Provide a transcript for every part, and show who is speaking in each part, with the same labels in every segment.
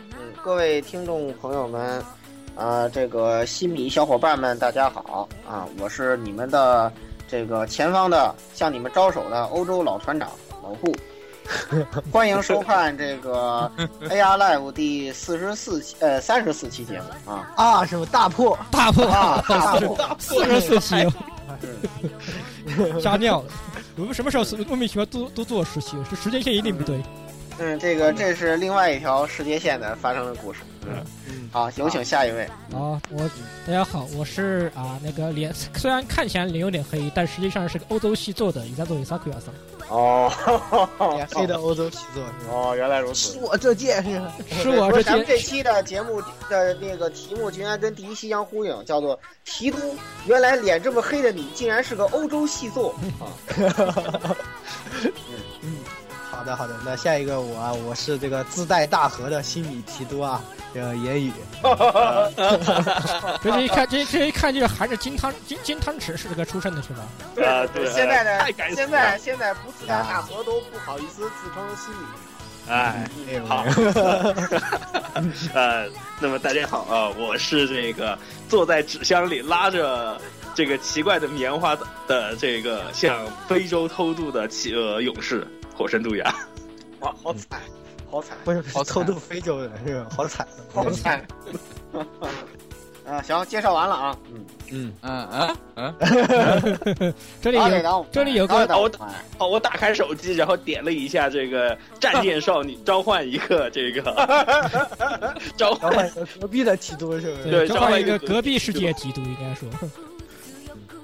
Speaker 1: 嗯各位听众朋友们，啊、这个新米小伙伴们，大家好啊！我是你们的这个前方的向你们招手的欧洲老船长老顾，欢迎收看这个 AR Live 第四十四期呃三十四期节目 啊
Speaker 2: 啊，什么大破？
Speaker 3: 大破
Speaker 1: 啊！大伙
Speaker 3: 四十四期，
Speaker 1: 嗯
Speaker 3: 吓尿了。我们什么时候莫名其妙都都做实习？这时间线一定不对。
Speaker 1: 嗯，这个这是另外一条世界线的发生的故事。嗯，好，有请下一位。
Speaker 3: 啊，我大家好，我是啊那个脸虽然看起来脸有点黑，但实际上是个欧洲系做的，也在做伊萨克 亚桑。
Speaker 1: 哦，
Speaker 2: 脸哎黑的欧洲习作，
Speaker 1: 哦，原来如此
Speaker 2: 是。我这届是
Speaker 3: 是我这
Speaker 1: 咱们这
Speaker 3: 些
Speaker 1: 期的节目的那个题目竟然跟第一期相呼应，叫做“提督，原来脸这么黑的你，竟然是个欧洲细作
Speaker 2: 好的好的，那下一个我啊，我是这个自带大河的新米提督啊，这个言语，
Speaker 3: 这一看这这一看就是含着金汤金金汤匙是这个出身的是吧？”。
Speaker 4: 啊，对，
Speaker 1: 现在
Speaker 4: 太
Speaker 1: 的
Speaker 4: 感
Speaker 1: 现在现在不自带大河都不好意思自称西米。
Speaker 4: 哎，
Speaker 2: 没有
Speaker 4: 好
Speaker 2: 没有，
Speaker 4: 呃，那么大家好啊、我是这个坐在纸箱里拉着这个奇怪的棉花的呃这个向非洲偷渡的企鹅勇士火神杜亚。
Speaker 1: 哇，好惨，好惨，
Speaker 2: 不是
Speaker 4: 好惨
Speaker 2: 偷渡非洲人是吧？好惨，
Speaker 1: 好惨。 啊，行，介绍完了啊。嗯，
Speaker 2: 嗯，
Speaker 5: 嗯嗯嗯，
Speaker 3: 这里
Speaker 1: 然后得
Speaker 3: 有
Speaker 1: 当我们啊
Speaker 3: 这里有个
Speaker 1: 然后得当我们
Speaker 4: 哦，我打开手机，然后点了一下这个《战舰少女》，召唤一个这 个，召
Speaker 2: 然
Speaker 4: 唤
Speaker 2: 后有隔壁的提督是不是？
Speaker 4: 对
Speaker 3: 召
Speaker 4: 召唤
Speaker 3: 唤一
Speaker 4: 一个
Speaker 3: 个隔壁世界提督，应该说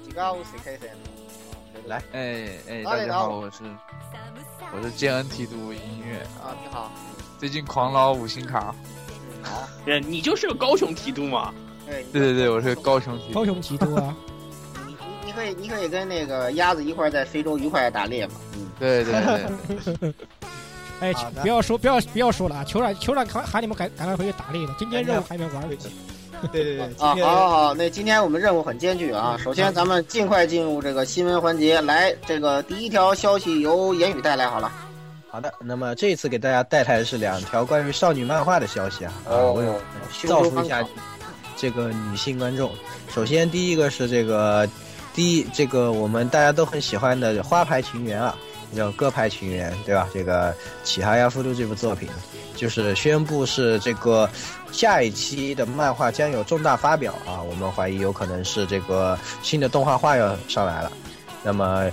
Speaker 1: 几个啊 OCK 谁？
Speaker 2: 来
Speaker 5: 哎哎，大家好，我是我是 JNT 独音乐，
Speaker 1: 啊，你好。
Speaker 5: 最近狂捞五星卡。
Speaker 1: 嗯，好。
Speaker 4: 呃你就是高雄提督嘛？
Speaker 1: 对
Speaker 5: 对对对，我是高雄提
Speaker 3: 高雄提督啊，
Speaker 1: 你你可以你可以跟那个鸭子一块儿在非洲愉快地打猎嘛。嗯。
Speaker 5: 对对对，
Speaker 3: 哎，
Speaker 2: 好的
Speaker 3: 不要说不要不要说了啊！球长球长喊喊你们赶赶快回去打猎了，今
Speaker 1: 哎
Speaker 3: 天任务还没玩呢。
Speaker 2: 对对对，今
Speaker 1: 啊，
Speaker 2: 天嗯
Speaker 1: 好好好，那今天我们任务很艰巨啊。首先，咱们尽快进入这个新闻环节，来，这个第一条消息由言语带来好了。
Speaker 2: 啊好的，那么这一次给大家带来的是两条关于少女漫画的消息啊，啊，
Speaker 1: 哦
Speaker 2: 我有
Speaker 1: 修
Speaker 2: 造
Speaker 1: 修
Speaker 2: 福一下这个女性观众。首先第一个是这个，第一这个我们大家都很喜欢的《花牌情缘》啊，叫《歌牌情缘》，对吧？这个启哈亚夫都这部作品，就是宣布是这个下一期的漫画将有重大发表啊，我们怀疑有可能是这个新的动画化要上来了，那么。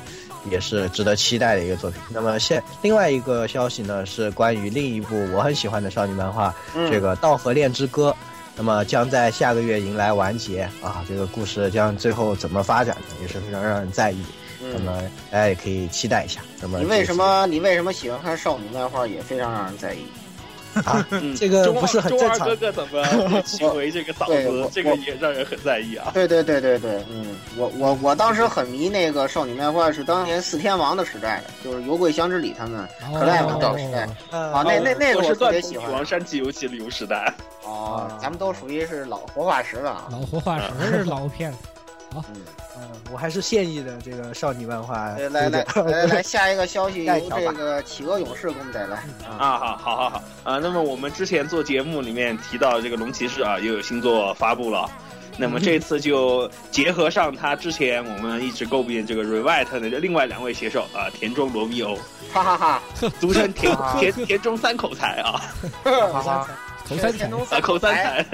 Speaker 2: 也是值得期待的一个作品。那么现另外一个消息呢，是关于另一部我很喜欢的少女漫画，这
Speaker 1: 嗯，
Speaker 2: 个《道和恋之歌》，那么将在下个月迎来完结啊！这个故事将最后怎么发展呢，也是非常让人在意。那
Speaker 1: 嗯，
Speaker 2: 么大家也可以期待一下。那么
Speaker 1: 你为什么你为什么喜欢看少女漫画，也非常让人在意。
Speaker 2: 啊？
Speaker 4: 嗯
Speaker 2: 这个
Speaker 4: 中
Speaker 2: 不是
Speaker 4: 二
Speaker 2: 很
Speaker 4: 中
Speaker 2: 正
Speaker 4: 二
Speaker 2: 常
Speaker 4: 哥哥怎么起回这个
Speaker 1: 对
Speaker 4: 嗓
Speaker 1: 我
Speaker 4: 子？这个也让人很在意啊。
Speaker 1: 对对对对对，嗯，我我我当时很迷那个少女漫画，是当年四天王的时代的，就是由贵香之里他们可赖不得是
Speaker 3: 哦，
Speaker 1: 啊
Speaker 2: 啊
Speaker 1: 那那那个
Speaker 4: 我
Speaker 1: 我
Speaker 4: 是
Speaker 1: 特别
Speaker 4: 断
Speaker 1: 喜
Speaker 4: 从
Speaker 1: 欢
Speaker 4: 王山记游记流时代，啊
Speaker 1: 哦，咱们都属于是老活化石了啊。
Speaker 3: 老活化 石是老片了。
Speaker 2: 嗯，我还是现役的这个少女漫画。
Speaker 1: 来呃来来
Speaker 2: 读者
Speaker 1: 来来，下一个消息
Speaker 2: 下
Speaker 1: 由
Speaker 2: 一条吧
Speaker 1: 这个企鹅勇士给我们带来啊。
Speaker 4: 啊，好，好，好，好啊。那么我们之前做节目里面提到这个龙骑士啊，又有新作发布了。那么这次就结合上他之前我们一直诟病这个 Revite 的另外两位写手啊，田中罗密欧，
Speaker 1: 哈哈哈，
Speaker 4: 俗称田
Speaker 5: 啊
Speaker 4: 田田中三口才啊，
Speaker 2: 好吧
Speaker 3: 头三
Speaker 1: 田
Speaker 3: 层
Speaker 1: 中
Speaker 4: 啊口三才，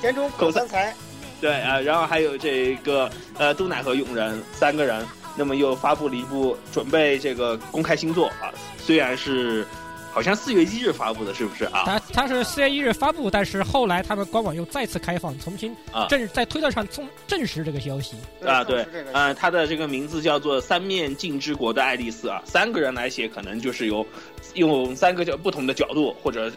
Speaker 1: 田中口三才，
Speaker 4: 对啊，然后还有这个呃都乃和永人三个人，那么又发布了一部准备这个公开新作啊，虽然是好像四月一日发布的，是不是啊？
Speaker 3: 他他是四月一日发布，但是后来他们官网又再次开放，重新
Speaker 4: 啊
Speaker 3: 证在推特上证证实这个消息。
Speaker 4: 啊
Speaker 1: 正是
Speaker 4: 对
Speaker 1: 这个
Speaker 4: 呃，他的这个名字叫做《三面镜之国的爱丽丝》啊，三个人来写可能就是由用三个角不同的角度或者。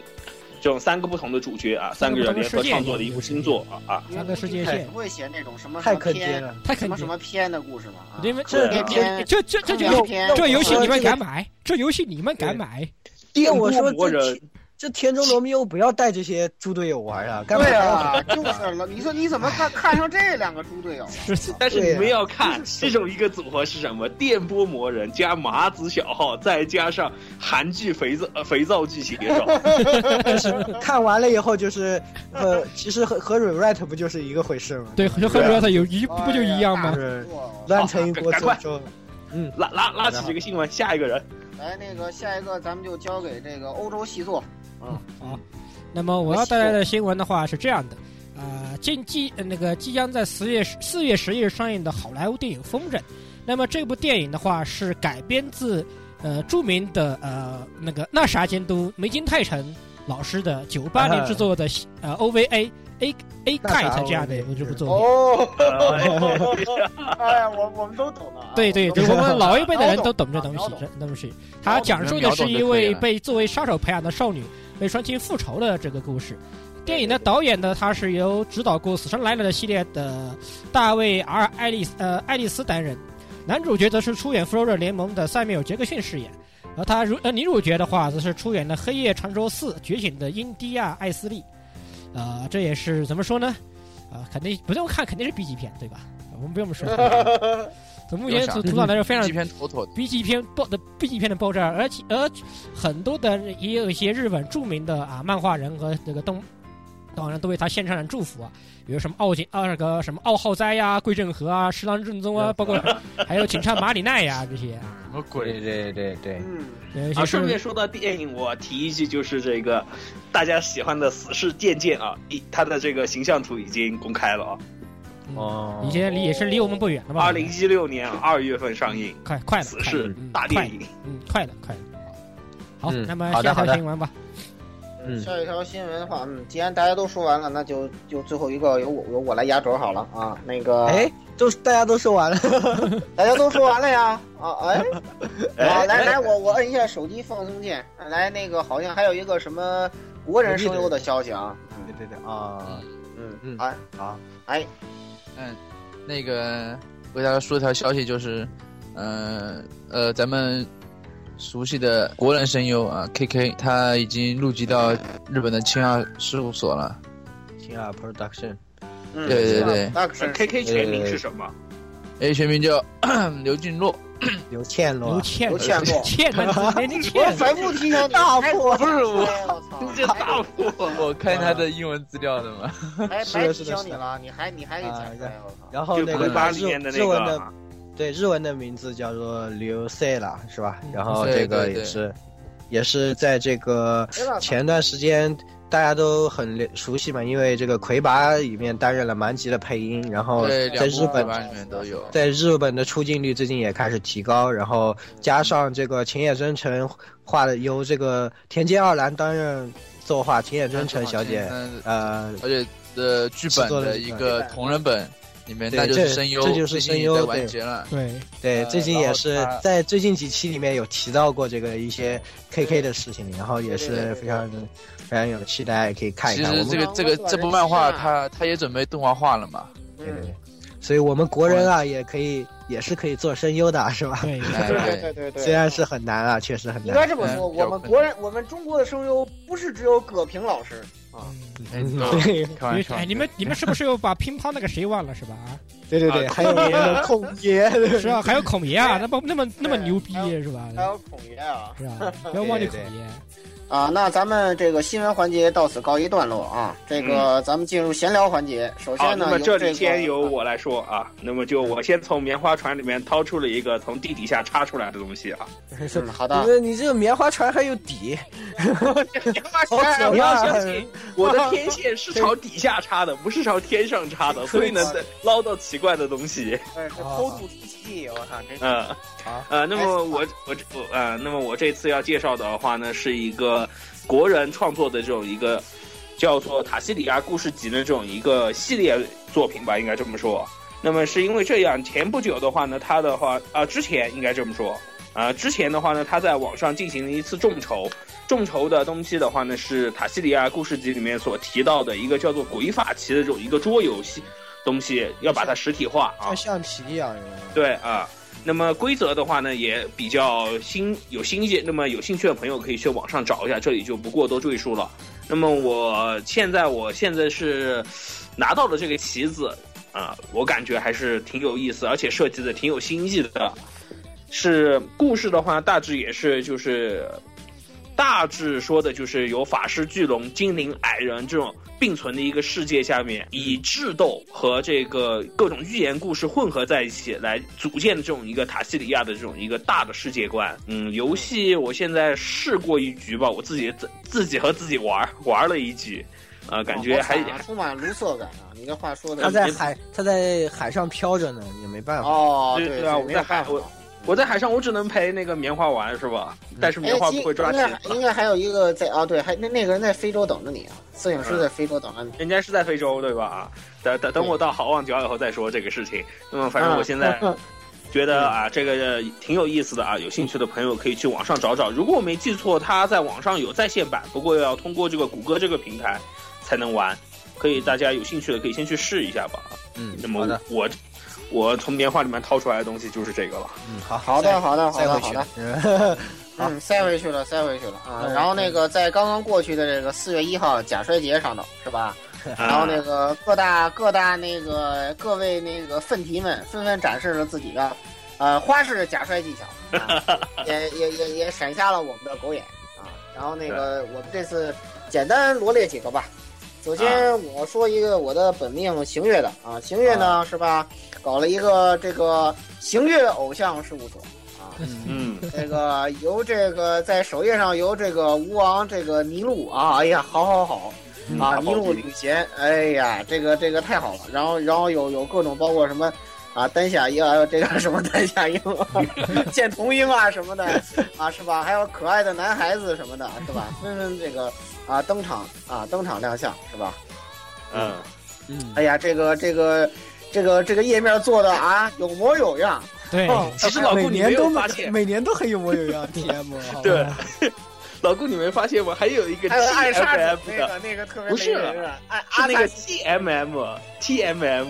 Speaker 4: 这种三个不同的主角啊，三个人联合创作的一部新作啊啊，
Speaker 1: 因为
Speaker 3: 三个世界线
Speaker 1: 不会写那种什么
Speaker 2: 太
Speaker 1: 什么
Speaker 2: 坑爹
Speaker 1: 篇
Speaker 2: 了。
Speaker 3: 太
Speaker 1: 什
Speaker 3: 肯
Speaker 1: 么
Speaker 3: 定
Speaker 1: 什
Speaker 3: 了，
Speaker 1: 么篇的故事嘛啊。
Speaker 3: 因为
Speaker 4: 这
Speaker 1: 这篇
Speaker 3: 这这这
Speaker 1: 坑
Speaker 3: 就
Speaker 1: 爹
Speaker 3: 是
Speaker 1: 篇，
Speaker 3: 这游戏你
Speaker 2: 这
Speaker 3: 们
Speaker 2: 个
Speaker 3: 敢买？这游戏你们敢买？
Speaker 2: 因为我说
Speaker 4: 电波魔
Speaker 2: 这
Speaker 4: 人
Speaker 2: 期这田中罗密欧不要带这些猪队友玩啊！干嘛
Speaker 1: 对
Speaker 2: 要
Speaker 1: 啊，就是了。你说你怎么 看看上这两个猪队友？
Speaker 4: 但是你们要看这种一个组合是什么？电波魔人加麻子小号，再加上韩剧肥皂呃肥皂剧写手，
Speaker 2: 啊看完了以后就是，呃，其实和和 rewrite 不就是一个回事吗？
Speaker 3: 对，就和
Speaker 4: 对啊
Speaker 3: r e 有一不就一样吗？
Speaker 2: 是
Speaker 1: 哇
Speaker 2: 乱成一锅
Speaker 4: 哦赶快
Speaker 2: 粥粥。
Speaker 4: 拉拉拉起这个新闻，下一个人
Speaker 1: 来，那个下一个咱们就交给这个欧洲细作。
Speaker 3: 那么我要带来的新闻的话是这样的，呃，近即呃那个即将在十月四月十日上映的好莱坞电影《风筝》，那么这部电影的话是改编自呃著名的呃那个那啥监督梅金泰臣老师的九八年制作的呃 OVA A A
Speaker 2: 啊那啥
Speaker 3: Kite 这样的一部作品。
Speaker 1: 哦，
Speaker 4: 呃
Speaker 1: 哎，我我们都懂了啊。
Speaker 3: 对对，对，
Speaker 2: 懂
Speaker 3: 我们老一辈的人
Speaker 1: 秒
Speaker 3: 都
Speaker 1: 懂啊
Speaker 3: 懂这东
Speaker 1: 秒
Speaker 3: 西
Speaker 1: 懂，
Speaker 3: 这东西。它讲述的是一位被作为杀手培养的少女为双亲复仇的这个故事。电影的导演呢，他是由指导过《死神来了》的系列的大卫 ·R· 爱丽呃爱丽丝担任，男主角则是出演《复仇者联盟》的塞缪尔·杰克逊饰演，而他如呃女主角的话，则是出演了《黑夜传说四：觉醒》的英迪亚·艾斯利。呃，这也是怎么说呢？啊、肯定不用看，肯定是 B 级片，对吧？我们不用说。从目前从图档来 说，非常
Speaker 5: 鸡片妥妥的，
Speaker 3: B 级片爆的 B 级片的爆炸，而且而很多的也有一些日本著名的啊漫画人和这个动当然都为他献上了祝福啊，比如什么奥井啊那个什么奥浩哉呀、桂正和啊、石郎正宗啊，包括还有警察马里奈呀、这些啊，
Speaker 5: 什么
Speaker 2: 对
Speaker 5: 鬼？
Speaker 2: 对对对，
Speaker 1: 嗯，
Speaker 3: 有一
Speaker 4: 啊，
Speaker 3: 些
Speaker 4: 顺便
Speaker 3: 是
Speaker 4: 说到电影，我提一句，就是这个大家喜欢的《死侍剑剑》啊，一它的这个形象图已经公开了啊，
Speaker 3: 嗯
Speaker 2: 哦
Speaker 3: 以前离也是离我们不远了吧？
Speaker 4: 二零一六年二月份上映，
Speaker 3: 快快
Speaker 4: 《
Speaker 3: 了，
Speaker 4: 死
Speaker 3: 快
Speaker 4: 侍
Speaker 3: 了，嗯》
Speaker 4: 大
Speaker 3: 快
Speaker 4: 电
Speaker 3: 了，
Speaker 4: 影。
Speaker 3: 嗯，快了，快了。好，
Speaker 2: 嗯
Speaker 3: 那么
Speaker 2: 好的
Speaker 3: 下
Speaker 2: 好
Speaker 3: 条
Speaker 2: 的
Speaker 3: 新闻吧。
Speaker 2: 嗯
Speaker 1: 下一条新闻的话，嗯，既然大家都说完了，那就就最后一个由我由我来压轴好了啊。那个，
Speaker 2: 哎，都大家都说完了，
Speaker 1: 大家都说完了呀？啊， 哎，啊，
Speaker 4: 哎
Speaker 1: 来来，我我摁一下手机放松键。啊来，那个好像还有一个什么国人声优的消息啊。
Speaker 2: 对对对啊，
Speaker 1: 嗯嗯，
Speaker 5: 嗯
Speaker 1: 哎，
Speaker 2: 好，
Speaker 1: 哎，
Speaker 5: 那个为大家说一条消息，就是，呃呃，咱们熟悉的国人声优啊，K K，他已经入籍到日本的青奥事务所了。
Speaker 2: 青啊 production，
Speaker 1: 嗯，
Speaker 5: 对对对
Speaker 1: 那可是
Speaker 4: 呃 K K 全名
Speaker 2: 呃
Speaker 4: 是什么？
Speaker 5: 哎，全名叫 刘俊洛，
Speaker 2: 刘倩
Speaker 3: 刘
Speaker 2: 罗，
Speaker 3: 倩
Speaker 1: 有，欠过。
Speaker 3: 倩男子年龄
Speaker 1: 我
Speaker 3: 倩，
Speaker 1: 反复提醒大破，哎不是我，
Speaker 4: 这 大破！
Speaker 5: 我看他的英文资料的嘛。
Speaker 1: 还
Speaker 2: 是
Speaker 1: 哎白
Speaker 2: 的
Speaker 1: 提
Speaker 2: 是
Speaker 1: 醒
Speaker 2: 的是
Speaker 1: 你
Speaker 2: 的
Speaker 1: 了，你还你还给
Speaker 2: 啊
Speaker 1: 讲出来，我操！
Speaker 2: 然后
Speaker 4: 就
Speaker 2: 那
Speaker 4: 古
Speaker 2: 个
Speaker 4: 力巴
Speaker 2: 日
Speaker 4: 里面的
Speaker 2: 日
Speaker 4: 那
Speaker 2: 文
Speaker 4: 个
Speaker 2: 的
Speaker 4: 啊，
Speaker 2: 对，日文的名字叫做刘塞拉，是吧
Speaker 3: 嗯？
Speaker 2: 然后
Speaker 5: 对
Speaker 2: 这个
Speaker 5: 对对
Speaker 2: 也是，也是在这个
Speaker 1: 哎呀
Speaker 2: 前段时间大家都很了熟悉嘛，因为这个《魁拔》里面担任了蛮吉的配音，然后
Speaker 5: 对，
Speaker 2: 哦在
Speaker 5: 两
Speaker 2: 日
Speaker 5: 部
Speaker 2: 本
Speaker 5: 版里面都有。
Speaker 2: 在日本的出镜率最近也开始提高，然后加上这个秦野真诚画的由这个田间二郎担任作画，秦野真诚小姐，
Speaker 5: 嗯
Speaker 2: 呃，
Speaker 5: 而且的剧本的一个同人本里面，
Speaker 2: 对
Speaker 5: 那就是
Speaker 2: 这
Speaker 5: 声优，
Speaker 2: 这就是声优
Speaker 5: 最近也在
Speaker 2: 对
Speaker 5: 完结了。
Speaker 3: 对，
Speaker 2: 对，
Speaker 5: 呃
Speaker 2: 最近也是
Speaker 5: 然后他
Speaker 2: 在最近几期里面有提到过这个一些 KK 的事情，然后也
Speaker 1: 对对对
Speaker 2: 是非常非常有期待，可以看一
Speaker 5: 其
Speaker 2: 看。我
Speaker 5: 实
Speaker 2: 们
Speaker 5: 这个
Speaker 1: 我们
Speaker 5: 这个
Speaker 1: 哦我们
Speaker 5: 这部漫画，
Speaker 1: 是啊
Speaker 5: 它它也准备动画化了 嘛？
Speaker 2: 对对对
Speaker 1: 嗯，，
Speaker 2: 所以我们国人啊，也可以也是可以做声优的，是吧？
Speaker 3: 对，
Speaker 5: 哎
Speaker 1: 对对对对，
Speaker 2: 虽然是很难啊，确实很
Speaker 1: 应
Speaker 2: 难。
Speaker 1: 该这么说，
Speaker 5: 嗯
Speaker 1: 我们国人，我们中国的声优不是只有葛平老师，
Speaker 3: 嗯
Speaker 5: 哎
Speaker 2: 对
Speaker 5: 开玩笑
Speaker 3: 哎，你们你们是不是又把乒乓那个谁忘了是吧？ 啊，
Speaker 2: 对对对，
Speaker 4: 啊
Speaker 2: 还有我们的孔爷，
Speaker 3: 是啊，还有孔爷啊，那么那么那么
Speaker 1: 对
Speaker 3: 牛逼
Speaker 1: 还有
Speaker 3: 是吧？
Speaker 4: 嗯
Speaker 1: 还有孔爷啊
Speaker 3: 是吧？不要忘记
Speaker 2: 对
Speaker 3: 孔
Speaker 2: 对
Speaker 3: 爷。
Speaker 1: 啊！那咱们这个新闻环节到此告一段落啊，这个咱们进入闲聊环节。首
Speaker 4: 嗯好，
Speaker 1: 先
Speaker 4: 那
Speaker 1: 呢，
Speaker 4: 么
Speaker 1: 由
Speaker 4: 这
Speaker 1: 个
Speaker 4: 里先由我来说啊，那么就我先从棉花船里面掏出了一个从地底下插出来的东西啊，
Speaker 1: 嗯好
Speaker 2: 你
Speaker 1: 的，
Speaker 2: 这你这个棉花船还有底，
Speaker 4: 棉花
Speaker 2: 好
Speaker 4: 船，
Speaker 2: 扯
Speaker 4: 你要
Speaker 2: 哎呀
Speaker 4: 相信我的天线是朝底下插的，不是朝天上插的，所以能捞到奇怪的东西。
Speaker 1: 哎
Speaker 2: 啊
Speaker 1: 这偷渡机器，我操，真是
Speaker 4: 嗯，
Speaker 1: 好
Speaker 4: 呃，那么我我我呃，那么我这次要介绍的话呢，是一个国人创作的这种一个叫做《塔西里亚故事集》的这种一个系列作品吧，应该这么说。那么是因为这样，前不久的话呢，他的话啊、呃之前应该这么说啊、呃之前的话呢，他在网上进行了一次众筹，众筹的东西的话呢，是《塔西里亚故事集》里面所提到的一个叫做《鬼法棋》的这种一个桌游戏东西，要把它实体化啊
Speaker 2: 像。象棋一样。有没有
Speaker 4: 对啊、那么规则的话呢，也比较新，有新鲜。那么有兴趣的朋友可以去网上找一下，这里就不过多赘述了。那么我现在我现在是拿到了这个棋子啊、我感觉还是挺有意思，而且设计的挺有新意的。是故事的话，大致也是就是大致说的就是有法师、巨龙、精灵、矮人这种并存的一个世界下
Speaker 1: 嗯
Speaker 4: 面，以智斗和这个各种寓言故事混合在一起来组建的这种一个塔西里亚的这种一个大的世界观。嗯，游戏我现在试过一局吧，我自己自自己和自己玩儿玩了一局，呃，感觉
Speaker 1: 哦好
Speaker 4: 还、
Speaker 1: 惨啊充满卢瑟感啊！你这话说的
Speaker 2: 他在海他在海上漂着呢，也没办法。
Speaker 1: 哦，
Speaker 4: 对
Speaker 1: 对
Speaker 4: 对啊
Speaker 1: 所以
Speaker 4: 我
Speaker 1: 没
Speaker 4: 在
Speaker 1: 有办
Speaker 4: 海
Speaker 1: 法
Speaker 4: 我。我在海上，我只能陪那个棉花玩是吧？但是
Speaker 1: 哎
Speaker 4: 棉花
Speaker 1: 其
Speaker 4: 不会抓啊
Speaker 1: 应
Speaker 4: 棋
Speaker 1: 该
Speaker 4: 子
Speaker 1: 还，应该还有一个在啊，对，还那那个人在非洲等着你啊，摄影师
Speaker 4: 嗯
Speaker 1: 在非洲等着你。
Speaker 4: 人家是在非洲对吧？啊，等等等我到好望角以后再说这个事情。那么反正我现在
Speaker 1: 嗯
Speaker 4: 觉得啊，这个挺有意思的啊，有兴趣的朋友可以去网上找找。如果我没记错，它在网上有在线版，不过要通过这个谷歌这个平台才能玩。可以，大家有兴趣的可以先去试一下吧。
Speaker 2: 嗯，
Speaker 4: 那
Speaker 2: 好
Speaker 4: 么
Speaker 2: 的，
Speaker 4: 我我从棉花里面掏出来的东西就是这个了。
Speaker 2: 嗯，好，
Speaker 1: 好的，
Speaker 2: 再，
Speaker 1: 好的，好
Speaker 2: 再
Speaker 1: 的，
Speaker 2: 回
Speaker 1: 好
Speaker 2: 去
Speaker 1: 的。。
Speaker 2: 好
Speaker 1: 嗯，塞回去了，塞回去了啊。
Speaker 2: 嗯
Speaker 1: 然后那个在刚刚过去的这个四月一号假摔节上头是吧？然后
Speaker 4: 啊
Speaker 1: 那个各大各大那个各位那个粪蹄们纷纷展示了自己的呃花式假摔技 巧，啊、也也也也闪瞎了我们的狗眼啊。然后那个我们这次简单罗列几个吧。首先我说一个我的本命行月的啊，行月呢是吧？搞了一个这个行月偶像事务所啊，
Speaker 4: 嗯，
Speaker 1: 这个由这个在首页上由这个吴王这个尼禄啊，哎呀，好好好啊，
Speaker 4: 嗯大
Speaker 1: 尼
Speaker 4: 宝
Speaker 1: 禄
Speaker 4: 地
Speaker 1: 领衔，哎呀，这个这个太好了。然后然后有有各种包括什么啊丹霞鹰啊，这个什么丹霞鹰、啊、 剑童鹰啊什么的啊是吧？还有可爱的男孩子什么的是吧？纷纷这个啊登场啊登场亮相是吧？
Speaker 4: 嗯，
Speaker 2: 嗯，
Speaker 1: 哎呀，这个这个这个这个页面做的啊有模有样，
Speaker 3: 对，
Speaker 1: 哦
Speaker 4: 其实老顾
Speaker 2: 每
Speaker 4: 你没
Speaker 2: 年
Speaker 4: 有
Speaker 2: 都
Speaker 4: 发现，
Speaker 2: 每年都很有模有样，TM 好吧
Speaker 4: 对，老顾你没发现吗？还有一个
Speaker 1: 还有暗杀者
Speaker 4: TFM
Speaker 1: 那
Speaker 4: 的。
Speaker 1: 个那个特别
Speaker 4: 不是
Speaker 1: 雷人啊，暗
Speaker 4: 是
Speaker 1: 阿
Speaker 4: 那个
Speaker 1: 萨
Speaker 4: TMM TMM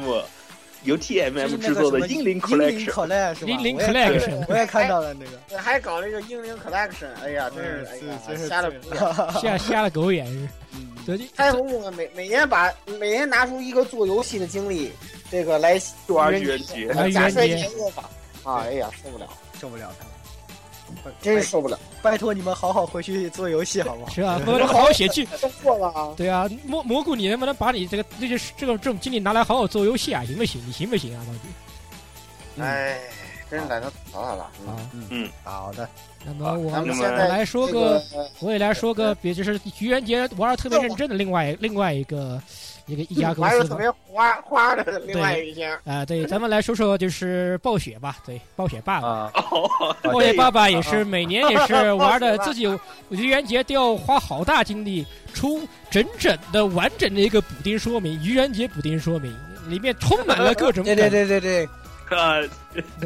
Speaker 4: 由
Speaker 2: 就
Speaker 4: TMM
Speaker 2: 是那个
Speaker 4: 制作
Speaker 2: 什
Speaker 4: 的
Speaker 2: 么
Speaker 4: 《英灵
Speaker 2: 英灵
Speaker 4: Collection》，
Speaker 2: collect 是吧？
Speaker 3: 零零
Speaker 2: 我也看
Speaker 3: collection
Speaker 2: 我也看到了那个，
Speaker 1: 对，还搞了一个英灵 collection，哎呀，真是
Speaker 2: 嗯
Speaker 1: 哎
Speaker 2: 是
Speaker 1: 呀
Speaker 2: 真，是
Speaker 1: 瞎了
Speaker 2: 醉了
Speaker 1: 姑娘。
Speaker 3: 瞎瞎了狗眼是。
Speaker 2: 嗯
Speaker 3: 对，
Speaker 1: 开红木每每年把每年拿出一个做游戏的精力，这个 来
Speaker 4: 就玩愚人节
Speaker 1: 呃
Speaker 3: 玩
Speaker 1: 假
Speaker 3: 愚人
Speaker 1: 摔
Speaker 3: 节
Speaker 1: 节恶法啊，哎呀，受不了，
Speaker 2: 受不了他了，
Speaker 1: 真是受不了，
Speaker 2: 拜托你们好好回去做游戏好 不好？
Speaker 3: 是吧？不能好好写剧。
Speaker 1: 都过了啊。
Speaker 3: 对啊，蘑蘑菇，你能不能把你这个这些这种这种精力拿来好好做游戏啊？行不行？你行不行啊，老弟？
Speaker 2: 嗯
Speaker 1: 哎，真是懒得吐槽他了。嗯
Speaker 3: 啊，
Speaker 2: 好 的，
Speaker 3: 那么我
Speaker 1: 咱
Speaker 4: 那
Speaker 1: 们
Speaker 4: 么
Speaker 1: 现
Speaker 3: 我
Speaker 1: 在
Speaker 3: 来说
Speaker 1: 这
Speaker 3: 个
Speaker 1: 个，呃
Speaker 3: 我也来说个，别就是愚人节玩的特别认真的另外另外一个一个一家公
Speaker 1: 还有
Speaker 3: 司
Speaker 1: 特
Speaker 3: 啊吧。
Speaker 1: 别花花的另外一家，
Speaker 3: 啊、对，咱们来说说就是暴雪吧，对，暴雪爸爸，
Speaker 2: 啊，
Speaker 4: 哦，
Speaker 2: 啊
Speaker 3: 暴雪
Speaker 4: 对
Speaker 3: 爸爸也是每年也是玩
Speaker 1: 暴雪爸
Speaker 3: 的
Speaker 1: 爸
Speaker 3: 自己愚人节都要花好大精力出整整的完整的一个补丁说明，愚人节补丁说明里面充满了各 种
Speaker 2: 对对对对对，
Speaker 4: 呃，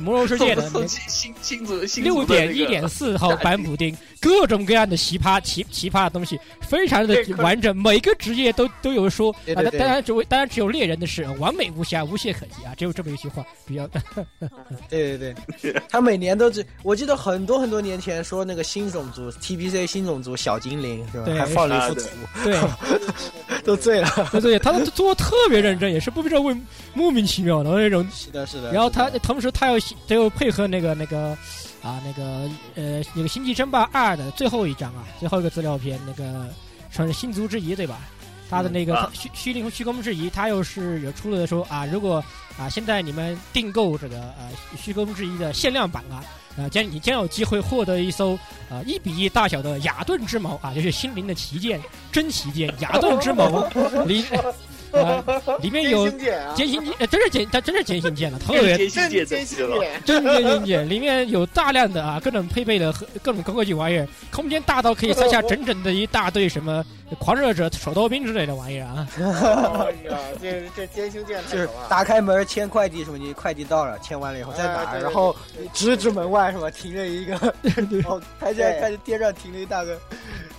Speaker 3: 魔兽世 界的
Speaker 4: 送新新新组新
Speaker 3: 六
Speaker 4: 组的那
Speaker 3: 点
Speaker 4: 个
Speaker 3: 一点四号版补丁，各种各样的奇葩奇奇葩的东西，非常的
Speaker 1: 这个
Speaker 3: 完整，每个职业都都有说。
Speaker 2: 对
Speaker 3: 啊，
Speaker 2: 对
Speaker 3: 当
Speaker 2: 对
Speaker 3: 当然只为当然只有猎人的是完美无瑕，无懈可击啊，只有这么一句话比较。
Speaker 2: 对对对，他每年都只，我记得很多很多年前说那个新种族 TBC 新种族小精灵是吧？
Speaker 3: 对
Speaker 2: 还放了一幅
Speaker 4: 啊对
Speaker 2: 图，
Speaker 3: 对，
Speaker 1: 嗯
Speaker 2: 都醉了。
Speaker 3: 对对，他做的特别认真，也是不知道为莫名其妙的那种。
Speaker 2: 是的，是的。
Speaker 3: 然后他
Speaker 2: 是的
Speaker 3: 同时他又他又配合那个那个啊那个呃那个《星际争霸二》的最后一章啊，最后一个资料片那个算是星族之遗对吧？他的那个
Speaker 4: 嗯啊
Speaker 3: 虚虚灵虚空之遗，他又是有出了说啊，如果啊现在你们订购这个呃虚空之遗的限量版啊，啊将你将有机会获得一艘啊一比一大小的雅顿之矛啊，就是心灵的旗舰真旗舰雅顿之 矛，里啊里面有
Speaker 1: 真星舰啊，
Speaker 3: 歼星舰，呃真是歼，它真是歼星舰了，特
Speaker 4: 这
Speaker 3: 别
Speaker 4: 是新
Speaker 1: 真
Speaker 4: 界
Speaker 1: 真
Speaker 4: 的
Speaker 1: 星
Speaker 4: 了，
Speaker 1: 舰，
Speaker 3: 真真真真，里面有大量的啊各种配备的和各种高科技玩意儿，空间大到可以塞下整整的一大堆什么呃狂热者手刀兵之类的玩意 儿啊！
Speaker 1: 哎呀，这这真星舰
Speaker 2: 就
Speaker 1: 太
Speaker 2: 是
Speaker 1: 可怕了。
Speaker 2: 打开门签快递什么，你快递到了，签完了以后再
Speaker 1: 哎
Speaker 2: 打，
Speaker 1: 对对
Speaker 2: 然后直指门外是吧？停了 一个，哦，他现在
Speaker 1: 对 嗯
Speaker 2: 看见天上停了一大个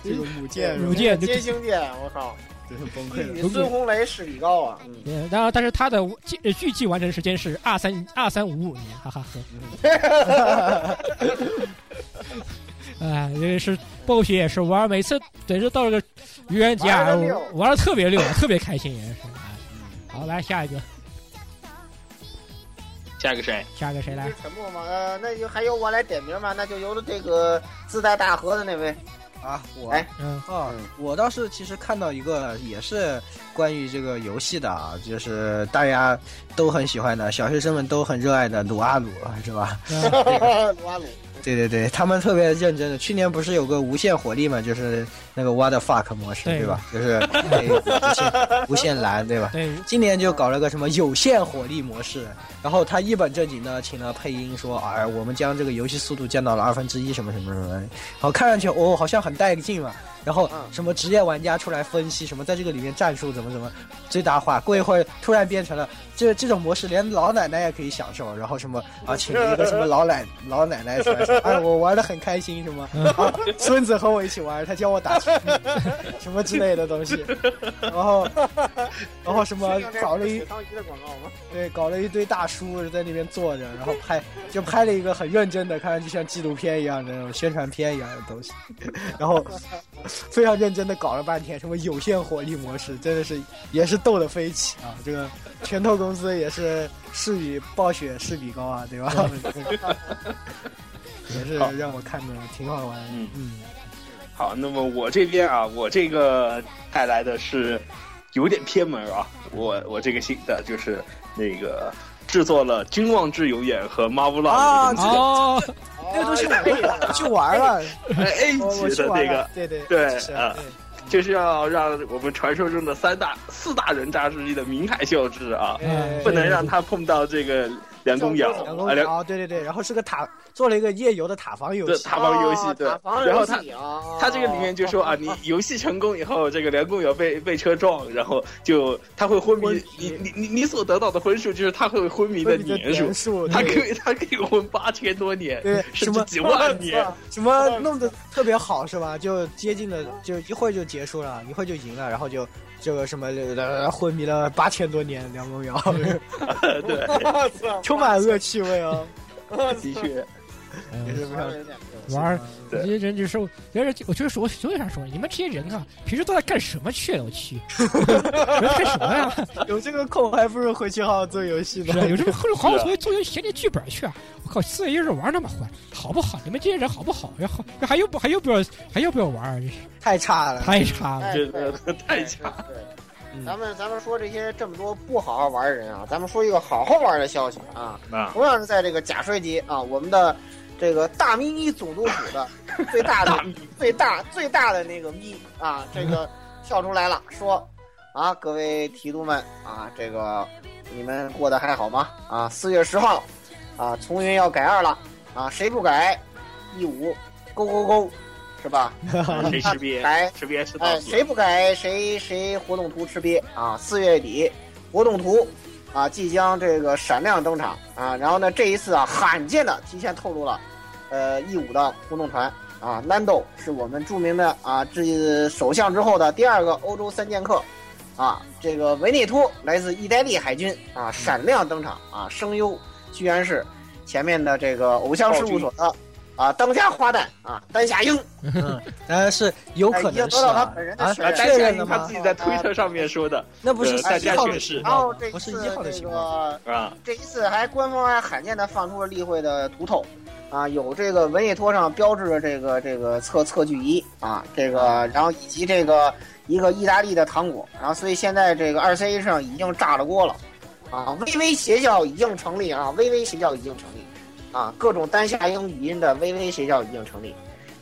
Speaker 2: 这个母舰，
Speaker 3: 弩箭就
Speaker 1: 接星舰，我靠！
Speaker 6: 真是崩溃了。
Speaker 1: 与孙红雷是比高啊，嗯
Speaker 3: 呃然后但是它的计呃预计完成时间是二三二三五五年，哈 哈呵。啊，因为是暴雪也是玩，每次等是到了个愚人节啊
Speaker 1: 玩得溜，
Speaker 3: 玩的特别溜，特别开心也是。啊好，来下一个，
Speaker 4: 下一个谁？
Speaker 3: 下一个谁来
Speaker 1: 是？沉默吗？呃，那就还由我来点名吧，那就由这个自带大河的那位。
Speaker 2: 啊，我
Speaker 1: 哎
Speaker 3: 嗯，
Speaker 2: 哦，我倒是其实看到一个也是关于这个游戏的啊，就是大家都很喜欢的，小学生们都很热爱的撸啊撸，是吧？
Speaker 3: 嗯
Speaker 1: 撸啊撸，
Speaker 2: 对对对，他们特别认真的。去年不是有个无限火力嘛，就是那个 what the fuck 模式，
Speaker 3: 对
Speaker 2: 对吧？就是可以无限无限蓝，对吧？
Speaker 3: 对，
Speaker 2: 今年就搞了个什么有限火力模式，然后他一本正经的请了配音说，哎，我们将这个游戏速度降到了二分之一什么什么什么，然后看上去哦好像很带劲嘛，然后
Speaker 1: 嗯
Speaker 2: 什么职业玩家出来分析什么在这个里面战术怎么怎么最大化，过一会儿突然变成了这这种模式连老奶奶也可以享受，然后什么啊请了一个什么老奶老奶奶出来说，哎我玩的很开心什么，啊孙子和我一起玩，他教我打拳，什么之类的东西，然后然 后什么搞了一
Speaker 1: 汤鱼的广告吗？
Speaker 2: 对，搞了一堆大叔在那边坐着，然后拍，就拍了一个很认真的，看上去像纪录片一样的那种宣传片一样的东西， 然后非常认真的搞了半天，什么有限火力模式，真的是也是逗得飞起啊！这个拳头公司也是是比暴雪是比高啊，对吧？ 也是让我看的挺好玩，
Speaker 4: 嗯
Speaker 2: 嗯，
Speaker 4: 好，那么我这边啊，我这个带来的是有点偏门啊，我我这个新的就是那个制作了《君望之游远》和《Marvel》
Speaker 2: 啊 这个
Speaker 3: 哦，
Speaker 2: 那个东西我去玩了，
Speaker 4: A
Speaker 2: 我我
Speaker 4: 级
Speaker 2: 去
Speaker 4: 哎的
Speaker 2: 玩
Speaker 4: 那
Speaker 2: 了
Speaker 4: 个，，
Speaker 2: 对对
Speaker 4: 对
Speaker 2: 是
Speaker 4: 啊
Speaker 2: 对
Speaker 4: 就是要让我们传说中的三大四大人渣之一的明海秀智啊，
Speaker 2: 哎
Speaker 4: 不能让他碰到这个梁公尧
Speaker 2: 两
Speaker 4: 啊，
Speaker 2: 公
Speaker 4: 梁
Speaker 2: 哦，对对对，然后是个塔，做了一个夜游的塔防游
Speaker 4: 这
Speaker 2: 戏，
Speaker 4: 塔防游戏
Speaker 1: 哦
Speaker 4: 对
Speaker 1: 打防，
Speaker 4: 然后
Speaker 1: 游
Speaker 4: 他
Speaker 1: 戏啊，
Speaker 4: 他这个里面就说啊，你游戏成功以后，这个梁公尧被被车撞，然后就他会昏迷
Speaker 2: 昏，
Speaker 4: 你你你你所得到的分数就是他会昏迷的
Speaker 2: 对对
Speaker 4: 年
Speaker 2: 对，
Speaker 4: 数
Speaker 2: 点，数，
Speaker 4: 他
Speaker 2: 对
Speaker 4: 可以他可以混八千多年，
Speaker 2: 对什
Speaker 4: 甚
Speaker 2: 么
Speaker 4: 至几万年。
Speaker 2: 什么弄得特别好是吧？就接近了，就一会儿就结束了，一会儿就赢了，然后就这个什么呃昏迷了八千多年，梁公 尧
Speaker 4: 对，
Speaker 1: 我操
Speaker 2: 充满恶趣味哦，
Speaker 4: 的确，
Speaker 2: 也
Speaker 3: 嗯
Speaker 2: 是非常
Speaker 3: 玩儿
Speaker 4: 对
Speaker 3: 这些人就是，别人我就是我就想说，你们这些人啊，平时都在干什么去了？我去， 你们干什么呀？
Speaker 2: 有这个空还不如回去好好做游戏呢
Speaker 3: 是。啊，有什么后好好同学做些写点剧本去啊！我靠，四月一日玩那么欢，好不好？你们这些人好不好？然后还要不还要不要还要不要玩啊？真是
Speaker 2: 太差了，
Speaker 3: 太差 了。
Speaker 1: 哎
Speaker 4: 这个太强。
Speaker 1: 对对
Speaker 2: 嗯
Speaker 1: 咱们咱们说这些这么多不好好玩的人啊，咱们说一个好好玩的消息啊。
Speaker 4: 啊！
Speaker 1: 同样是在这个假摔节啊，我们的这个大咪咪总督府的最大的最大最大的那个咪啊，这个跳出来了，说啊，各位提督们啊，这个你们过得还好吗？啊，四月十号啊，从云要改二了啊，谁不改，一五勾勾勾，是吧？
Speaker 4: 谁识别？
Speaker 1: 改
Speaker 4: 识别是
Speaker 1: 哎，
Speaker 4: 到
Speaker 1: 谁不改谁谁活动图吃瘪啊！四月底活动图啊即将这个闪亮登场啊！然后呢，这一次啊罕见的提前透露了，呃，义武的活动团啊，Nando 是我们著名的啊这首相之后的第二个欧洲三剑客。啊，这个维内托来自意大利海军
Speaker 2: 嗯
Speaker 1: 啊，闪亮登场啊，声优居然是前面的这个偶像事务所的啊当家花旦啊丹下英
Speaker 2: 嗯，当然是有可能是
Speaker 1: 哎
Speaker 2: 啊
Speaker 1: 已经得到他本人，的
Speaker 2: 啊
Speaker 1: 确认
Speaker 2: 确
Speaker 4: 单下
Speaker 2: 认
Speaker 4: 英
Speaker 2: 了
Speaker 4: 他
Speaker 2: 吗
Speaker 4: 自？己在推特上面说的
Speaker 2: 那不是
Speaker 4: 呃
Speaker 2: 三
Speaker 4: 大
Speaker 2: 十
Speaker 4: 家
Speaker 2: 号的
Speaker 4: 显示
Speaker 2: 情
Speaker 1: 然后
Speaker 2: 况
Speaker 1: 哦这
Speaker 2: 吗，
Speaker 1: 一
Speaker 2: 不是
Speaker 1: 次
Speaker 2: 一号的
Speaker 1: 这
Speaker 2: 情况吗。
Speaker 1: 个
Speaker 4: 啊，
Speaker 1: 这一次还官方还罕见的放出了例会的图透，啊，有这个文艺托上标志着这个这个测测距仪啊，这个然后以及这个一个意大利的糖果，然后所以现在这个二 C 上已经炸了锅了，啊，微微邪教已经成立啊，微微邪教已经成立，啊，各种单下英语音的微微邪教已经成立。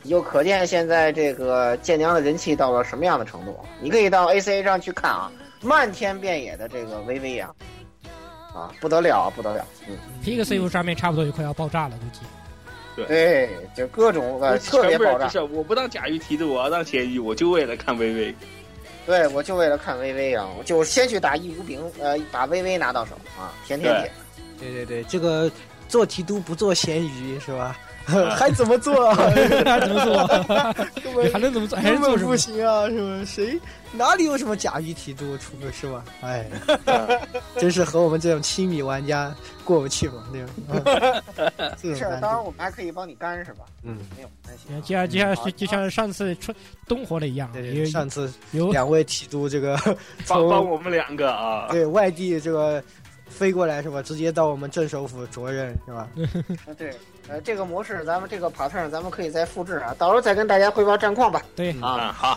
Speaker 1: 你就可见现在这个剑娘的人气到了什么样的程度。啊你可以到 ACA 上去看啊，漫天遍野的这个微微啊，啊，不得了啊，不得了！嗯，
Speaker 3: P 个 C U 上面差不多也快要爆炸了， 估计。
Speaker 1: 对，就各种呃特别爆炸。
Speaker 4: 是，我不当甲鱼提的，我要当咸鱼，我就为了看微微。
Speaker 1: 对我就为了看微微啊，我就先去打义乌饼，呃，把微微拿到手啊，甜甜姐。
Speaker 2: 对对对，这个做提督不做咸鱼是吧？
Speaker 6: 还怎么做 啊？
Speaker 3: 还能做？
Speaker 6: 根本
Speaker 3: 还能怎么 做？还
Speaker 6: 根
Speaker 3: 能做
Speaker 6: 本
Speaker 3: 什
Speaker 6: 不
Speaker 3: 么？
Speaker 6: 行啊！是吧？谁哪里有什么甲鱼体度出个是吧？ 哎，真是和我们这种亲米玩家过不去嘛，对吧？ 嗯这
Speaker 1: 没
Speaker 6: 种
Speaker 1: 事儿，
Speaker 6: 难
Speaker 1: 当然
Speaker 6: 度，
Speaker 1: 我们还可以帮你干是吧？
Speaker 2: 嗯，
Speaker 1: 没有关系啊。
Speaker 3: 就像就像
Speaker 1: 好
Speaker 3: 是就像上次春东火了一样，
Speaker 6: 对对，
Speaker 3: 有
Speaker 6: 上次
Speaker 3: 有
Speaker 6: 两位提督 这个
Speaker 4: 帮帮
Speaker 6: 从
Speaker 4: 我们两个啊，
Speaker 6: 对外地这个飞过来是吧？直接到我们镇首府着任是吧？
Speaker 3: 嗯
Speaker 1: 啊对，呃，这个模式咱们这个 pattern 咱们可以再复制啊，到时候再跟大家汇报战况吧。
Speaker 3: 对
Speaker 4: 啊好，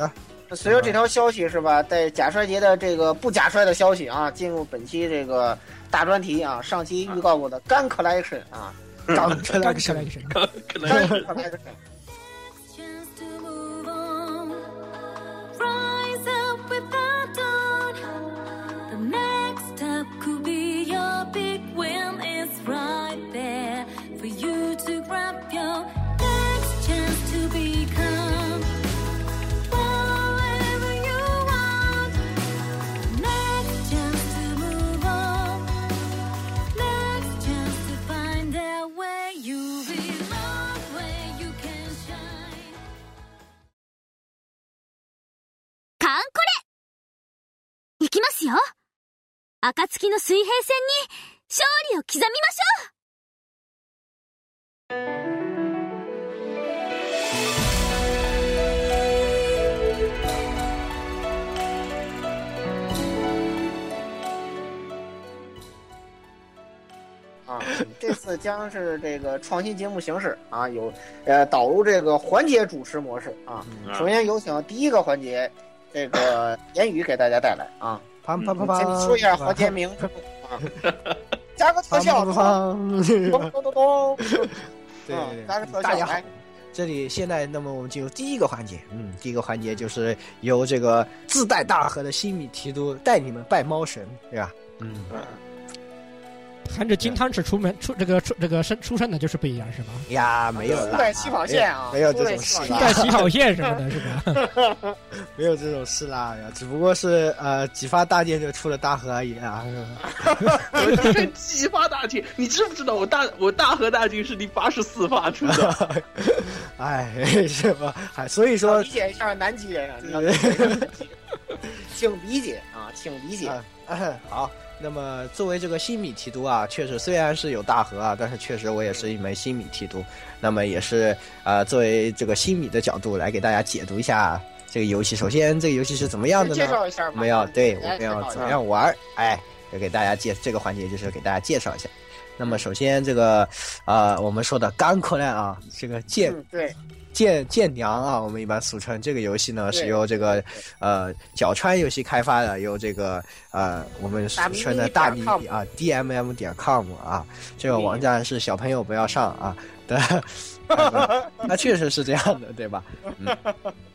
Speaker 1: 随着这条消息是吧，在假衰竭的这个不假衰的消息啊，进入本期这个大专题啊，上期预告过的干 collection 啊，
Speaker 6: 刚
Speaker 3: 刚
Speaker 6: 来个
Speaker 3: 起
Speaker 6: 什
Speaker 3: 来
Speaker 6: 么
Speaker 3: 一？个神，
Speaker 4: 可能
Speaker 1: 干 collection。
Speaker 7: Chance to move on. Rise up with the dawn. The next step could be your big win. It's right there for you to grab your next chance to become. Whatever you want. Next chance to move on. Next chance to find out where you belong, where you can shine.
Speaker 8: カンコレいきますよ暁の水平線に勝利を刻みましょう
Speaker 1: 啊， 这次将是这个创新节目形式啊，有呃导入这个环节主持模式啊。
Speaker 2: 嗯
Speaker 1: 首先有请第一个环节，这个言语给大家带来啊。
Speaker 6: 砰砰砰
Speaker 1: 先
Speaker 6: 砰！
Speaker 1: 说一下
Speaker 6: 是吧
Speaker 1: 环节名称啊，加个特
Speaker 6: 砰
Speaker 1: 效，
Speaker 6: 砰
Speaker 1: 咚
Speaker 6: 砰砰！
Speaker 1: 咚咚咚，
Speaker 6: 对对对，
Speaker 1: 加个特
Speaker 2: 嗯大
Speaker 1: 效
Speaker 2: 家好
Speaker 1: 来。
Speaker 2: 这里现在，那么我们进入第一个环节。嗯，第一个环节就是由这个自带大河的新米提督带你们拜猫神，对吧？嗯，
Speaker 3: 含着金汤匙出门出这个出这个生出生的就是不一样是吧？
Speaker 2: 呀，没有
Speaker 1: 初
Speaker 2: 啦，
Speaker 1: 代起跑线啊，
Speaker 2: 没有
Speaker 1: 初代
Speaker 2: 这种
Speaker 1: 起跑
Speaker 2: 事
Speaker 1: 线
Speaker 2: 啦
Speaker 3: 带起跑线什么的是吧？
Speaker 6: 没有这种事啦，哎呀只不过是呃几发大剑就出了大河而已 啊。是吧
Speaker 4: 激发大军，你知不知道我大我大和大军是第八十四发出的？
Speaker 6: 哎，是吧？还所以
Speaker 1: 要
Speaker 6: 说
Speaker 1: 啊理解一下南极人啊，你要理解一下南极人请理解啊，请理解。
Speaker 2: 啊 好，那么作为这个新米提督啊，确实虽然是有大河啊，但是确实我也是一枚新米提督。那么也是呃，作为这个新米的角度来给大家解读一下这个游戏。首先，这个游戏是怎么样的
Speaker 1: 介
Speaker 2: 呢？
Speaker 1: 绍一下
Speaker 2: 我
Speaker 1: 吧，
Speaker 2: 们要对
Speaker 1: 给
Speaker 2: 我
Speaker 1: 大
Speaker 2: 们
Speaker 1: 家介
Speaker 2: 要
Speaker 1: 绍一
Speaker 2: 怎
Speaker 1: 下
Speaker 2: 么样玩儿？哎，就给大家介这个环节就是给大家介绍一下。那么首先这个呃，我们说的干扣烂啊，这个剑
Speaker 1: 嗯，对，
Speaker 2: 剑剑娘啊，我们一般俗称这个游戏呢
Speaker 1: 对
Speaker 2: 是由这个呃角川游戏开发的，由这个呃我们俗称的大
Speaker 1: 大
Speaker 2: 咪
Speaker 1: 咪咪
Speaker 2: 咪啊 DMM 点 com 啊，这个网站是小朋友不要上啊的，那确实是这样的，对吧？嗯，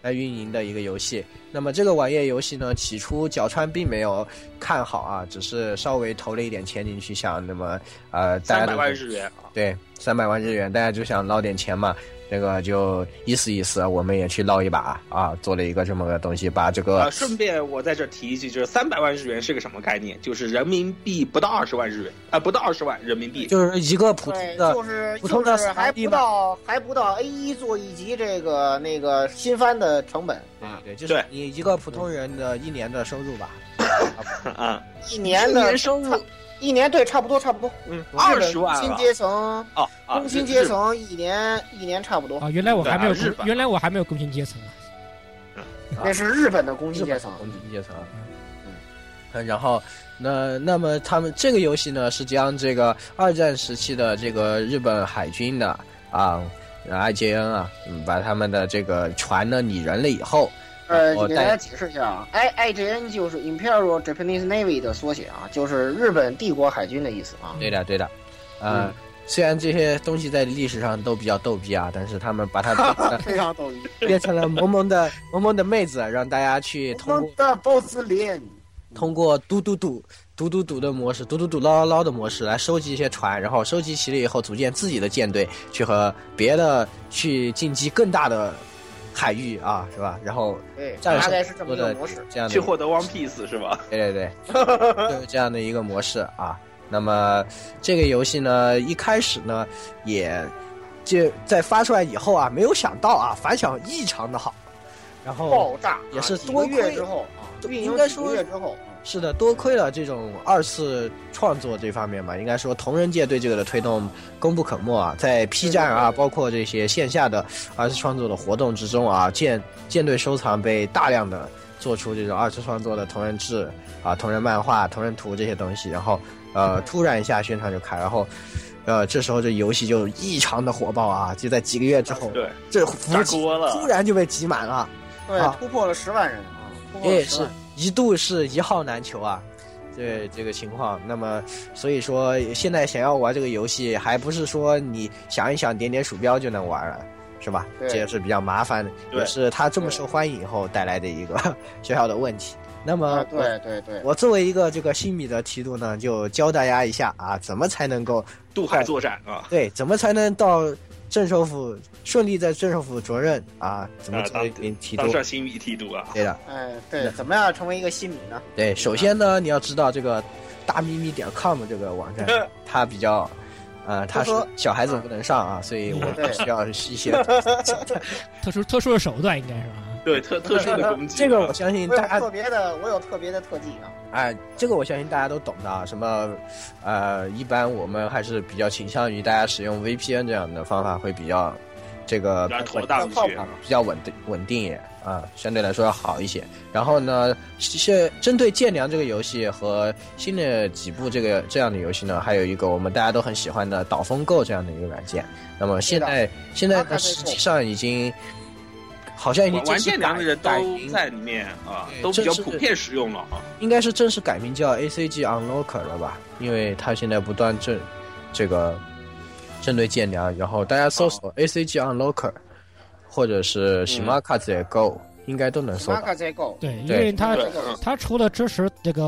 Speaker 2: 来运营的一个游戏。那么这个网页游戏呢，起初角川并没有看好啊，只是稍微投了一点钱进去，想那么呃大家都
Speaker 4: 三百万日元啊，
Speaker 2: 对，三百万日元，大家就想捞点钱嘛，这个就意思意思，我们也去捞一把啊，做了一个这么个东西，把这
Speaker 4: 啊！
Speaker 2: 个
Speaker 4: 顺便我在这提一句，就是三百万日元是个什么概念？就是人民币不到二十万日元啊、不到二十万人民币。
Speaker 2: 就是一个普
Speaker 1: 对，
Speaker 2: 通的
Speaker 1: 就是
Speaker 2: 普通的
Speaker 1: 就是还
Speaker 2: 3D
Speaker 1: 不到还不到 A 一做一集这个那个新番的成本啊，
Speaker 2: 对，就是
Speaker 4: 对
Speaker 2: 你一个普通人的一年的收入吧，
Speaker 4: 啊，
Speaker 1: 一年的
Speaker 4: 收入
Speaker 1: 一年对，差不多差不多，
Speaker 4: 嗯
Speaker 1: 日
Speaker 4: 二
Speaker 1: 本
Speaker 4: 十万
Speaker 1: 工薪
Speaker 4: 了
Speaker 1: 阶层，
Speaker 4: 啊啊！
Speaker 1: 工薪
Speaker 4: 日
Speaker 1: 阶层一年一年差不多，
Speaker 3: 啊，原来我还没有
Speaker 4: 对啊日本啊
Speaker 3: 原来我还没有工薪阶层啊。
Speaker 1: 那是日本的工薪阶层，
Speaker 2: 红军阶层。嗯，然后，那那么他们这个游戏呢，是将这个二战时期的这个日本海军的啊，IJN 啊，嗯，把他们的这这个船呢拟人了以后，
Speaker 1: 呃
Speaker 2: 然，后
Speaker 1: 给大家
Speaker 2: 带
Speaker 1: 解释一下啊，I I J N 就是 Imperial Japanese Navy 的缩写啊，就是日本帝国海军的意思啊。
Speaker 2: 对的，对的，呃，
Speaker 1: 嗯
Speaker 2: 虽然这些东西在历史上都比较逗逼啊，但是他们把 它变成了
Speaker 1: 非常逗逼，
Speaker 2: 变成了萌萌的 萌萌的妹子，让大 家去通过
Speaker 1: 蒙的 boss 脸，
Speaker 2: 通过嘟嘟嘟。嘟嘟嘟的模式，嘟嘟嘟捞捞捞的模式来收集一些船，然后收集齐了以后，组建自己的舰队，去和别的去进击更大的海域啊，是吧？然后
Speaker 1: 对，
Speaker 2: 战
Speaker 1: 大
Speaker 2: 士
Speaker 1: 概是这么
Speaker 2: 做
Speaker 1: 一个
Speaker 2: 的
Speaker 1: 模式。
Speaker 2: 这样的
Speaker 4: 去获得 One Piece 是吧？
Speaker 2: 对对 对，就是这样的一个模式啊。那么这个游戏呢，一开始呢也这在发出来以后啊，没有想到啊，反响异常的好，然后
Speaker 1: 爆炸
Speaker 2: 也是
Speaker 1: 啊几
Speaker 2: 多
Speaker 1: 个月
Speaker 2: 亏
Speaker 1: 之后啊，
Speaker 2: 都
Speaker 1: 运
Speaker 2: 应
Speaker 1: 营
Speaker 2: 该
Speaker 1: 几
Speaker 2: 说
Speaker 1: 个月之后，啊
Speaker 2: 是的，多亏了这种二次创作这方面吧，应该说同人界对这个的推动功不可没啊。在 P 站啊，包括这些线下的二次创作的活动之中啊，舰舰队收藏被大量的做出这种二次创作的同人志啊、同人漫画、同人图这些东西，然后呃，突然一下宣传就开，然后。呃，这时候这游戏就异常的火爆啊！就在几个月之后，
Speaker 4: 对，
Speaker 2: 这服
Speaker 4: 炸
Speaker 2: 务器
Speaker 4: 锅了
Speaker 2: 突然就被挤满了，
Speaker 1: 对，
Speaker 2: 啊
Speaker 1: 突破了十万人啊，突破
Speaker 2: 也
Speaker 1: 了
Speaker 2: 也
Speaker 1: 10
Speaker 2: 是
Speaker 1: 万人
Speaker 2: 一度是一号难求啊，这这个情况。那么所以说，现在想要玩这个游戏，还不是说你想一想点点鼠标就能玩了。是吧？
Speaker 1: 对
Speaker 2: 这也是比较麻烦的，
Speaker 4: 对
Speaker 2: 也是它这么
Speaker 1: 对
Speaker 2: 受欢迎以后带来的一个 小小的问题。那么
Speaker 1: 啊，，对对对，
Speaker 2: 我作为一个这个新米的提督呢，就教大家一下啊，怎么才能够
Speaker 4: 渡海作战啊，
Speaker 2: 对，怎么才能到镇首府顺利在镇首府着任啊？怎么
Speaker 4: 啊
Speaker 2: 作为
Speaker 4: 当
Speaker 2: 民提督
Speaker 4: 当？上新米提督啊，
Speaker 2: 对的，
Speaker 1: 哎，对，怎么样成为一个新米呢？
Speaker 2: 对，首先呢，你要知道这个大咪咪点 com 这个网站，它比较，呃，它
Speaker 1: 他
Speaker 2: 是
Speaker 1: 说嗯
Speaker 2: 小孩子不能上啊，所以我
Speaker 1: 对
Speaker 2: 们需要一些。
Speaker 3: 特殊特殊的手段应该是吧？
Speaker 4: 对特特殊的攻击啊，
Speaker 2: 这个我相信
Speaker 1: 我有
Speaker 2: 大家
Speaker 1: 特别的，我有特别的特技啊，
Speaker 2: 哎，这个我相信大家都懂的啊。什么，呃，一般我们还是比较倾向于大家使用 VPN 这样的方法会比较，这个
Speaker 4: 比较妥当一些
Speaker 2: 啊，比较稳定稳定一点
Speaker 4: 嗯
Speaker 2: 啊，相对来说要好一些。然后呢，是针对《剑娘》这个游戏和新的几部这个这样的游戏呢，还有一个我们大家都很喜欢的岛风购这样的一个软件。那么现在现在
Speaker 1: 它
Speaker 2: 呢，
Speaker 1: 还没
Speaker 2: 实际
Speaker 1: 做
Speaker 2: 上已经好像已经
Speaker 4: 玩
Speaker 2: 正
Speaker 4: 玩
Speaker 2: 式
Speaker 4: 剑娘的人
Speaker 2: 打
Speaker 4: 都
Speaker 2: 赢
Speaker 4: 在里面啊，
Speaker 2: 对
Speaker 4: 都比较
Speaker 2: 这是
Speaker 4: 普遍使用了啊。
Speaker 2: 应该是正式改名叫 ACG Unlocker 了吧？因为它现在不断正这个正对剑娘，然后大家搜
Speaker 3: 哦
Speaker 2: 索 ACG Unlocker，或者
Speaker 3: 嗯
Speaker 2: 是 Shimaka z e Go，、应该都能搜
Speaker 1: 马
Speaker 2: 到。
Speaker 1: 卡这够，
Speaker 3: 对，因
Speaker 2: 对嗯
Speaker 3: 为它
Speaker 4: 对，
Speaker 3: 它除了支持这个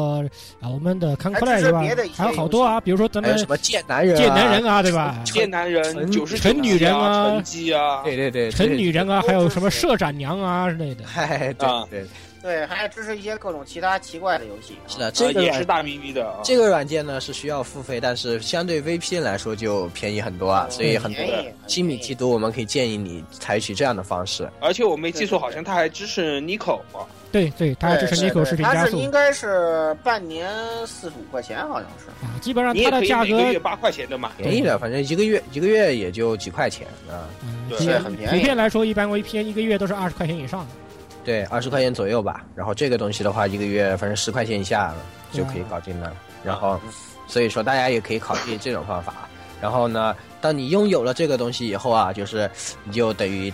Speaker 3: 啊我们的 c o n c l
Speaker 1: 还
Speaker 3: a
Speaker 1: 支
Speaker 3: 以
Speaker 1: 持
Speaker 3: 外
Speaker 1: 别的一，些
Speaker 3: 还有好多啊，比如说咱
Speaker 2: 还有
Speaker 3: 们
Speaker 2: 什么剑男人、啊？
Speaker 3: 剑男人啊，对吧？
Speaker 4: 剑男人
Speaker 2: 纯
Speaker 4: 九十
Speaker 3: 纯女人啊
Speaker 4: 啊，成绩啊，
Speaker 2: 对对对，
Speaker 3: 陈女人啊，
Speaker 1: 这
Speaker 3: 还有什么社长娘啊之类的
Speaker 2: 这，。嗨， 对
Speaker 4: 啊
Speaker 2: 对，
Speaker 1: 对，还支持一些各种其他奇怪的游戏，
Speaker 2: 是
Speaker 1: 啊，
Speaker 2: 的，
Speaker 4: 呃
Speaker 2: 这个
Speaker 4: 也是
Speaker 2: 软
Speaker 4: 大咪咪的啊。
Speaker 2: 这个软件呢是需要付费，但是相对 VPN 来说就便宜很多
Speaker 3: 嗯
Speaker 2: 啊，所以很多
Speaker 1: 嗯便宜
Speaker 2: 新米提督我们可以建议你采取这样的方式。
Speaker 4: 而且我没记错，好像他还支持 Nico 啊。
Speaker 3: 对对，它还支持
Speaker 1: 对
Speaker 3: Nico
Speaker 1: 对
Speaker 3: 视频
Speaker 1: 它
Speaker 3: 加
Speaker 1: 是
Speaker 3: 速
Speaker 1: 应该是半年四十五块钱，好像是。
Speaker 3: 啊，基本上
Speaker 4: 你
Speaker 3: 它
Speaker 4: 也
Speaker 3: 的
Speaker 4: 可以
Speaker 3: 价
Speaker 4: 每个
Speaker 3: 格
Speaker 4: 月八块钱的买。
Speaker 2: 便宜的，反正一个月一个月也就几块钱啊，
Speaker 3: 嗯
Speaker 4: 对
Speaker 3: 基
Speaker 1: 很便宜
Speaker 3: 普遍来说，一般 VPN 一个月都是二十块钱以上的。
Speaker 2: 对，二十块钱左右吧。然后这个东西的话，一个月反正十块钱以下就可以
Speaker 1: 嗯
Speaker 2: 搞定了。然后，所以说大家也可以考虑这种方法。然后呢，当你拥有了这个东西以后啊，就是你就等于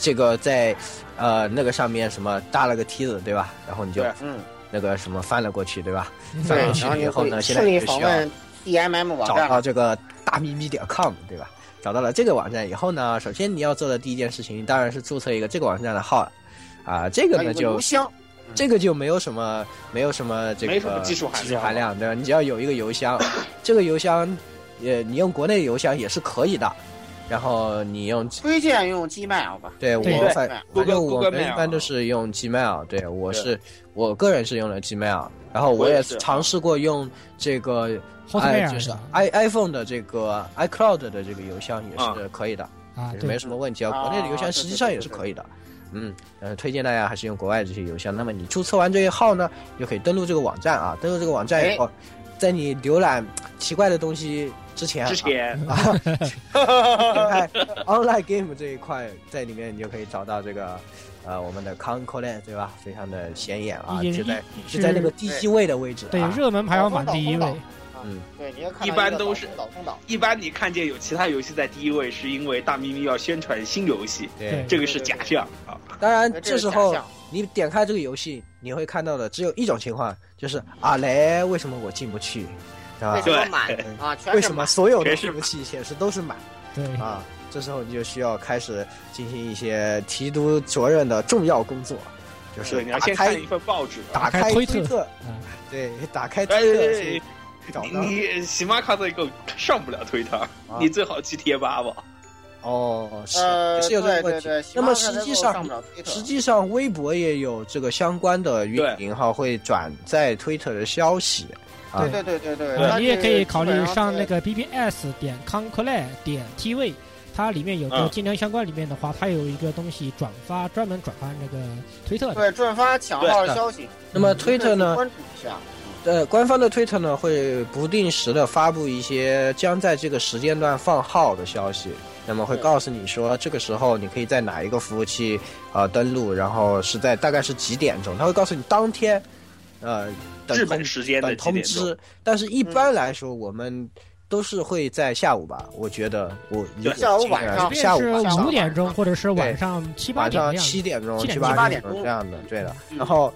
Speaker 2: 这个在呃那个上面什么搭了个梯子，对吧？然后你就
Speaker 4: 对
Speaker 1: 嗯，
Speaker 2: 那个什么翻了过去，对吧？
Speaker 1: 对，
Speaker 2: 翻
Speaker 1: 然
Speaker 2: 过去
Speaker 1: 后你
Speaker 2: 以后
Speaker 1: 可
Speaker 2: 呢，
Speaker 1: 以
Speaker 2: 现在
Speaker 1: 顺利
Speaker 2: 你就
Speaker 1: 访
Speaker 2: 需要
Speaker 1: 问 DMM 网
Speaker 2: 找
Speaker 1: 站
Speaker 2: 到
Speaker 1: 了，
Speaker 2: 这个大咪咪点 com，对吧？找到了这个网站以后呢，首先你要做的第一件事情当然是注册一个这个网站的号了，啊，这个
Speaker 1: 还有
Speaker 2: 呢
Speaker 1: 一个
Speaker 2: 就
Speaker 1: 邮箱，
Speaker 2: 这个就没有什么没有什么这个
Speaker 4: 没什么技术含量
Speaker 2: 技含量对吧？你只要有一个邮 箱，这个邮箱，呃，你用国内邮箱也是可以的，然后你用
Speaker 1: 推荐用机麦好吧？
Speaker 2: 对
Speaker 3: 对
Speaker 2: 我反
Speaker 1: 对
Speaker 2: 反正
Speaker 4: Google-
Speaker 2: 我
Speaker 4: Google
Speaker 2: 们
Speaker 4: Mail
Speaker 2: 一般都是用 Gmail，对我
Speaker 4: 对
Speaker 2: 是我个人是用了 Gmail，然后我
Speaker 4: 我
Speaker 2: 也
Speaker 4: 也是
Speaker 2: 尝试过用这个 i
Speaker 3: Hotmail
Speaker 2: 哎就是
Speaker 3: 啊是吧
Speaker 2: i iPhone 的这个 iCloud 的这个邮箱也是可以的，
Speaker 3: 啊，
Speaker 2: 也是
Speaker 3: 对，
Speaker 2: 没什么问题啊。
Speaker 1: 啊
Speaker 2: 国内的邮箱实际上也是可以的，嗯，呃，推荐大家还是用国外这些邮箱。那么你注册完这些号呢，你就可以登录这个网站啊，登录这个网站以后，在你浏览奇怪的东西之前啊，
Speaker 4: 之前
Speaker 2: 点开 online game 这一块，在里面你就可以找到这个，呃，我们的 Concord，对吧？非常的显眼啊，
Speaker 3: 也
Speaker 2: 就在
Speaker 3: 是
Speaker 2: 就在那个第一位的位置
Speaker 3: 对
Speaker 2: 啊。
Speaker 3: 热门排行榜第一
Speaker 1: 导风，
Speaker 3: 位
Speaker 1: 啊
Speaker 2: 嗯，
Speaker 1: 对，你要看到
Speaker 4: 一般
Speaker 1: 个
Speaker 4: 都
Speaker 1: 导
Speaker 4: 是
Speaker 1: 风导风导，
Speaker 4: 一般你看见有其他游戏在第一位，是因为大咪咪要宣传新游戏，
Speaker 2: 对
Speaker 3: 对，
Speaker 4: 这个是假象啊。
Speaker 2: 当然
Speaker 1: 那
Speaker 2: 这
Speaker 1: 是
Speaker 2: 时
Speaker 1: 假
Speaker 2: 候
Speaker 1: 象
Speaker 2: 你点开这个游戏，你会看到的只有一种情况，就是啊嘞，为什么我进不去，对
Speaker 1: 为
Speaker 2: 吧
Speaker 1: 什？么
Speaker 4: 对
Speaker 1: 满啊？全
Speaker 2: 为
Speaker 1: 是
Speaker 2: 什么
Speaker 1: 满
Speaker 2: 所有的
Speaker 4: 全是
Speaker 2: 服务器显示都是满
Speaker 3: 对，
Speaker 2: 啊？这时候你就需要开始进行一些提督责任的重要工作，就是
Speaker 4: 对，你
Speaker 2: 打
Speaker 4: 要先看
Speaker 2: 开
Speaker 4: 一份报纸。
Speaker 2: 打
Speaker 3: 打
Speaker 2: 开
Speaker 3: 开推
Speaker 2: 特，嗯
Speaker 3: 特
Speaker 2: 对，打开推
Speaker 4: 哎，嗯
Speaker 2: 特
Speaker 4: 你
Speaker 2: 去找到
Speaker 4: 你喜马卡这个上不了推
Speaker 2: 啊
Speaker 4: 特，你最好去贴吧吧。
Speaker 2: 哦，是
Speaker 1: 呃，
Speaker 2: 也是有这
Speaker 1: 对
Speaker 2: 个问
Speaker 1: 对
Speaker 2: 题。
Speaker 1: 对，
Speaker 2: 那么
Speaker 1: 喜马拉雅
Speaker 2: 实际
Speaker 1: 都
Speaker 2: 上
Speaker 1: 上不了推特
Speaker 2: 实际上，微博也有这个相关的运营号会转载推特的消息。啊
Speaker 1: 对对对对对，
Speaker 3: 啊，
Speaker 1: 它
Speaker 3: 你也
Speaker 1: 是
Speaker 3: 可以
Speaker 1: 基
Speaker 3: 考虑
Speaker 1: 本
Speaker 3: 上那
Speaker 1: 是
Speaker 3: 个 BBS 点 c o n c l a 点 TV，它里面有个
Speaker 4: 嗯
Speaker 3: 精良相关里面的话，它有一个东西转发，专门转发那个推特的。
Speaker 1: 对，转发抢号
Speaker 3: 啊
Speaker 1: 消息，
Speaker 2: 那么推特呢？
Speaker 1: 关注一下。
Speaker 2: 呃，官方的推特呢会不定时的发布一些将在这个时间段放号的消息，那么会告诉你说这个时候你可以在哪一个服务器呃登录，然后是在大概是几点钟，它会告诉你当天，呃，等
Speaker 4: 日
Speaker 2: 通
Speaker 4: 本时间的
Speaker 2: 等
Speaker 4: 几
Speaker 2: 通
Speaker 4: 点钟？
Speaker 2: 知。但是一般来说，我们都是会在下午吧，我觉得我呃
Speaker 4: 对
Speaker 1: 下午晚上
Speaker 3: 即
Speaker 2: 下
Speaker 3: 便
Speaker 2: 午
Speaker 3: 是
Speaker 2: 晚
Speaker 1: 上
Speaker 3: 五点钟，或者是晚上七八
Speaker 2: 晚
Speaker 3: 点的
Speaker 2: 上
Speaker 3: 样
Speaker 2: 七
Speaker 3: 子。
Speaker 2: 点钟、
Speaker 3: 七点
Speaker 2: 七
Speaker 3: 哦钟
Speaker 1: 八
Speaker 2: 点
Speaker 1: 点钟
Speaker 2: 这样的，对的。然后，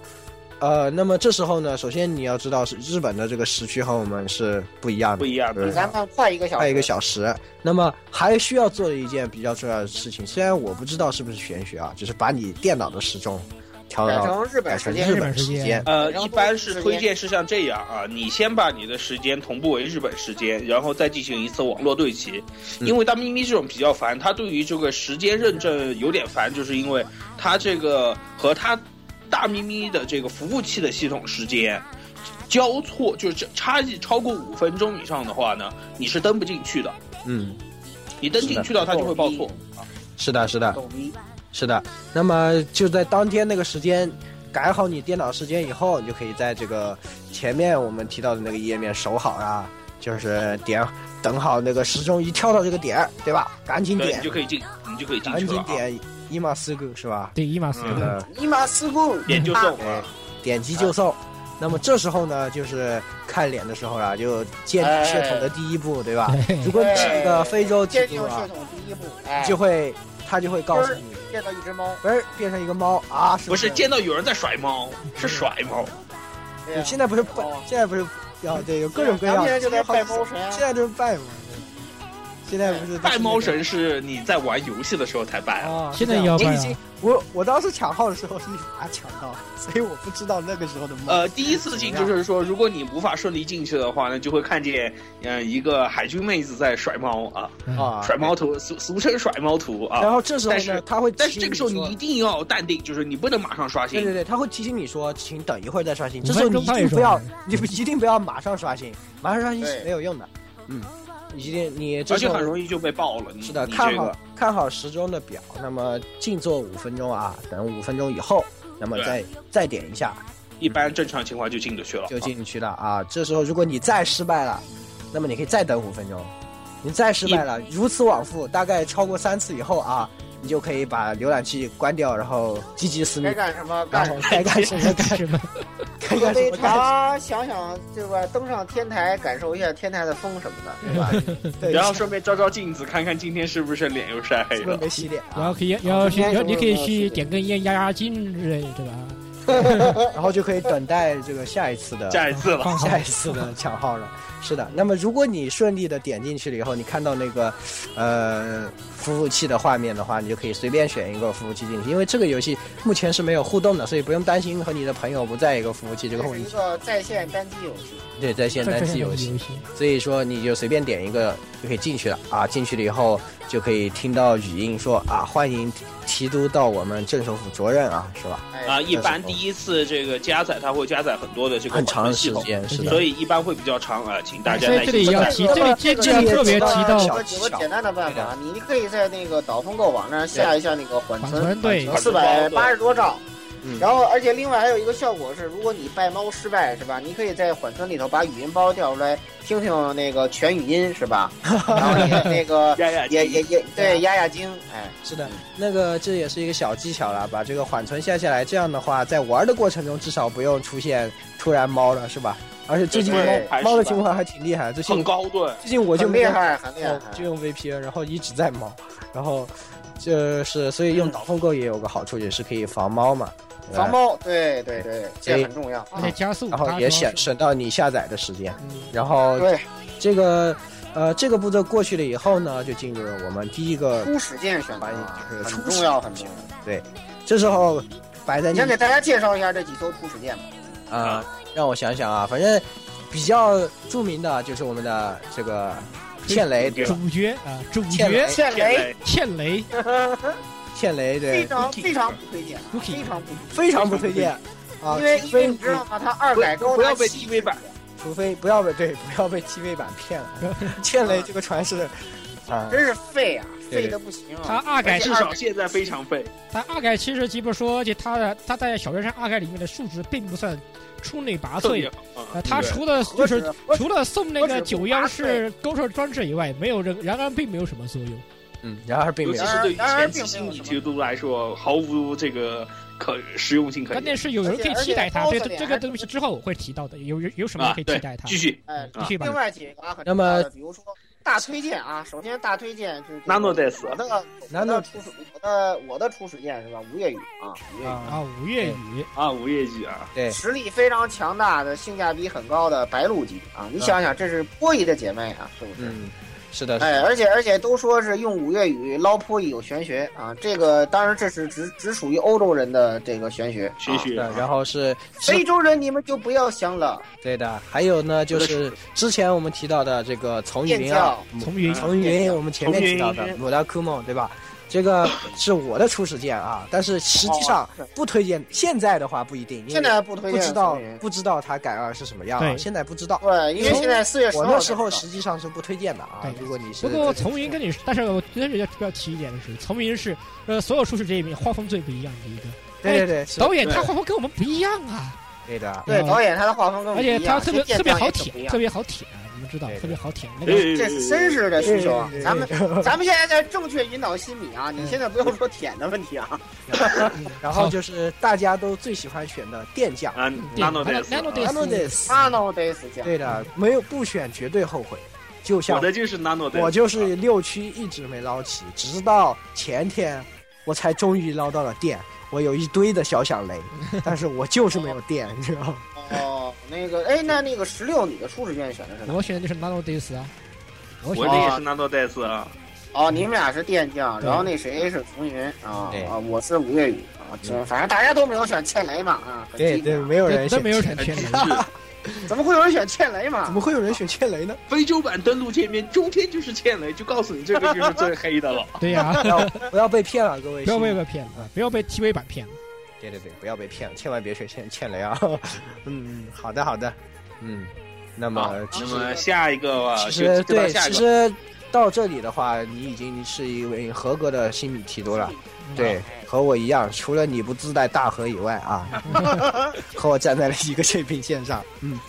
Speaker 2: 呃，那么这时候呢，首先你要知道是日本的这个时区和我们是不一样的，
Speaker 4: 不一样
Speaker 2: 对
Speaker 1: 比
Speaker 3: 啊
Speaker 1: 咱们快一个小时，
Speaker 2: 快一个小时。那么还需要做的一件比较重要的事情，虽然我不知道是不是玄学啊，就是把你电脑的时钟调
Speaker 1: 改
Speaker 2: 到
Speaker 1: 成日
Speaker 2: 改
Speaker 1: 本时
Speaker 2: 成
Speaker 1: 间
Speaker 2: 日
Speaker 3: 日本
Speaker 2: 本
Speaker 3: 时
Speaker 2: 时
Speaker 3: 间
Speaker 2: 间。
Speaker 4: 呃，
Speaker 1: 然后
Speaker 4: 一般是推荐是像这样啊，你先把你的时间同步为日本时间，然后再进行一次网络对齐。
Speaker 2: 嗯
Speaker 4: 因为大咪咪这种比较烦，它对于这个时间认证有点烦，就是因为它这个和它大咪咪的这个服务器的系统时间交错，就是差异超过五分钟以上的话呢，你是登不进去的。
Speaker 2: 嗯，
Speaker 4: 你登进去了，它就会报错。
Speaker 2: 是的，是的，
Speaker 1: 逗逼。
Speaker 2: 是的，那么就在当天那个时间改好你电脑时间以后，你就可以在这个前面我们提到的那个页面守好啊，就是点等好那个时钟一跳到这个点儿，对吧？赶紧
Speaker 4: 对，你
Speaker 2: 点
Speaker 4: 就，可以进，你就可以进
Speaker 2: 赶
Speaker 4: 去了
Speaker 2: 紧
Speaker 4: 啊，
Speaker 2: 点，伊马斯古是吧？
Speaker 3: 对，伊马斯
Speaker 4: 嗯
Speaker 3: 克
Speaker 2: 呃，
Speaker 1: 伊马斯库，
Speaker 4: 点就送
Speaker 2: 哎
Speaker 4: 啊。
Speaker 2: 点击就送。那么这时候呢，就是看脸的时候啦，啊就建立系统的第一步，对
Speaker 4: 哎
Speaker 2: 吧？
Speaker 3: 对
Speaker 2: 如果你是一
Speaker 1: 哎
Speaker 2: 个非洲
Speaker 1: 建
Speaker 2: 基
Speaker 1: 立
Speaker 2: 督
Speaker 1: 系
Speaker 2: 啊，
Speaker 1: 统第一步，哎，
Speaker 2: 就会他就会告诉你，
Speaker 1: 见到一只猫，
Speaker 2: 不是变成一个猫啊，是
Speaker 4: 不是
Speaker 2: 是
Speaker 4: 见到有人在甩猫，是甩猫。
Speaker 1: 对
Speaker 2: 对
Speaker 4: 啊
Speaker 1: 呀
Speaker 2: 现在不是拜
Speaker 1: 哦，
Speaker 2: 现在不是要对有各种各样
Speaker 1: 咱们现在
Speaker 2: 的，
Speaker 1: 就在拜猫神啊
Speaker 2: 现在都是拜嘛，现在不是
Speaker 4: 拜猫神是你在玩游戏的时候才拜啊。
Speaker 2: 啊？
Speaker 3: 现在
Speaker 2: 是
Speaker 3: 也
Speaker 2: 这样
Speaker 3: 要
Speaker 2: 我
Speaker 3: 拜
Speaker 2: 已
Speaker 3: 啊
Speaker 2: 经我我当时抢号的时候是一把抢到， 所以我不知道那个时候的猫。
Speaker 4: 呃，第一次进就是说，如果你无法顺利进去的话呢，就会看见，呃，一个海军妹子在甩猫啊，
Speaker 2: 啊，哎
Speaker 4: 甩猫图，俗俗称甩猫图
Speaker 2: 然
Speaker 4: 啊。
Speaker 2: 后这时候
Speaker 4: 但是
Speaker 2: 呢，他会
Speaker 4: 但是
Speaker 2: 提
Speaker 4: 这
Speaker 2: 醒
Speaker 4: 个时候你
Speaker 2: 说
Speaker 4: 一定要淡定，就是你不能马上刷
Speaker 2: 对对
Speaker 4: 新。
Speaker 2: 对，他会提醒你说，请等一会儿再刷新。
Speaker 3: 五
Speaker 2: 这时候
Speaker 3: 分
Speaker 2: 你
Speaker 3: 钟
Speaker 2: 一
Speaker 3: 他也
Speaker 2: 定不要
Speaker 3: 说，
Speaker 2: 你不一定不要马上刷新，马上刷新是
Speaker 1: 对
Speaker 2: 没有用的。嗯，一定你这
Speaker 4: 而
Speaker 2: 时
Speaker 4: 且
Speaker 2: 候
Speaker 4: 很容易就被爆了。你
Speaker 2: 是的，
Speaker 4: 你
Speaker 2: 看
Speaker 4: 这
Speaker 2: 好
Speaker 4: 个
Speaker 2: 看好时钟的表，那么静坐五分钟啊，等五分钟以后，那么
Speaker 4: 对
Speaker 2: 再再点一下
Speaker 4: 一般正常情况就进得去了。
Speaker 2: 就进去了啊。这时候如果你再失败了，那么你可以再等五分钟，你再失败了，如此往复，大概超过三次以后啊，你就可以把浏览器关掉，然后积极思密
Speaker 1: 哎该，干什么干
Speaker 2: 然
Speaker 1: 什
Speaker 2: 后
Speaker 1: 么。
Speaker 2: 该干什么
Speaker 3: 干
Speaker 2: 干
Speaker 3: 什么？
Speaker 2: 该
Speaker 1: 喝
Speaker 2: 干什
Speaker 1: 杯
Speaker 2: 么干什么。
Speaker 1: 茶，想想对吧？登上天台，感受一下天台的风什么的，对吧？
Speaker 2: 对
Speaker 4: 然后顺便照照镜子，看看今天是不是脸又晒黑
Speaker 2: 是不是
Speaker 4: 了。
Speaker 2: 没洗脸
Speaker 3: 然
Speaker 2: 啊
Speaker 3: 后？可以，然后去，
Speaker 1: 今天
Speaker 3: 然
Speaker 1: 是
Speaker 3: 后你
Speaker 1: 不
Speaker 3: 可
Speaker 1: 是
Speaker 3: 以
Speaker 1: 要
Speaker 3: 去
Speaker 1: 去
Speaker 3: 点根烟压压惊之类的，对 吧？
Speaker 2: 然后就可以等待这个下一次的
Speaker 4: 下一次 了，
Speaker 3: 放 松
Speaker 2: 下一次的抢号了。是的，那么如果你顺利的点进去了以后，你看到那个呃服务器的画面的话，你就可以随便选一个服务器进去，因为这个游戏目前是没有互动的，所以不用担心和你的朋友不在一个服务器这个
Speaker 1: 这
Speaker 2: 互
Speaker 1: 是
Speaker 2: 动
Speaker 1: 一。个在线单机游戏，
Speaker 2: 对，在线单
Speaker 3: 这
Speaker 2: 机
Speaker 3: 是
Speaker 2: 游
Speaker 3: 游
Speaker 2: 戏，
Speaker 3: 戏，
Speaker 2: 所以说你就随便点一个就可以进去了啊。进去了以后就可以听到语音说啊，欢迎提督到我们镇守府着任啊，是吧？
Speaker 1: 哎，
Speaker 4: 啊，一般第一次这个加载，它会加载很多的这个
Speaker 2: 很长
Speaker 4: 缓
Speaker 2: 的
Speaker 4: 存系
Speaker 2: 时
Speaker 4: 统，
Speaker 2: 间，是的。
Speaker 4: 所以一般会比较长啊，请大家
Speaker 3: 哎所以
Speaker 4: 耐
Speaker 3: 这里
Speaker 4: 心等
Speaker 3: 要
Speaker 4: 待
Speaker 3: 提。这里这这里
Speaker 2: 这个
Speaker 3: 特别
Speaker 2: 这个
Speaker 3: 提到
Speaker 2: 小
Speaker 1: 有个简单的办法，你可以在那个导风购网上下一下那个缓
Speaker 3: 缓
Speaker 1: 存，
Speaker 3: 存，对
Speaker 4: 缓存
Speaker 1: 四百八十多兆
Speaker 2: 嗯。
Speaker 1: 然后，而且另外还有一个效果是，如果你拜猫失败是吧？你可以在缓存里头把语音包调出来，听听那个全语音是吧？然后也那个
Speaker 4: 呀呀，
Speaker 1: 也也也对压压惊，哎，
Speaker 2: 是的，那个这也是一个小技巧啦，把这个缓存下下来，这样的话，在玩的过程中至少不用出现突然猫了，是吧？而且最近
Speaker 1: 对
Speaker 2: 猫猫的情况还挺厉害，最
Speaker 4: 很
Speaker 2: 近
Speaker 4: 高端。
Speaker 2: 最近我就
Speaker 1: 很
Speaker 2: 没
Speaker 1: 厉
Speaker 2: 有，
Speaker 1: 害，很厉害
Speaker 2: 我。就用 VPN，然后一直在猫，然后就是所以用导风购也有个好处，也是可以防猫嘛，对吧
Speaker 1: 防，猫，对对对，
Speaker 2: 所
Speaker 1: 这
Speaker 2: 以
Speaker 1: 很重要。
Speaker 3: 而且加速，
Speaker 2: 然后也省省到你下载的时间，
Speaker 1: 嗯
Speaker 2: 然后
Speaker 1: 对，
Speaker 2: 这个呃这个步骤过去了以后呢，就进入了我们第一个，
Speaker 1: 初始键选择啊
Speaker 2: 哎就
Speaker 1: 很
Speaker 2: 是呃初始
Speaker 1: 重要，很重要。
Speaker 2: 这时候摆在
Speaker 1: 你
Speaker 2: 你
Speaker 1: 先给大家介绍一下这几艘初始键吧。
Speaker 2: 啊、让我想想啊，反正比较著名的就是我们的这个欠雷，对吧？
Speaker 3: 主角啊，主
Speaker 2: 欠雷
Speaker 3: 角
Speaker 1: 欠雷，
Speaker 3: 欠雷，
Speaker 2: 欠雷
Speaker 1: 非
Speaker 2: 对，
Speaker 1: 常非常不推荐啊，
Speaker 3: Rookie
Speaker 1: 非常不推荐，
Speaker 2: 非常不推荐啊，
Speaker 1: 因为
Speaker 2: 除
Speaker 1: 因为
Speaker 2: 非
Speaker 1: 你知道吗？它二改高达
Speaker 4: 不要被
Speaker 1: 七
Speaker 4: TV 版
Speaker 2: 除非不 要被对不要被 TV 版骗了，欠雷这个船是啊，
Speaker 1: 真是废啊，废的不行、啊。
Speaker 3: 他二改
Speaker 1: 至
Speaker 4: 至少现在非常废。
Speaker 3: 他二改七十级不说，而且他的他在小学生二改里面的数值并不算出类拔
Speaker 4: 特
Speaker 3: 萃
Speaker 4: 别。好
Speaker 3: 呃，
Speaker 4: 啊，
Speaker 3: 他
Speaker 4: 对
Speaker 3: 除了
Speaker 1: 何
Speaker 3: 就
Speaker 1: 止
Speaker 3: 是
Speaker 1: 何止
Speaker 3: 除了送那
Speaker 1: 何
Speaker 3: 个
Speaker 1: 止
Speaker 3: 九
Speaker 1: 不
Speaker 3: 央
Speaker 1: 拔
Speaker 3: 视勾售装置以外，没有人然而并没有什么作用。
Speaker 2: 嗯，然而并
Speaker 4: 尤
Speaker 2: 没
Speaker 4: 其
Speaker 2: 有。
Speaker 4: 是对于
Speaker 1: 当然
Speaker 4: 前
Speaker 1: 并
Speaker 4: 期
Speaker 1: 没有
Speaker 4: 心理
Speaker 1: 什么
Speaker 4: 提督来说，毫无这个可实用性可
Speaker 3: 关
Speaker 4: 言
Speaker 3: 键是有人
Speaker 1: 而且
Speaker 3: 可以
Speaker 1: 而
Speaker 3: 替
Speaker 1: 且
Speaker 3: 代它，
Speaker 1: 包
Speaker 3: 这
Speaker 1: 子
Speaker 3: 个
Speaker 1: 脸
Speaker 3: 这
Speaker 1: 还
Speaker 3: 个
Speaker 1: 不
Speaker 3: 东西
Speaker 1: 是
Speaker 3: 之后会提到的，有有有什么
Speaker 4: 啊
Speaker 3: 可以。替
Speaker 4: 对
Speaker 3: 代，它？
Speaker 4: 继续
Speaker 1: 哎，
Speaker 3: 嗯继续吧
Speaker 1: 另。外几个啊，很
Speaker 2: 那么
Speaker 1: 重要的比如说大推荐啊，首先大推荐是
Speaker 4: Nano
Speaker 1: 的
Speaker 4: Death
Speaker 1: 我的我
Speaker 2: Nano
Speaker 1: 的初始我的我的初始键是吧？吴越语啊，吴越语。
Speaker 3: 啊，吴越语，
Speaker 1: 哎
Speaker 4: 啊，午夜剧啊，
Speaker 2: 对，
Speaker 1: 实力非常强大的、性价比很高的白鹿级啊！你想想，这是波姨的姐妹啊，是不是？
Speaker 2: 嗯，是的，是
Speaker 1: 哎，
Speaker 2: 的
Speaker 1: 而且而且都说是用五岳语捞波姨有玄学啊，这个当然这是只只属于欧洲人的这个玄学，
Speaker 4: 学哎
Speaker 1: 啊
Speaker 4: 学
Speaker 2: 对，然后是
Speaker 1: 非洲人你们就不要想了。
Speaker 2: 对的，还有呢，就是之前我们提到的这个从云啊，
Speaker 3: 从云
Speaker 1: 哎
Speaker 2: 从云，我们前面提到
Speaker 4: 从
Speaker 2: 的
Speaker 4: 云
Speaker 2: 抹大库梦，对吧？这个是我的初始键啊，但是实际上
Speaker 1: 哦
Speaker 2: 不推荐。现在的话不一定，因为
Speaker 1: 现在不推
Speaker 2: 不
Speaker 1: 荐
Speaker 2: 知道
Speaker 1: 丛林
Speaker 2: 不知道它改二是什么样啊，
Speaker 3: 对
Speaker 2: 现在不知道。
Speaker 1: 对，因为现在四月十
Speaker 2: 我
Speaker 1: 号
Speaker 2: 那
Speaker 1: 的
Speaker 2: 时候
Speaker 1: 时候
Speaker 2: 实际上是不推荐的啊
Speaker 3: 对。
Speaker 2: 如果你是
Speaker 3: 不过从云跟你，但是我觉得要要提一点的是，从云是呃所有数据这里面画风最不一样的一个。
Speaker 2: 对对对，是
Speaker 3: 哎导演
Speaker 4: 对
Speaker 3: 他画风跟我们不一样啊，
Speaker 2: 对的，
Speaker 1: 对
Speaker 3: 嗯
Speaker 1: 导演他的画风跟我
Speaker 3: 而
Speaker 1: 们哦不一
Speaker 3: 且
Speaker 1: 样
Speaker 3: 他特别
Speaker 1: 这
Speaker 3: 特别
Speaker 1: 电影
Speaker 3: 好
Speaker 1: 也挺不一
Speaker 3: 舔，
Speaker 1: 样
Speaker 3: 特别好舔，你们知道
Speaker 2: 对，对
Speaker 3: 特别嗯好舔。那
Speaker 4: 哎
Speaker 3: 个
Speaker 1: 这是绅士的需求啊！咱们咱们现在在正确引导西米啊，
Speaker 3: 嗯
Speaker 1: 你现在不要说舔的问题 啊，
Speaker 2: 然后
Speaker 3: 好
Speaker 2: 就是大家都最喜欢选的电匠
Speaker 4: 啊
Speaker 3: Nano
Speaker 4: ，Nano Death，
Speaker 3: Death
Speaker 4: 啊
Speaker 2: Nano Days，
Speaker 1: 那 no days 讲
Speaker 2: 对的，没有不选绝对后悔，就像
Speaker 4: 啊我的就是 Nano Death，
Speaker 2: 我就是六区一直没捞起，直到前天我才终于捞到了电。我有一堆的小响 雷，但是我就是没有电，你知道吗？
Speaker 1: 哦，那个哎，那那个十六你的初始愿选的是哪？
Speaker 3: 我选的就是 Nano Days 啊，我选
Speaker 4: 我的也是 Nano Death 啊，
Speaker 1: 哦，你们俩是电匠，
Speaker 3: 对
Speaker 1: 然后那谁是丛云啊
Speaker 2: 对嗯
Speaker 1: 啊，我是吴越宇啊，这反正大家都没有选倩雷嘛啊，很
Speaker 2: 对
Speaker 1: 奇怪
Speaker 2: 对，没有人选，
Speaker 3: 都都没有选天
Speaker 4: 哎是
Speaker 3: 雷。
Speaker 1: 怎么会有人选倩雷
Speaker 2: 怎
Speaker 1: 嘛？
Speaker 2: 么会有人选倩雷呢？
Speaker 4: 非洲版登录界面中间就是欠雷，就告诉你这个就是最黑的了。
Speaker 3: 对呀，
Speaker 2: 不要不要被
Speaker 4: 啊
Speaker 2: 骗了，各位！
Speaker 3: 不要被被骗了，啊不要被 TV 版骗了。
Speaker 2: 对对对，不要被骗了，千万别选倩倩雷啊！ 嗯，好的好的，嗯，那
Speaker 4: 好
Speaker 2: 么
Speaker 4: 啊那么下一个吧，
Speaker 2: 其
Speaker 4: 就
Speaker 2: 实
Speaker 4: 就到
Speaker 2: 对，
Speaker 4: 下
Speaker 2: 其
Speaker 4: 一个。
Speaker 2: 实到这里的话，你已经是一位合格的新米提多了。对，
Speaker 1: 哎
Speaker 2: 和我一样，除了你不自带大河以外 啊，和我站在了一个水平线上。嗯，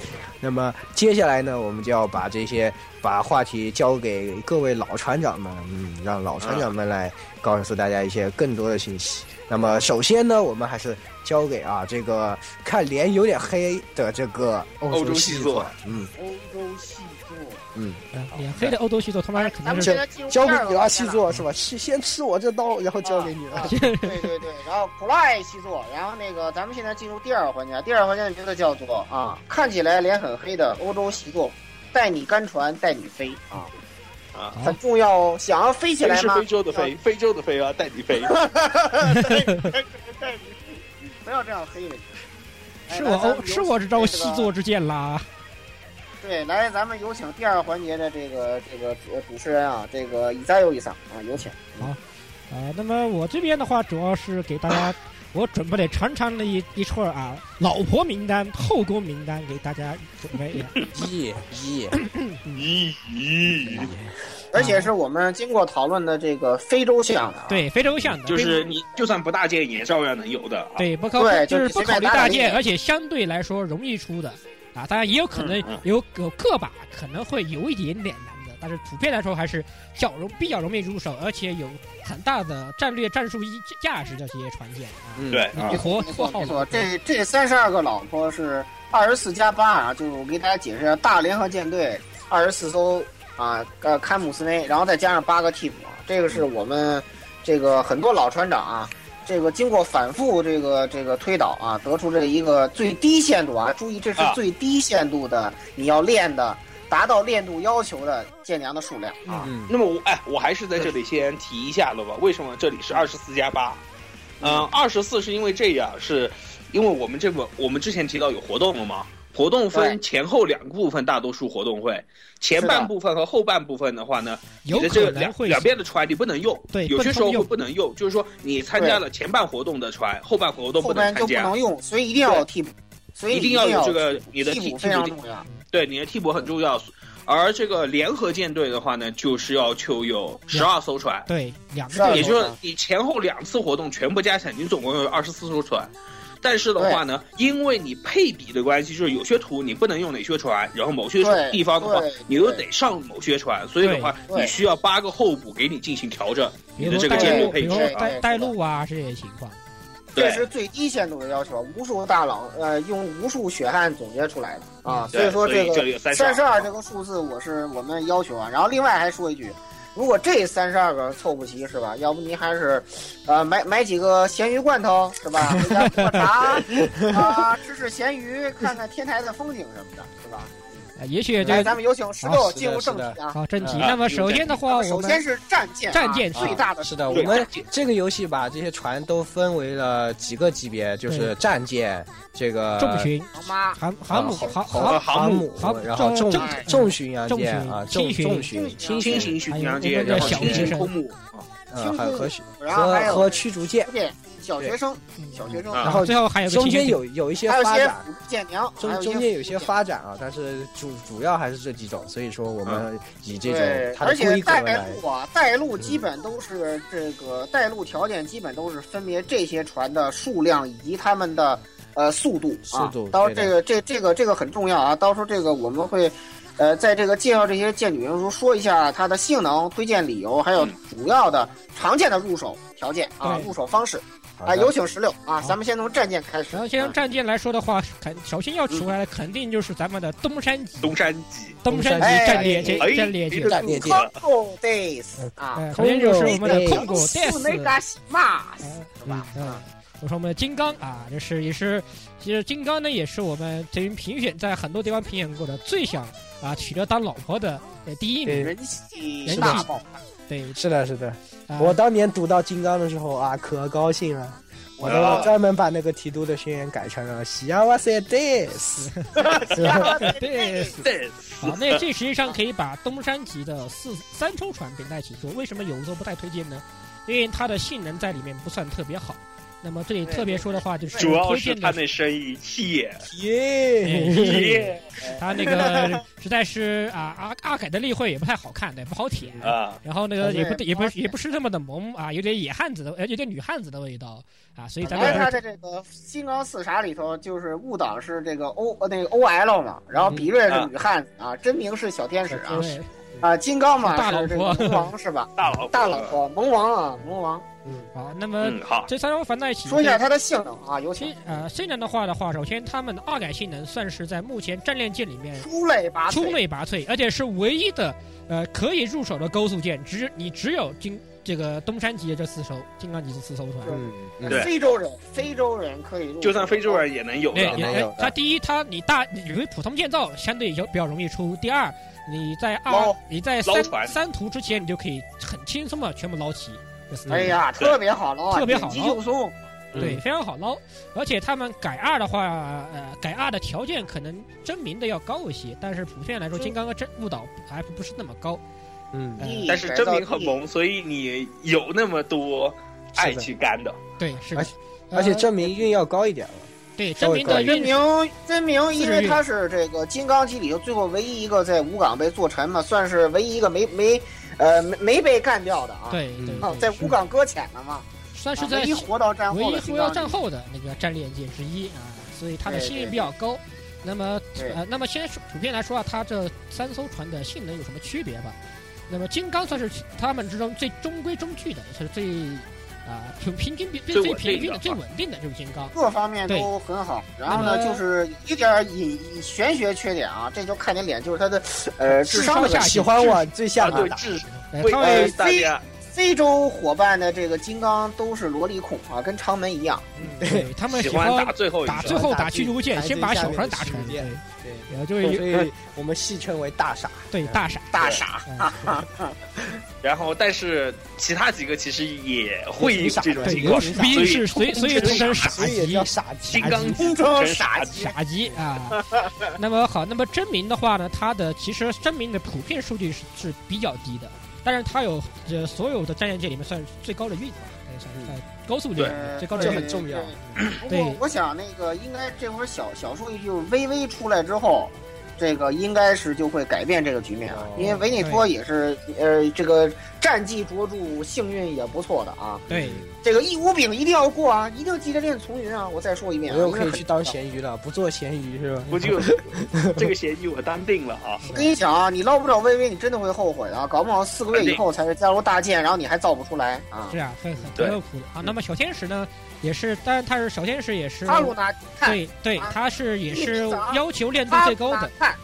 Speaker 2: 那么接下来呢，我们就要把这些把话题交给各位老船长们，嗯，让老船长们来告诉大家一些更多的信息。那么首先呢，我们还是交给啊这个看脸有点黑的这个
Speaker 4: 欧洲
Speaker 2: 系
Speaker 4: 细作，
Speaker 2: 嗯
Speaker 1: 欧洲细作，
Speaker 2: 嗯，
Speaker 3: 啊脸黑的欧洲系统，他妈肯
Speaker 1: 哦咱
Speaker 3: 定
Speaker 1: 们
Speaker 3: 是
Speaker 1: 现在进入
Speaker 2: 交
Speaker 1: 第
Speaker 2: 给
Speaker 1: 二个
Speaker 2: 你了，
Speaker 1: 环节
Speaker 2: 细作是吧？吃先吃我这刀，然后交给你了。
Speaker 1: 啊对对对，然后 Cry 细作，然后那个咱们现在进入第二个环节，第二个环节的名字叫做啊，看起来脸很黑的欧洲细作，带你干船带你飞啊
Speaker 4: 啊
Speaker 1: 很重要哦，想要飞起
Speaker 4: 飞
Speaker 1: 来
Speaker 4: 是
Speaker 1: 吗？
Speaker 4: 非洲的飞，非洲的飞啊，带 你飞。
Speaker 1: 不要这样黑人。哎
Speaker 3: 是
Speaker 1: 那
Speaker 3: 我
Speaker 1: 咱们
Speaker 3: 欧
Speaker 1: 有
Speaker 3: 是
Speaker 1: 请
Speaker 3: 我这招
Speaker 1: 个
Speaker 3: 细作之剑啦。
Speaker 1: 对，来，咱们有请第二环节的这个这个主主持人啊，这个以赞又以赏啊，有请。
Speaker 3: 啊，那么我这边的话，主要是给 大家，我准备了长长的一一串儿啊，老婆名单、后宫名单给大家准备 一下。
Speaker 2: 啊一一
Speaker 4: 咦咦，
Speaker 1: 而且是我们经过讨论的这个非洲项的、啊，
Speaker 3: 对，非洲象的，
Speaker 4: 就是
Speaker 3: 非
Speaker 4: 你就算不大件也照样能有的啊。
Speaker 3: 对不考
Speaker 1: 对
Speaker 3: 就
Speaker 1: 就是是
Speaker 3: 不
Speaker 1: 随
Speaker 3: 考
Speaker 1: 便
Speaker 3: 虑
Speaker 1: 搭
Speaker 3: 大
Speaker 1: 点
Speaker 3: 件，
Speaker 1: 点
Speaker 3: 而且相对来说容易出的啊，当然也有可能
Speaker 4: 嗯嗯
Speaker 3: 有有个把可能会有一点点难的，但是普遍来说还是较容比较容易入手，而且有很大的战略战术依价值的这些船舰啊，
Speaker 2: 嗯
Speaker 4: 对啊
Speaker 3: 你，活
Speaker 1: 没
Speaker 3: 活
Speaker 1: 错
Speaker 3: 好
Speaker 1: 没错
Speaker 3: 老，婆
Speaker 1: 这这三十二个老婆是二十四加八啊，就是我给大家解释一下，大联合舰队二十四艘啊，呃，开姆斯内，然后再加上八个替补，啊，这个是我们这个很多老船长啊，这个经过反复这个这个推导啊，得出这一个最低限度啊，注意这是
Speaker 4: 啊
Speaker 1: 最低限度的你要练的，达到练度要求的舰娘的数量啊。
Speaker 2: 嗯
Speaker 4: 那么我哎，我还是在这里先提一下了吧。为什么这里是二十四加八？嗯，二十四是因为这样，是因为我们这个我们之前提到有活动了嘛？活动分
Speaker 1: 对
Speaker 4: 前后两部分，大多数活动会前
Speaker 1: 是的
Speaker 4: 半部分和后半部分的话呢，
Speaker 3: 有
Speaker 4: 你的这
Speaker 3: 可
Speaker 4: 个
Speaker 3: 能
Speaker 4: 两
Speaker 3: 会
Speaker 4: 两边的船你不能用，
Speaker 3: 对
Speaker 4: 有些时
Speaker 3: 不能
Speaker 4: 候会
Speaker 3: 用
Speaker 4: 不能用，就是说你参加了前半活动的船，后半活动
Speaker 1: 后
Speaker 4: 不
Speaker 1: 边
Speaker 4: 能
Speaker 1: 就
Speaker 4: 参
Speaker 1: 不
Speaker 4: 加
Speaker 1: 能，用，所以一定要有替补，所以
Speaker 4: 一
Speaker 1: 你
Speaker 4: 定
Speaker 1: 要
Speaker 4: 要有这个你的
Speaker 1: 替
Speaker 4: 替
Speaker 1: 补
Speaker 4: 替
Speaker 1: 非
Speaker 4: 补
Speaker 1: 常
Speaker 4: 定，
Speaker 1: 重要。
Speaker 4: 对你的替补很重要，而这个联合舰队的话呢，就是要求有十二艘船，
Speaker 3: 对，两个
Speaker 1: 是啊
Speaker 3: 队
Speaker 4: 也就是说你前后两次活动全部加起来，你总共有二十四艘船。但是的话呢，因为你配比的关系，就是有些图你不能用哪些船，然后某些
Speaker 1: 对
Speaker 4: 地方的话
Speaker 1: 对，
Speaker 4: 你又得上某些船，所以的话，
Speaker 1: 对
Speaker 4: 你需要八个候补给你进行调整
Speaker 3: 比
Speaker 4: 你
Speaker 3: 如
Speaker 4: 的
Speaker 3: 说
Speaker 4: 这个
Speaker 3: 带
Speaker 4: 舰队
Speaker 3: 路，
Speaker 1: 路
Speaker 3: 比
Speaker 4: 配
Speaker 3: 如
Speaker 4: 置
Speaker 1: 对对
Speaker 3: 说
Speaker 4: 啊。
Speaker 3: 带带路啊这些情况，
Speaker 1: 这
Speaker 4: 对，
Speaker 1: 是最低限度的要求，无数大佬呃用无数血汗总结出来的啊，所
Speaker 4: 嗯对
Speaker 1: 以说这个
Speaker 4: 这里有三
Speaker 1: 三十二
Speaker 4: 二
Speaker 1: 这个数字，我是我们要求啊。然后另外还说一句，如果这三十二个凑不齐是吧？要不您还是，呃，买买几个咸鱼罐头是吧？回家喝茶啊，吃吃咸鱼，看看天台的风景什么的，是吧？
Speaker 3: 呃也许
Speaker 1: 来，
Speaker 3: 这个
Speaker 1: 咱们有请石
Speaker 2: 好
Speaker 1: 榴
Speaker 2: 是的
Speaker 1: 进入正题
Speaker 2: 是
Speaker 1: 啊。
Speaker 3: 好正题。
Speaker 2: 嗯
Speaker 3: 那么首先的话，我
Speaker 1: 首
Speaker 3: 们
Speaker 1: 先是战舰啊，
Speaker 3: 战舰
Speaker 1: 最大的
Speaker 2: 是的，我
Speaker 4: 对
Speaker 2: 们这个游戏把这些船都分为了几个级别，就是战舰、这个
Speaker 3: 重
Speaker 4: 呃
Speaker 3: 巡、
Speaker 1: 航妈，
Speaker 3: 航航母、
Speaker 2: 啊
Speaker 3: 航
Speaker 2: 航
Speaker 3: 航
Speaker 2: 航母
Speaker 3: 航母，
Speaker 2: 然后
Speaker 3: 重
Speaker 2: 重
Speaker 3: 重
Speaker 2: 重巡洋舰
Speaker 3: 重巡
Speaker 2: 啊，
Speaker 3: 轻
Speaker 2: 重
Speaker 3: 巡
Speaker 1: 轻
Speaker 2: 重巡、
Speaker 4: 轻
Speaker 2: 巡
Speaker 4: 型巡洋
Speaker 3: 还有
Speaker 4: 舰，
Speaker 3: 那个
Speaker 4: 然后
Speaker 3: 小
Speaker 4: 轻
Speaker 3: 机身
Speaker 4: 型空母啊，
Speaker 2: 嗯，还有和
Speaker 1: 然后啊还
Speaker 2: 和
Speaker 1: 有
Speaker 2: 和驱逐舰，
Speaker 1: 对小学生，
Speaker 3: 嗯
Speaker 1: 小学生，
Speaker 4: 啊
Speaker 2: 然后
Speaker 3: 最后还有个
Speaker 2: 中
Speaker 3: 清
Speaker 2: 间
Speaker 3: 洁
Speaker 2: 有有一些
Speaker 1: 还有
Speaker 2: 发
Speaker 1: 些
Speaker 2: 展
Speaker 1: 辅，助舰娘，还
Speaker 2: 中
Speaker 1: 一
Speaker 2: 中间有
Speaker 1: 辅助
Speaker 2: 些
Speaker 1: 舰
Speaker 2: 发展啊，但是主主要还是这几种，所以说我们以这
Speaker 1: 嗯对
Speaker 2: 种，它
Speaker 1: 而
Speaker 2: 的
Speaker 1: 且
Speaker 2: 规格
Speaker 1: 带
Speaker 2: 来
Speaker 1: 路啊，带路基本都是这个带路条件基本都是分别这些船的数量以及它们的呃速度啊。
Speaker 2: 速度
Speaker 1: 到
Speaker 2: 对的
Speaker 1: 这个这这个这个很重要啊，到时候这个我们会。呃，在这个介绍这些舰艇的时候，说一下它的性能、推荐理由，还有
Speaker 4: 嗯
Speaker 1: 主要的常见的入手条件啊、
Speaker 3: 对
Speaker 1: 入手方式
Speaker 2: 好
Speaker 1: 啊。
Speaker 2: 的
Speaker 1: 有请十六啊，
Speaker 3: 好
Speaker 1: 咱们先从战舰开始。
Speaker 3: 然后先从
Speaker 1: 啊
Speaker 3: 战舰来说的话，肯首先要除外的肯定就是咱们的东山级
Speaker 4: 嗯东山级，
Speaker 3: 东山级
Speaker 1: 哎
Speaker 3: 战列舰
Speaker 4: 哎
Speaker 3: 战列舰
Speaker 4: 这个，
Speaker 2: 战列舰，嗯
Speaker 1: Congo days
Speaker 2: 哎
Speaker 1: 啊，哎
Speaker 3: 呃首先就是我们的
Speaker 2: 空
Speaker 3: 控股 DS，
Speaker 1: mas
Speaker 3: 是吧？啊，我说我们的金刚啊，这是也是，其实金刚呢也是我们这于评选在很多地方评选过的最想啊娶得当老婆的呃第一名，
Speaker 2: 对，
Speaker 1: 人气
Speaker 3: 人
Speaker 1: 大
Speaker 3: 气
Speaker 1: 爆
Speaker 3: 对，
Speaker 2: 是的，是的，
Speaker 3: 啊
Speaker 6: 我当年读到金刚的时候啊，可高兴了。我都
Speaker 1: 嗯
Speaker 4: 啊
Speaker 6: 专门把那个提督的宣言改成了“喜呀哇塞 this”，
Speaker 3: 啊 对。
Speaker 4: 对，
Speaker 3: 好，啊那这实际上可以把东山级的四三艘船并在一起说。为什么有时候不太推荐呢？因为它的性能在里面不算特别好。那么这里特别说的话，就是
Speaker 4: 主要
Speaker 3: 推
Speaker 4: 是
Speaker 3: 荐
Speaker 4: 他
Speaker 3: 的
Speaker 4: 那生意耶，
Speaker 6: 耶！
Speaker 3: 哎他那个实在是啊，阿阿凯的例会也不太好看，对，不好舔。
Speaker 4: 啊，
Speaker 3: 然后那个也不
Speaker 1: 对
Speaker 3: 也不
Speaker 1: 不好舔
Speaker 3: 也不是那么的萌啊，有点野汉子的，呃有点女汉子的味道啊，所以咱
Speaker 1: 本
Speaker 3: 们
Speaker 1: 来
Speaker 3: 还
Speaker 1: 他
Speaker 3: 是
Speaker 1: 的这个金刚四傻里头就是误导是这个 O 呃那个 OL 嘛，然
Speaker 3: 嗯
Speaker 1: 后比瑞是女汉子啊，真名是小天使啊
Speaker 3: 对
Speaker 1: 啊，金刚嘛
Speaker 3: 大老
Speaker 1: 是这个
Speaker 3: 婆
Speaker 1: 萌王是吧？
Speaker 4: 大佬
Speaker 1: 大老，婆萌王啊，萌王。
Speaker 3: 好，那么
Speaker 4: 嗯，好，
Speaker 3: 这三艘船在一起
Speaker 1: 说一下它的性能啊，有
Speaker 3: 其
Speaker 1: 请
Speaker 3: 呃性能的话的话，首先他们的二改性能算是在目前战列舰里面
Speaker 1: 出类拔
Speaker 3: 出
Speaker 1: 萃。
Speaker 3: 类拔萃，而且是唯一的呃可以入手的勾速舰，只你只有金这个东山级的这四艘金刚级这四艘船。
Speaker 2: 嗯，嗯
Speaker 4: 对
Speaker 1: 非洲人，非洲人可以入手，
Speaker 4: 就算非洲人也能有
Speaker 3: 对，
Speaker 4: 的
Speaker 2: 也，能
Speaker 3: 哎
Speaker 2: 有
Speaker 3: 它第一，它你大，你因为普通建造相对较比较容易出；第二，你在二
Speaker 1: 捞
Speaker 3: 你在
Speaker 4: 捞
Speaker 3: 三
Speaker 4: 船
Speaker 3: 三图之前，你就可以很轻松的全部捞齐。这四个
Speaker 1: 哎呀，
Speaker 4: 对
Speaker 1: 特别好捞啊，
Speaker 3: 嗯特别好捞
Speaker 1: 点击就送。
Speaker 2: 嗯
Speaker 3: 对，非常好捞。而且他们改二的话，呃，改二的条件可能真名的要高一些，但是普遍来说，金刚和真误导还不是那么高。
Speaker 2: 嗯
Speaker 3: 呃
Speaker 1: 一
Speaker 4: 但是真名很萌，所以你有那么多爱去干的，
Speaker 3: 对，是的
Speaker 2: 而且。 而且
Speaker 3: 呃
Speaker 2: 证明运要高一点了。
Speaker 3: 对
Speaker 2: 稍
Speaker 3: 真
Speaker 2: 微
Speaker 3: 名
Speaker 2: 高
Speaker 3: 的
Speaker 2: 一
Speaker 1: 真
Speaker 3: 运
Speaker 1: 名真名，因为他是这个金刚机里头最后唯一一个在武冈被做沉嘛，算是唯一一个没没呃没没被干掉的啊。
Speaker 3: 对
Speaker 2: 嗯
Speaker 3: 对
Speaker 1: 啊，
Speaker 3: 对
Speaker 1: 在
Speaker 3: 是
Speaker 1: 武冈搁浅了嘛，
Speaker 3: 算是
Speaker 1: 啊
Speaker 3: 在
Speaker 1: 唯一活到战
Speaker 3: 唯
Speaker 1: 后
Speaker 3: 一
Speaker 1: 的
Speaker 3: 扶
Speaker 1: 金
Speaker 3: 摇
Speaker 1: 刚
Speaker 3: 战
Speaker 1: 机。
Speaker 3: 后的那个战列舰之一啊，所以它的
Speaker 1: 对
Speaker 3: 性
Speaker 1: 对
Speaker 3: 能比较高。那么
Speaker 1: 对
Speaker 3: 呃，那么先说普遍来说啊，它这三艘船的性能有什么区别吧？那么金刚算是它们之中最中规中矩的，也是最啊平平均比最
Speaker 4: 最稳定的
Speaker 3: 平均的、
Speaker 4: 啊
Speaker 3: 最稳定的就是金刚。
Speaker 1: 各方面都很好，然后呢，
Speaker 3: 那么
Speaker 1: 就是有点隐隐玄学缺点啊，这就看你脸，就是他的呃智商
Speaker 3: 商
Speaker 1: 的
Speaker 3: 下
Speaker 1: 下
Speaker 3: 降
Speaker 6: 喜欢往最下
Speaker 4: 啊，
Speaker 6: 面
Speaker 4: 对，
Speaker 6: 打，
Speaker 4: 智
Speaker 3: 呃，
Speaker 4: 为
Speaker 3: 它
Speaker 1: 呃
Speaker 3: 会
Speaker 4: 为大家
Speaker 1: 非洲伙伴的这个金刚都是萝莉控啊，跟长门一样。
Speaker 3: 对他们
Speaker 4: 喜
Speaker 3: 喜
Speaker 4: 欢
Speaker 3: 欢
Speaker 4: 打最后一
Speaker 3: 打
Speaker 4: 个，
Speaker 3: 最后打驱逐舰，
Speaker 6: 打最
Speaker 3: 先把
Speaker 6: 下
Speaker 3: 小
Speaker 6: 面
Speaker 3: 船
Speaker 6: 的
Speaker 3: 打
Speaker 6: 驱
Speaker 3: 沉
Speaker 6: 逐，舰
Speaker 3: 对
Speaker 6: 对，
Speaker 3: 然后就
Speaker 6: 所
Speaker 3: 会
Speaker 6: 以我们戏称为大傻。
Speaker 3: 对大 傻。
Speaker 1: 大傻，
Speaker 3: 嗯
Speaker 4: 然后但是其他几个其实也会有这种
Speaker 6: 对
Speaker 4: 情
Speaker 3: 有
Speaker 4: 况，
Speaker 6: 傻
Speaker 4: 所
Speaker 3: 逼
Speaker 4: 以
Speaker 3: 是 所以所以统称
Speaker 6: 所
Speaker 3: 傻
Speaker 6: 以也
Speaker 3: 级
Speaker 6: 叫傻
Speaker 4: 金
Speaker 6: 鸡。
Speaker 4: 刚
Speaker 1: 空中傻鸡，
Speaker 3: 傻鸡啊。那么好，那么真名的话呢，它的其实真名的普遍数据是是比较低的，但是它有呃所有的战舰界里面算是最高的运，
Speaker 2: 哎
Speaker 3: 可以算是在高速里面
Speaker 1: 对
Speaker 3: 最高的
Speaker 6: 这
Speaker 3: 运
Speaker 6: 很重要。
Speaker 1: 不过我想那个应该这会儿小小说一句，微微出来之后，这个应该是就会改变这个局面啊
Speaker 6: 哦，
Speaker 1: 因为维内托也是呃这个战绩卓著，幸运也不错的啊。
Speaker 3: 对，
Speaker 1: 这个义乌饼一定要过啊，一定要记得练从云啊！我再说一
Speaker 3: 嗯
Speaker 1: 遍
Speaker 6: 我
Speaker 1: 啊，
Speaker 6: 又
Speaker 1: 因为
Speaker 6: 可以
Speaker 1: 很
Speaker 6: 去当咸鱼了，不做咸鱼是吧？
Speaker 4: 我就 这个嫌疑我当定了啊！
Speaker 1: 我跟你讲啊，你捞不了微微，你真的会后悔的啊！搞不好四个月以后才是加入大剑，然后你还造不出来啊！
Speaker 3: 是啊，很很
Speaker 4: 对
Speaker 3: 很有苦的啊。那么小天使呢，也是，当然他是小天使，也是
Speaker 1: 哈鲁纳看，
Speaker 3: 对对，
Speaker 1: 啊
Speaker 3: 他是也
Speaker 1: 一
Speaker 3: 是
Speaker 1: 米掌
Speaker 3: 要求练度
Speaker 1: 哈
Speaker 3: 最
Speaker 1: 鲁
Speaker 3: 高
Speaker 1: 纳
Speaker 3: 的，
Speaker 1: 看，啊，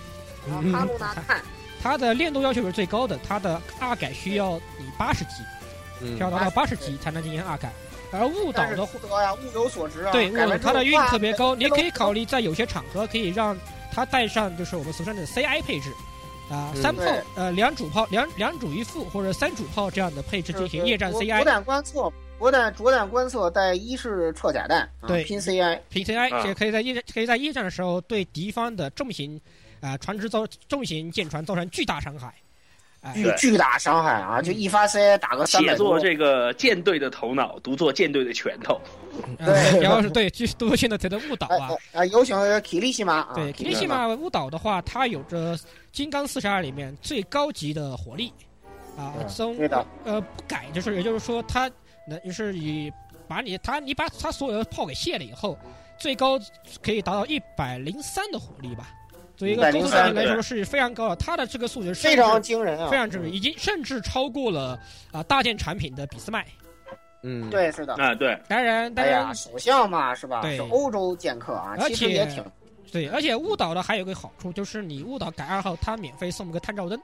Speaker 6: 嗯
Speaker 1: 哈鲁纳看，
Speaker 3: 他的练度要求是最高的，他的二改需要你八十级，
Speaker 1: 嗯
Speaker 3: 需要达到八十级才能进行二改。而误导
Speaker 1: 但是
Speaker 3: 的
Speaker 1: 不得呀，物有所值啊！
Speaker 3: 对，
Speaker 1: 改
Speaker 3: 我
Speaker 1: 完之后
Speaker 3: 它的运特别高，
Speaker 1: 哇
Speaker 3: 你可以考虑在有些场合可以让它带上，就是我们俗称的 CI 配置，啊、
Speaker 2: 嗯
Speaker 3: 三炮
Speaker 1: 对
Speaker 3: 呃两主炮两两主一副或者三主炮这样的配置进行夜战
Speaker 1: 着着
Speaker 3: CI
Speaker 1: 弹观测，着弹着弹观测带一式撤甲弹，啊
Speaker 3: 对
Speaker 1: 拼 CI，
Speaker 3: 平 CI，
Speaker 4: 啊
Speaker 3: 这可以在夜战可以在夜战的时候对敌方的重型啊、船只造重型舰船造成巨大伤害。
Speaker 1: 巨
Speaker 4: 对
Speaker 1: 巨大伤害啊！
Speaker 3: 嗯
Speaker 1: 就一发 CI 打个三百
Speaker 4: 写
Speaker 1: 多
Speaker 4: 作，这个舰队的头脑，读作舰队的拳头。
Speaker 1: 嗯对
Speaker 3: 啊然后是对，就是多线的才能误导
Speaker 1: 哎
Speaker 3: 啊
Speaker 1: 哎。哎，有请体力西马啊！
Speaker 3: 对，
Speaker 1: 体力
Speaker 3: 克里希
Speaker 1: 西马
Speaker 3: 玛舞蹈的话，它有着金刚四十二里面最高级的火力，啊，
Speaker 1: 嗯
Speaker 3: 从
Speaker 1: 对的
Speaker 3: 呃不改，就是也就是说，它能就是以把你它你把它所有的炮给卸了以后，最高可以达到一百零三的火力吧。作为一个
Speaker 1: 103
Speaker 3: 中速战来
Speaker 4: 对
Speaker 3: 说是非常高的，它的这个数值甚
Speaker 1: 非
Speaker 3: 至
Speaker 1: 常惊人啊！
Speaker 3: 非常之已经甚至超过了啊、大件产品的俾斯麦。
Speaker 2: 嗯，
Speaker 1: 对，是的。
Speaker 4: 啊，对，
Speaker 3: 当然，当
Speaker 1: 哎
Speaker 3: 然、
Speaker 1: 呀，首相嘛是吧？
Speaker 3: 对
Speaker 1: 是欧洲剑客啊，
Speaker 3: 而
Speaker 1: 其实
Speaker 3: 且
Speaker 1: 也挺
Speaker 3: 对，而且误导的还有个好处就是你误导改二号，它免费送一个 探照灯。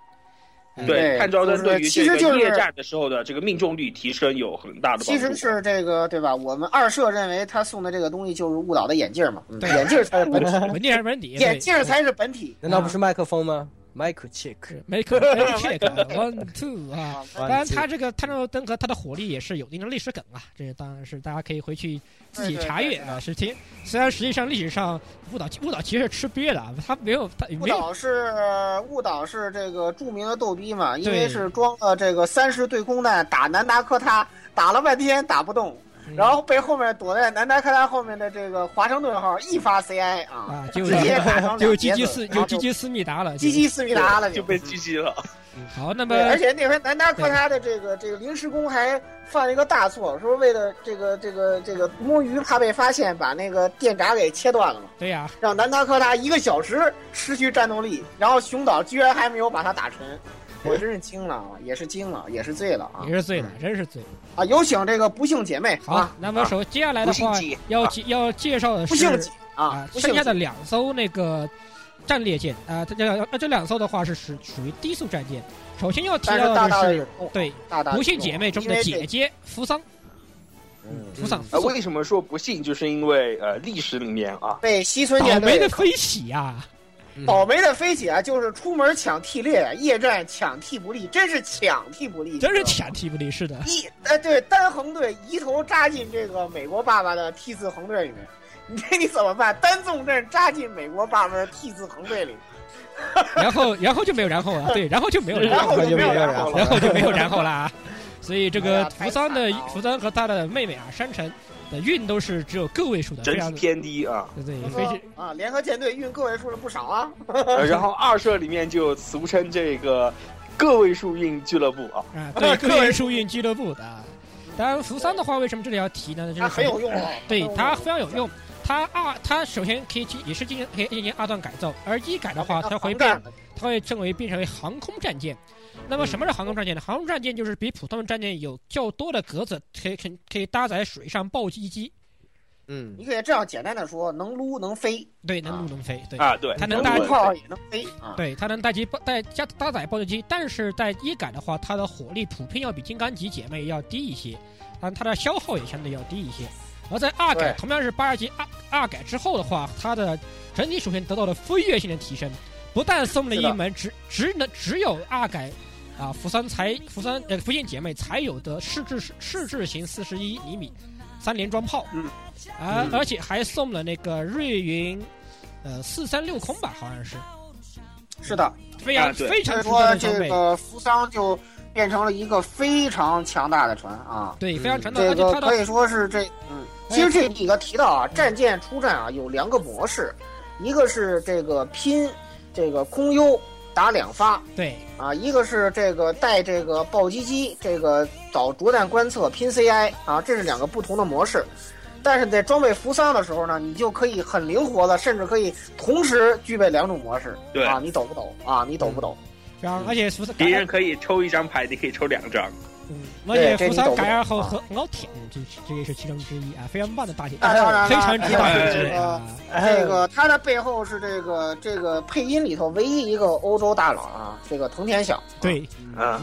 Speaker 1: 对
Speaker 4: 探照灯
Speaker 1: 就是
Speaker 4: 对于
Speaker 1: 其
Speaker 4: 这
Speaker 1: 实就
Speaker 4: 个
Speaker 1: 是
Speaker 4: 夜战的时候的这个命中率提升有很大的帮
Speaker 1: 其
Speaker 4: 助。
Speaker 1: 实是这个对吧？我们二社认为他送的这个东西就是误导的眼镜嘛，嗯
Speaker 3: 对
Speaker 1: 眼镜才是本体，
Speaker 3: 稳定还是稳底？
Speaker 1: 眼镜才是本体。啊
Speaker 2: 难道不是麦克风吗？Mic check，
Speaker 3: 嗯是 make make check one two 啊。
Speaker 1: 啊
Speaker 3: 当然，它这个探照灯和它的火力也是有一定的历史梗啊，这当然是大家可以回去自己查阅啊。是听，虽然实际上历史上误导误导其实是吃瘪的啊，他没有他
Speaker 1: 误
Speaker 3: 没有
Speaker 1: 导是误导是这个著名的逗逼嘛，因为
Speaker 3: 对
Speaker 1: 是装了这个三十对空弹打南达科他，打了半天打不动，然后被后面躲在南达科他后面的这个华盛顿号一发 CI 啊，
Speaker 3: 啊，就
Speaker 1: 直接 打成
Speaker 3: 就
Speaker 1: 两
Speaker 3: 吉
Speaker 1: 截
Speaker 3: 吉
Speaker 1: 子
Speaker 3: 斯，
Speaker 1: 然
Speaker 3: 就
Speaker 1: 后
Speaker 3: 吉
Speaker 1: 就
Speaker 3: 吉斯密达了，
Speaker 1: 鸡鸡斯密达了
Speaker 4: 就被狙击了。
Speaker 3: 好。那么
Speaker 1: 对，而且那回南达科他的这个这个临时工还犯了一个大错，说为了这个这个这个摸鱼怕被发现，把那个电闸给切断了嘛，
Speaker 3: 对呀，
Speaker 1: 让南达科他一个小时失去战斗力，然后熊岛居然还没有把他打沉，我真是惊了，啊，也是惊了，也是醉了啊
Speaker 3: 也哎是醉了，真是醉了。
Speaker 1: 啊！有请这个不幸姐妹
Speaker 3: 好
Speaker 1: 啊，，
Speaker 3: 那么首接下来的话
Speaker 4: 不信姐
Speaker 3: 要介要介绍的
Speaker 1: 不幸
Speaker 3: 是
Speaker 1: 姐啊，不幸
Speaker 3: 剩下的
Speaker 1: 姐
Speaker 3: 两艘那个战列舰啊，这这这两艘的话是属属于低速战舰。首先要提
Speaker 1: 但是
Speaker 3: 到
Speaker 1: 大
Speaker 3: 的
Speaker 1: 大的
Speaker 3: 是
Speaker 1: 有用
Speaker 3: 对
Speaker 1: 大大
Speaker 3: 不幸姐妹中的姐姐嗯扶桑，
Speaker 1: 嗯
Speaker 3: 扶桑，
Speaker 4: 呃，
Speaker 3: 扶桑
Speaker 4: 为什么说不幸？就是因为呃，历史里面啊，
Speaker 1: 被西村
Speaker 3: 倒
Speaker 1: 舰队
Speaker 3: 霉的啊飞起呀！
Speaker 1: 倒霉的飞姐啊，就是出门抢替列，夜战抢替不利，真是抢替不利，
Speaker 3: 真是
Speaker 1: 你知道吗
Speaker 3: 天梯不离是的，
Speaker 1: 一哎对单横队一头扎进这个美国爸爸的 T 字横队里面，你这你怎么办？单纵阵扎进美国爸爸的 T 字横队里，
Speaker 3: 然后然后就没有然后了，对，然哎后就没有
Speaker 1: 然
Speaker 3: 然
Speaker 1: 后
Speaker 3: 后了，
Speaker 1: 就没有 然后
Speaker 3: 然
Speaker 1: 了。
Speaker 3: 后就没有然后了啊！所以这
Speaker 1: 哎
Speaker 3: 个
Speaker 1: 呀
Speaker 3: 扶桑的
Speaker 1: 太惨了
Speaker 3: 扶桑和他的妹妹啊山城的运都是只有个位数的，
Speaker 4: 整
Speaker 3: 非
Speaker 4: 体
Speaker 3: 常
Speaker 4: 偏低啊。
Speaker 3: 对对，
Speaker 1: 他
Speaker 3: 非常
Speaker 1: 说啊，联合舰队运个位数了不少啊，
Speaker 4: 呃，然后二社里面就俗称这个个位数运俱乐部啊，
Speaker 3: 啊， 对个人输运俱乐部的啊。当然，扶桑的话为什么这里要提呢？就是
Speaker 1: 它很有用啊。
Speaker 3: 对它
Speaker 1: 他
Speaker 3: 非常有用。它二，它首先可以进，也是进行可以进行二段改造，而一哦改的话，它会变，它会成为变成为航空战舰。那么什么是航空战舰呢？航空战舰就是比普通的战舰有较多的格子，可以可以可以搭载水上暴击机，
Speaker 2: 嗯，
Speaker 1: 你可以这样简单的说，能撸能飞，
Speaker 3: 对，能撸能飞，对，
Speaker 4: 啊，对，
Speaker 3: 它能
Speaker 1: 能
Speaker 3: 搭
Speaker 1: 撸炮也能飞啊。
Speaker 3: 对，它能带机带加搭载暴击机，但是在一改的话，它的火力普遍要比金刚级姐妹要低一些，但它的消耗也相对要低一些。而在二改
Speaker 1: 对
Speaker 3: 同样是八十级二二改之后的话，它的整体属性得到了飞跃性的提升，不但送了
Speaker 1: 是
Speaker 3: 一
Speaker 1: 的
Speaker 3: 门只只能只有二改啊扶桑才扶桑呃福建姐妹才有的试制试制型四十一厘米三连装炮，
Speaker 4: 嗯
Speaker 3: 啊，而且还送了那个瑞云呃四三六空吧，好像是。
Speaker 1: 是的，
Speaker 3: 非常、
Speaker 4: 啊对
Speaker 3: 非
Speaker 1: 所
Speaker 3: 常
Speaker 1: 以
Speaker 3: 出色
Speaker 1: 说
Speaker 3: 的装
Speaker 1: 这
Speaker 3: 备，
Speaker 1: 个扶桑就变成了一个非常强大的船啊。
Speaker 3: 对，非常强大，
Speaker 1: 这
Speaker 3: 而且
Speaker 1: 个
Speaker 3: 它
Speaker 1: 可
Speaker 3: 的哎
Speaker 1: 以说是这，嗯，其实这里个提到啊，战舰出战啊有两个模式，一个是这个拼这个空优打两发
Speaker 3: 对，
Speaker 1: 啊，一个是这个带这个暴击机，这个找着弹观测拼 CI 啊，这是两个不同的模式。但是在装备扶桑的时候呢，你就可以很灵活的，甚至可以同时具备两种模式。
Speaker 4: 对
Speaker 1: 啊，你抖不抖啊？你抖
Speaker 3: 嗯
Speaker 1: 不抖？
Speaker 3: 然后而且扶桑
Speaker 4: 敌
Speaker 3: 感
Speaker 4: 人
Speaker 3: 染，
Speaker 4: 可以抽一张牌，你可以抽两张。
Speaker 3: 嗯而且
Speaker 1: 对这
Speaker 3: 扶
Speaker 1: 你懂啊不
Speaker 3: 桑感染后
Speaker 1: 懂
Speaker 3: 很很好舔，这这也是其中之一啊，非常棒的大铁，
Speaker 1: 啊当然了
Speaker 3: 非常之大铁之类
Speaker 1: 哎
Speaker 3: 啊，
Speaker 1: 这个它的背后是这个这个配音里头唯一一个欧洲大佬啊，这个藤田晓。
Speaker 3: 对，
Speaker 4: 啊，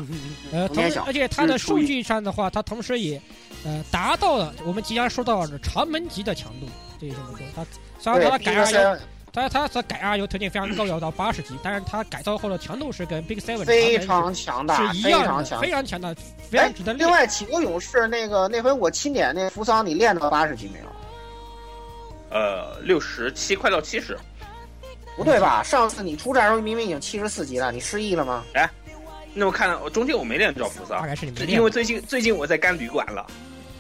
Speaker 3: 呃，
Speaker 1: 童
Speaker 3: 同
Speaker 1: 年
Speaker 3: 时
Speaker 1: 小
Speaker 3: 而且它的
Speaker 4: 日出
Speaker 3: 数
Speaker 4: 一
Speaker 3: 据上的话，它同时也呃达到了我们即将说到的长门级的强度，这也这么说。它虽然
Speaker 1: 对
Speaker 3: 它的改
Speaker 1: ，P
Speaker 3: 二 U，
Speaker 1: 三
Speaker 3: 它它的改二 U 条件非常高，要到八十级，但是它改造后的强度是跟 Big Seven
Speaker 1: 非
Speaker 3: 长
Speaker 1: 常
Speaker 3: 门
Speaker 1: 强
Speaker 3: 是
Speaker 1: 大，
Speaker 3: 是一
Speaker 1: 非
Speaker 3: 样
Speaker 1: 常
Speaker 3: 的，
Speaker 1: 强哎
Speaker 3: 非。常强大，非常值得
Speaker 1: 另
Speaker 3: 练。
Speaker 1: 外，企鹅勇士那个那回我亲点那扶桑，你练到八十级没有？
Speaker 4: 呃，六十七快到七十，
Speaker 1: 不对
Speaker 3: 嗯
Speaker 1: 吧？上次你出战时候明明已经七十四级了，你失忆了吗？
Speaker 4: 那我看哦我中间我没练赵菩
Speaker 3: 大
Speaker 4: 萨，
Speaker 3: 概是你们
Speaker 4: 是
Speaker 3: 练
Speaker 4: 因为
Speaker 3: 的。
Speaker 4: 最近最近我在干旅馆了。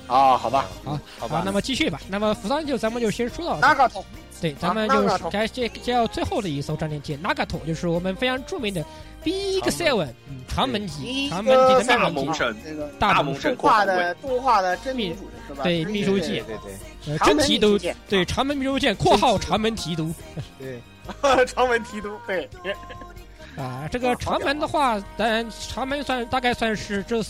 Speaker 1: 啊、好吧，
Speaker 5: 好
Speaker 3: 好，
Speaker 5: 吧
Speaker 3: 那，么继续吧。那么扶桑就咱们就先说到这
Speaker 1: 那个头
Speaker 3: 对，咱们
Speaker 1: 啊
Speaker 3: 就
Speaker 1: ，Nagato
Speaker 3: 是该介介绍最后的一艘战列舰 Nagato，就是我们非常著名的 Big
Speaker 5: 长
Speaker 3: Seven 嗯长门级
Speaker 1: 一
Speaker 3: 长门级的
Speaker 1: 个大
Speaker 3: 大门级
Speaker 4: 萌神
Speaker 1: 那个
Speaker 3: 大
Speaker 4: 萌
Speaker 3: 门
Speaker 4: 神
Speaker 1: 动
Speaker 4: 括
Speaker 1: 画
Speaker 4: 弧
Speaker 1: 的
Speaker 4: 位，
Speaker 1: 动画的真女主是吧？
Speaker 3: 对秘书
Speaker 1: 对
Speaker 3: 记
Speaker 2: 对对对，
Speaker 3: 呃
Speaker 1: 长
Speaker 3: 真
Speaker 1: 门
Speaker 3: 提督
Speaker 1: 提督
Speaker 3: 对长门民族舰（括号长门提督
Speaker 1: 对 长门提督，对，）
Speaker 3: 啊，这个
Speaker 1: 啊好
Speaker 3: 长门的话，当然长门算大概算是这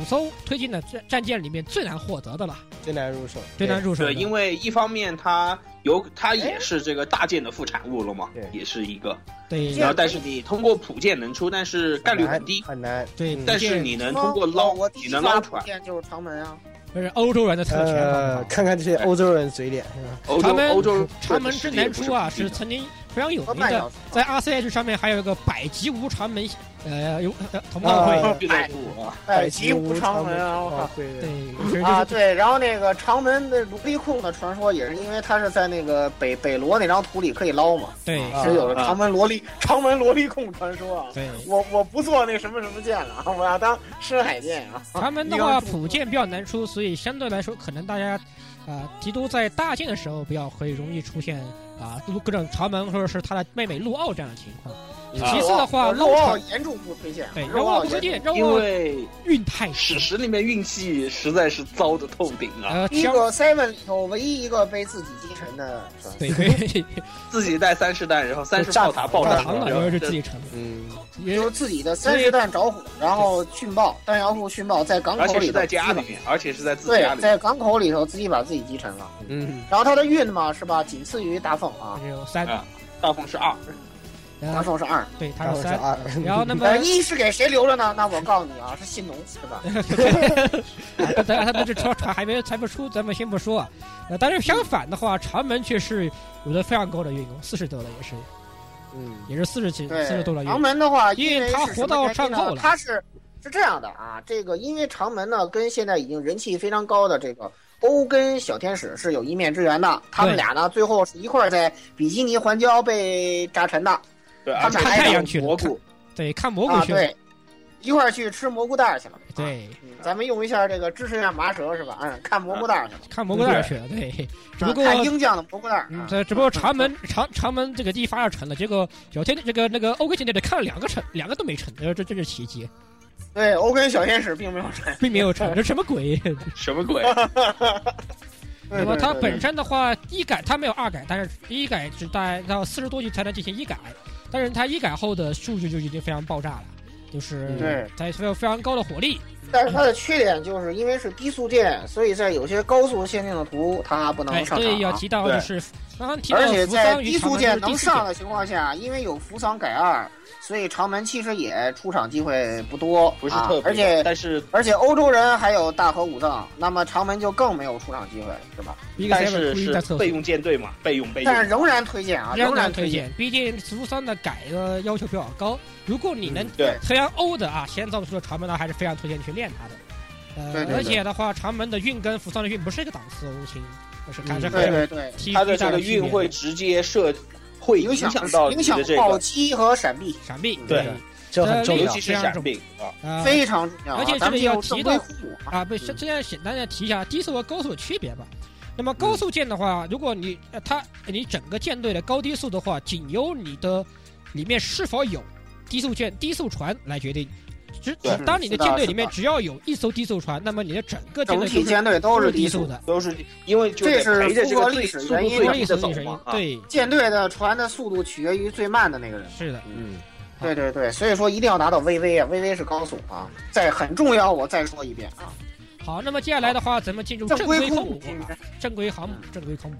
Speaker 3: 五艘推进的战战舰里面最难获得的了，
Speaker 2: 最难入手，
Speaker 3: 最难入手的。
Speaker 4: 对，因为一方面它有它也是这个大舰的副产物了嘛
Speaker 2: 对，
Speaker 4: 也是一个。
Speaker 3: 对
Speaker 1: 这
Speaker 4: 然
Speaker 1: 样
Speaker 4: 后但是你通过普舰能出，但是概率很低。
Speaker 2: 很难。
Speaker 3: 对，
Speaker 4: 但是你能通过捞
Speaker 1: 我，第
Speaker 4: 你
Speaker 1: 一
Speaker 4: 能
Speaker 1: 发
Speaker 4: 捞
Speaker 1: 图
Speaker 4: 出来。
Speaker 1: 片就是长门啊，
Speaker 3: 这是欧洲人的特权
Speaker 2: 呃，
Speaker 3: 嘛。
Speaker 2: 看看这些欧洲人嘴脸，
Speaker 4: 欧
Speaker 3: 长
Speaker 4: 洲
Speaker 3: 门
Speaker 4: 欧洲
Speaker 3: 长门之南出啊，是
Speaker 4: 是
Speaker 3: 曾经非常有
Speaker 1: 和
Speaker 3: 名
Speaker 1: 半小
Speaker 3: 的，
Speaker 1: 时。
Speaker 3: 在 RCH 上面还有一个百级无长门，呃，有呃同道会。
Speaker 2: 啊
Speaker 4: 俱乐部啊，
Speaker 1: 哎，
Speaker 2: 吉
Speaker 1: 吉
Speaker 2: 无
Speaker 1: 无
Speaker 2: 长
Speaker 1: 长
Speaker 2: 门
Speaker 1: 门啊！我靠。
Speaker 2: 对
Speaker 3: 对，就是
Speaker 1: 啊，
Speaker 3: 就是
Speaker 1: 对，然后那个长门的萝莉控的传说也是因为它是在那个北北罗那张图里可以捞嘛，
Speaker 3: 对
Speaker 2: 啊
Speaker 1: 所以有了长门萝莉、长门萝莉控传说啊。
Speaker 3: 对。
Speaker 1: 我我不做那什么什么剑了啊，我要当深海剑啊。
Speaker 3: 他们的话，普剑比较难出，所以相对来说，可能大家，呃，提督在大剑的时候比较会容易出现啊，陆各种长门或者是他的妹妹陆奥这样的情况。
Speaker 4: 啊
Speaker 3: 其次的话，
Speaker 1: 啊陆
Speaker 3: 捞
Speaker 1: 奥
Speaker 3: 长
Speaker 1: 严重不推荐啊，
Speaker 3: 对，
Speaker 1: 陆
Speaker 3: 绕
Speaker 1: 奥
Speaker 3: 奥不推
Speaker 1: 严重
Speaker 3: 荐，绕
Speaker 4: 因
Speaker 3: 奥
Speaker 4: 为
Speaker 3: 运太
Speaker 4: 史
Speaker 3: 深。
Speaker 4: 实里面运气实在是糟的透顶啊，
Speaker 3: 呃，
Speaker 1: 第一
Speaker 3: 相
Speaker 1: 个 Seven 里头唯一一个被自己击沉的传说。
Speaker 3: 对 对，
Speaker 4: 自己带三十弹，然后三十
Speaker 2: 炸
Speaker 4: 炮塔
Speaker 2: 膛
Speaker 4: 爆炸
Speaker 3: 炸堂了，
Speaker 4: 然
Speaker 3: 因
Speaker 4: 后
Speaker 3: 为是
Speaker 4: 这
Speaker 3: 自己成的，
Speaker 2: 嗯，
Speaker 3: 因
Speaker 1: 就是
Speaker 3: 为
Speaker 1: 自己的三十弹着火，然后殉爆，弹药库殉爆，在港
Speaker 4: 而
Speaker 1: 口
Speaker 4: 且
Speaker 1: 里
Speaker 4: 是
Speaker 1: 头
Speaker 4: 在家
Speaker 1: 自己
Speaker 4: 里面，而且是在自己家
Speaker 1: 对，
Speaker 4: 里面。
Speaker 1: 在港口里头自己把自己击沉了。
Speaker 2: 嗯，
Speaker 1: 然后他的运嘛是吧，仅次于大凤啊，
Speaker 3: 只有三，
Speaker 4: 啊大风是二，
Speaker 3: 然
Speaker 1: 大
Speaker 3: 后
Speaker 1: 凤是二。
Speaker 3: 对，他
Speaker 2: 然
Speaker 3: 有
Speaker 2: 后是
Speaker 3: 三，
Speaker 2: 二，
Speaker 3: 然后嗯那嗯么
Speaker 1: 呃，一是给谁留着呢？那我告诉你啊，是信农是吧？哎
Speaker 3: 啊， 咱他们这船船还没还不出，咱们先不说啊。呃，但是相反的话，长门却是有的非常高的运功，四十多了也是，
Speaker 2: 嗯，
Speaker 3: 也是四十几，四十
Speaker 1: 对
Speaker 3: 多了，运
Speaker 1: 长门的话，
Speaker 3: 因为
Speaker 1: 为是
Speaker 3: 他活
Speaker 1: 什么
Speaker 3: 到
Speaker 1: 原因
Speaker 3: 上
Speaker 1: 呢
Speaker 3: 扣了
Speaker 1: 他是是这样的啊，这个因为长门呢跟现在已经人气非常高的这个欧跟小天使是有一面之缘的，他们
Speaker 3: 对
Speaker 1: 俩呢最后是一块儿在比基尼环礁被炸沉的
Speaker 4: 对，
Speaker 1: 他
Speaker 4: 而
Speaker 1: 们
Speaker 4: 且
Speaker 1: 俩
Speaker 4: 还
Speaker 1: 太
Speaker 3: 阳
Speaker 4: 有
Speaker 3: 去了
Speaker 4: 蘑菇，
Speaker 3: 对，看蘑菇
Speaker 1: 啊，
Speaker 3: 去了，
Speaker 1: 对，一块儿去吃蘑菇蛋儿去了。啊，
Speaker 3: 对，
Speaker 1: 嗯咱们用一下这个支持一下麻蛇是吧？嗯，看蘑菇蛋儿去了，
Speaker 3: 看蘑菇蛋儿去了，对，只不
Speaker 1: 啊
Speaker 3: 过。
Speaker 1: 看鹰酱的蘑菇蛋儿。
Speaker 3: 嗯
Speaker 1: 啊，
Speaker 3: 这只不过长门长长门这个地发要成了，结果小天这个那个欧克舰队看了两个成，两个都没成，这这真是奇迹，
Speaker 1: 对，欧跟小天使并没有沉。
Speaker 3: 并没有成，这什么鬼？
Speaker 4: 什么鬼？
Speaker 1: 对
Speaker 3: 那么
Speaker 1: 对
Speaker 3: 它
Speaker 1: 对
Speaker 3: 本身的话，一改它没有二改，但是一改只在到四十多级才能进行一改，但是它一改后的数据就已经非常爆炸了，就是
Speaker 1: 对
Speaker 3: 它有非常高的火力，
Speaker 1: 但是它的缺点就是因为是低速舰，所以在有些高速限定的图它不能
Speaker 3: 哎，
Speaker 1: 上
Speaker 3: 对，要
Speaker 1: 场啊。
Speaker 3: 提到
Speaker 4: 对
Speaker 3: 就是刚刚提到
Speaker 1: 而且
Speaker 3: 扶桑
Speaker 1: 在
Speaker 3: 与
Speaker 1: 低
Speaker 3: 长
Speaker 1: 速
Speaker 3: 门是
Speaker 1: 舰
Speaker 3: 第
Speaker 1: 能
Speaker 3: 四
Speaker 1: 上
Speaker 3: 点，
Speaker 1: 的情况下，因为有扶桑改二，所以长门其实也出场机会不多，
Speaker 4: 不是
Speaker 1: 啊
Speaker 4: 特别，
Speaker 1: 而且
Speaker 4: 但是
Speaker 1: 而且欧洲人还有大和武藏，那么长门就更没有出场机会了，是吧？
Speaker 3: 一个
Speaker 4: 但
Speaker 3: seven
Speaker 4: 是
Speaker 3: 故意在
Speaker 4: 是
Speaker 3: 厕所
Speaker 4: 备。用舰队嘛，备用备用
Speaker 1: 但。是仍然推荐啊，
Speaker 3: 仍
Speaker 1: 然
Speaker 3: 然推
Speaker 1: 荐。
Speaker 3: 荐，毕竟扶桑的改的要求比较高。如果你
Speaker 1: 嗯
Speaker 3: 能
Speaker 4: 对
Speaker 3: 非常欧的啊，先造出的长门呢，还是非常推荐你去练它的。呃，
Speaker 1: 对对对
Speaker 3: 而且的话，长门的运跟扶桑的运不是一个档次，我清，就是看这
Speaker 2: 嗯
Speaker 3: 很
Speaker 1: 对对
Speaker 3: 有
Speaker 1: 对，
Speaker 3: 踢
Speaker 4: 它的
Speaker 3: 巨大
Speaker 4: 这个
Speaker 3: 区
Speaker 4: 运
Speaker 3: 别
Speaker 4: 会直接涉会
Speaker 1: 影
Speaker 4: 响
Speaker 1: 响
Speaker 4: 到你
Speaker 1: 影响
Speaker 4: 的这
Speaker 1: 暴
Speaker 4: 个，
Speaker 1: 击和闪避
Speaker 3: 闪避，
Speaker 4: 对
Speaker 2: 这很重
Speaker 4: 尤
Speaker 2: 要
Speaker 4: 其。是闪避啊，
Speaker 3: 啊，
Speaker 1: 非常重要啊。
Speaker 3: 而且这
Speaker 1: 咱们
Speaker 3: 里要
Speaker 1: 进入正
Speaker 3: 提
Speaker 1: 规
Speaker 3: 到
Speaker 1: 库啊
Speaker 3: 啊，不，这这样简单的提一下低速和高速的区别吧。那么
Speaker 1: 嗯
Speaker 3: 高速舰的话，如果你呃它你整个舰队的高低速的话，仅由你的里面是否有低速舰、低速船来决定。只
Speaker 1: 对
Speaker 3: 当你的
Speaker 1: 是的
Speaker 3: 舰队
Speaker 1: 是
Speaker 3: 里面
Speaker 1: 的
Speaker 3: 只要有一艘低速船，那么你的整个舰
Speaker 1: 整
Speaker 3: 队
Speaker 1: 体
Speaker 3: 都是
Speaker 1: 舰队都是
Speaker 3: 低
Speaker 1: 低速
Speaker 3: 的。
Speaker 4: 都是因为就
Speaker 1: 这
Speaker 4: 得
Speaker 1: 是
Speaker 4: 陪着
Speaker 1: 符
Speaker 4: 这个
Speaker 1: 合
Speaker 4: 最
Speaker 1: 历史
Speaker 4: 速
Speaker 1: 原
Speaker 4: 度
Speaker 1: 因
Speaker 4: 最
Speaker 1: 的
Speaker 3: 对，
Speaker 1: 一
Speaker 3: 历
Speaker 4: 慢
Speaker 3: 史
Speaker 4: 的
Speaker 3: 原
Speaker 4: 走
Speaker 3: 因
Speaker 4: 嘛，啊，
Speaker 3: 对，
Speaker 1: 舰队的船的速度取决于最慢的那个人。
Speaker 3: 是的，
Speaker 2: 嗯，
Speaker 1: 对对对，所以说一定要拿到 VV 啊，VV 是高速啊，在很重要，我再说一遍啊，
Speaker 3: 好，那么接下来的话，咱们进入正
Speaker 1: 规
Speaker 3: 规
Speaker 1: 空
Speaker 3: 母
Speaker 1: 今
Speaker 3: 啊
Speaker 1: 天
Speaker 3: 正规航
Speaker 1: 嗯
Speaker 3: 母，正规空母。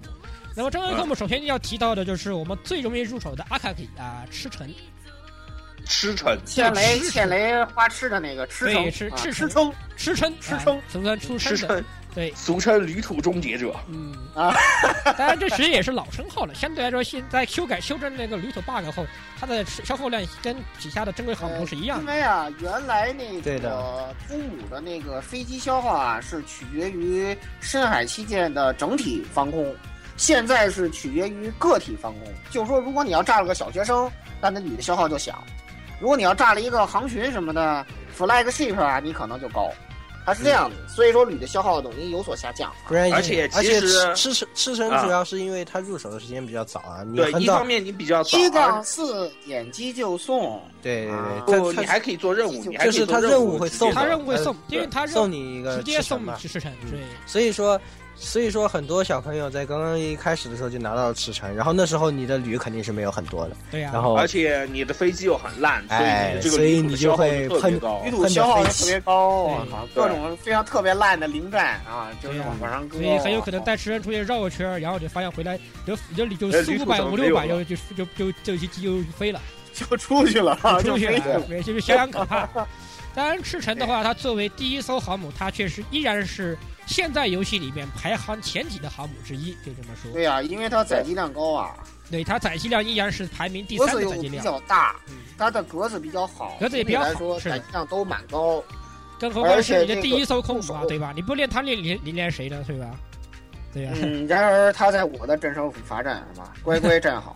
Speaker 3: 那么正规空母首先要提到的就是我们最容易入手的阿卡给啊，赤城。
Speaker 4: 驰骋。
Speaker 1: 欠雷
Speaker 3: 吃撑
Speaker 1: 欠雷花痴的那个吃
Speaker 3: 对
Speaker 1: 撑
Speaker 3: 吃
Speaker 1: 啊
Speaker 3: 吃
Speaker 1: 吃
Speaker 3: 撑
Speaker 1: 撑
Speaker 3: 吃撑，
Speaker 1: 吃撑
Speaker 3: 啊，俗称出
Speaker 4: 驰
Speaker 3: 生的，
Speaker 4: 骋，
Speaker 3: 对，
Speaker 4: 俗称“旅土终结者
Speaker 3: 嗯
Speaker 1: 啊，
Speaker 3: 当然这其实也是老称号了。相对来说，现在修改修正那个铝土 bug 后，它的消耗量跟底下的正规航母是一样
Speaker 1: 因
Speaker 3: 的。
Speaker 1: 为啊，原来那
Speaker 2: 对
Speaker 1: 个空母的那个飞机消耗啊，是取决于深海旗舰的整体防空，现在是取决于个体防空。就是说，如果你要炸了个小学生，那那铝的消耗就小；如果你要炸了一个航巡什么的 flagship 啊，你可能就高。它是这样的，所以说铝的消耗等于有所下降。
Speaker 2: 不然
Speaker 4: 而且
Speaker 2: 而且
Speaker 4: 其实啊
Speaker 2: 赤赤赤城主要是因为它入手的时间比较早啊，”。你
Speaker 4: 对，
Speaker 2: 很
Speaker 4: 一
Speaker 2: 早
Speaker 4: 方，面你比较早，
Speaker 1: 一
Speaker 4: 二
Speaker 1: 杠四点击就送，
Speaker 2: 对对
Speaker 1: 啊
Speaker 2: 对，
Speaker 4: 不，
Speaker 2: 它
Speaker 4: 你还可以做任务，你还可
Speaker 2: 就
Speaker 4: 以
Speaker 2: 是
Speaker 4: 做
Speaker 2: 它
Speaker 4: 任
Speaker 2: 务会
Speaker 4: 直接
Speaker 2: 送的，
Speaker 3: 它任务会送，
Speaker 4: 对
Speaker 3: 因为它任
Speaker 2: 送
Speaker 3: 务
Speaker 2: 你一个
Speaker 3: 直接
Speaker 2: 赤城
Speaker 3: 送
Speaker 2: 嘛，
Speaker 3: 赤城，对，
Speaker 2: 所以说，所以说很多小朋友在刚刚一开始的时候就拿到了赤城，然后那时候你的铝肯定是没有很多的，
Speaker 3: 对呀。
Speaker 2: 然后
Speaker 4: 而且你的飞机又很烂，
Speaker 2: 哦哎，
Speaker 4: 所
Speaker 2: 所
Speaker 4: 以
Speaker 2: 以
Speaker 4: 你
Speaker 2: 你
Speaker 4: 的这个
Speaker 2: 就
Speaker 4: 旅
Speaker 2: 会
Speaker 4: 途的消
Speaker 1: 铝。土消耗
Speaker 2: 喷喷
Speaker 4: 耗就特别高
Speaker 1: 就
Speaker 2: 得
Speaker 1: 特
Speaker 2: 飞
Speaker 1: 别高，
Speaker 3: 嗯对
Speaker 1: 我靠，各种非常特别烂的零战啊，就是往上搁，
Speaker 3: 所以很有可能
Speaker 1: 我靠
Speaker 3: 带池人出去绕个圈儿，然后就发现回来有有里就
Speaker 4: 哎
Speaker 3: 四
Speaker 4: 旅
Speaker 3: 五
Speaker 4: 途
Speaker 3: 百
Speaker 4: 怎么
Speaker 3: 五
Speaker 4: 没
Speaker 3: 六
Speaker 4: 有
Speaker 3: 百
Speaker 4: 了
Speaker 3: 就就就就就就就飞了。
Speaker 1: 就出去了，就
Speaker 3: 出去
Speaker 1: 飞
Speaker 3: 了，对，就是相当可怕。当然，赤城的话，它作为第一艘航母，它确实依然是现在游戏里面排行前几的航母之一，可以这么说。
Speaker 1: 对呀、因为它载机量高啊，
Speaker 3: 对，它载机量依然是排名第
Speaker 1: 格
Speaker 3: 三
Speaker 1: 子
Speaker 3: 的
Speaker 1: 又
Speaker 3: 载机
Speaker 1: 比
Speaker 3: 量，
Speaker 1: 较大
Speaker 3: 嗯，
Speaker 1: 它的格子比较好，
Speaker 3: 格子也比较好
Speaker 1: 总体来说
Speaker 3: 是的
Speaker 1: 载机量都蛮高。
Speaker 3: 更何况是你
Speaker 1: 而且这
Speaker 3: 的
Speaker 1: 个
Speaker 3: 第一艘空母啊，
Speaker 1: 手
Speaker 3: 对吧？你不练它练你你练谁呢？对吧？ 对呀、
Speaker 1: 嗯，然而它在我的镇守府罚站是吧？乖乖站好。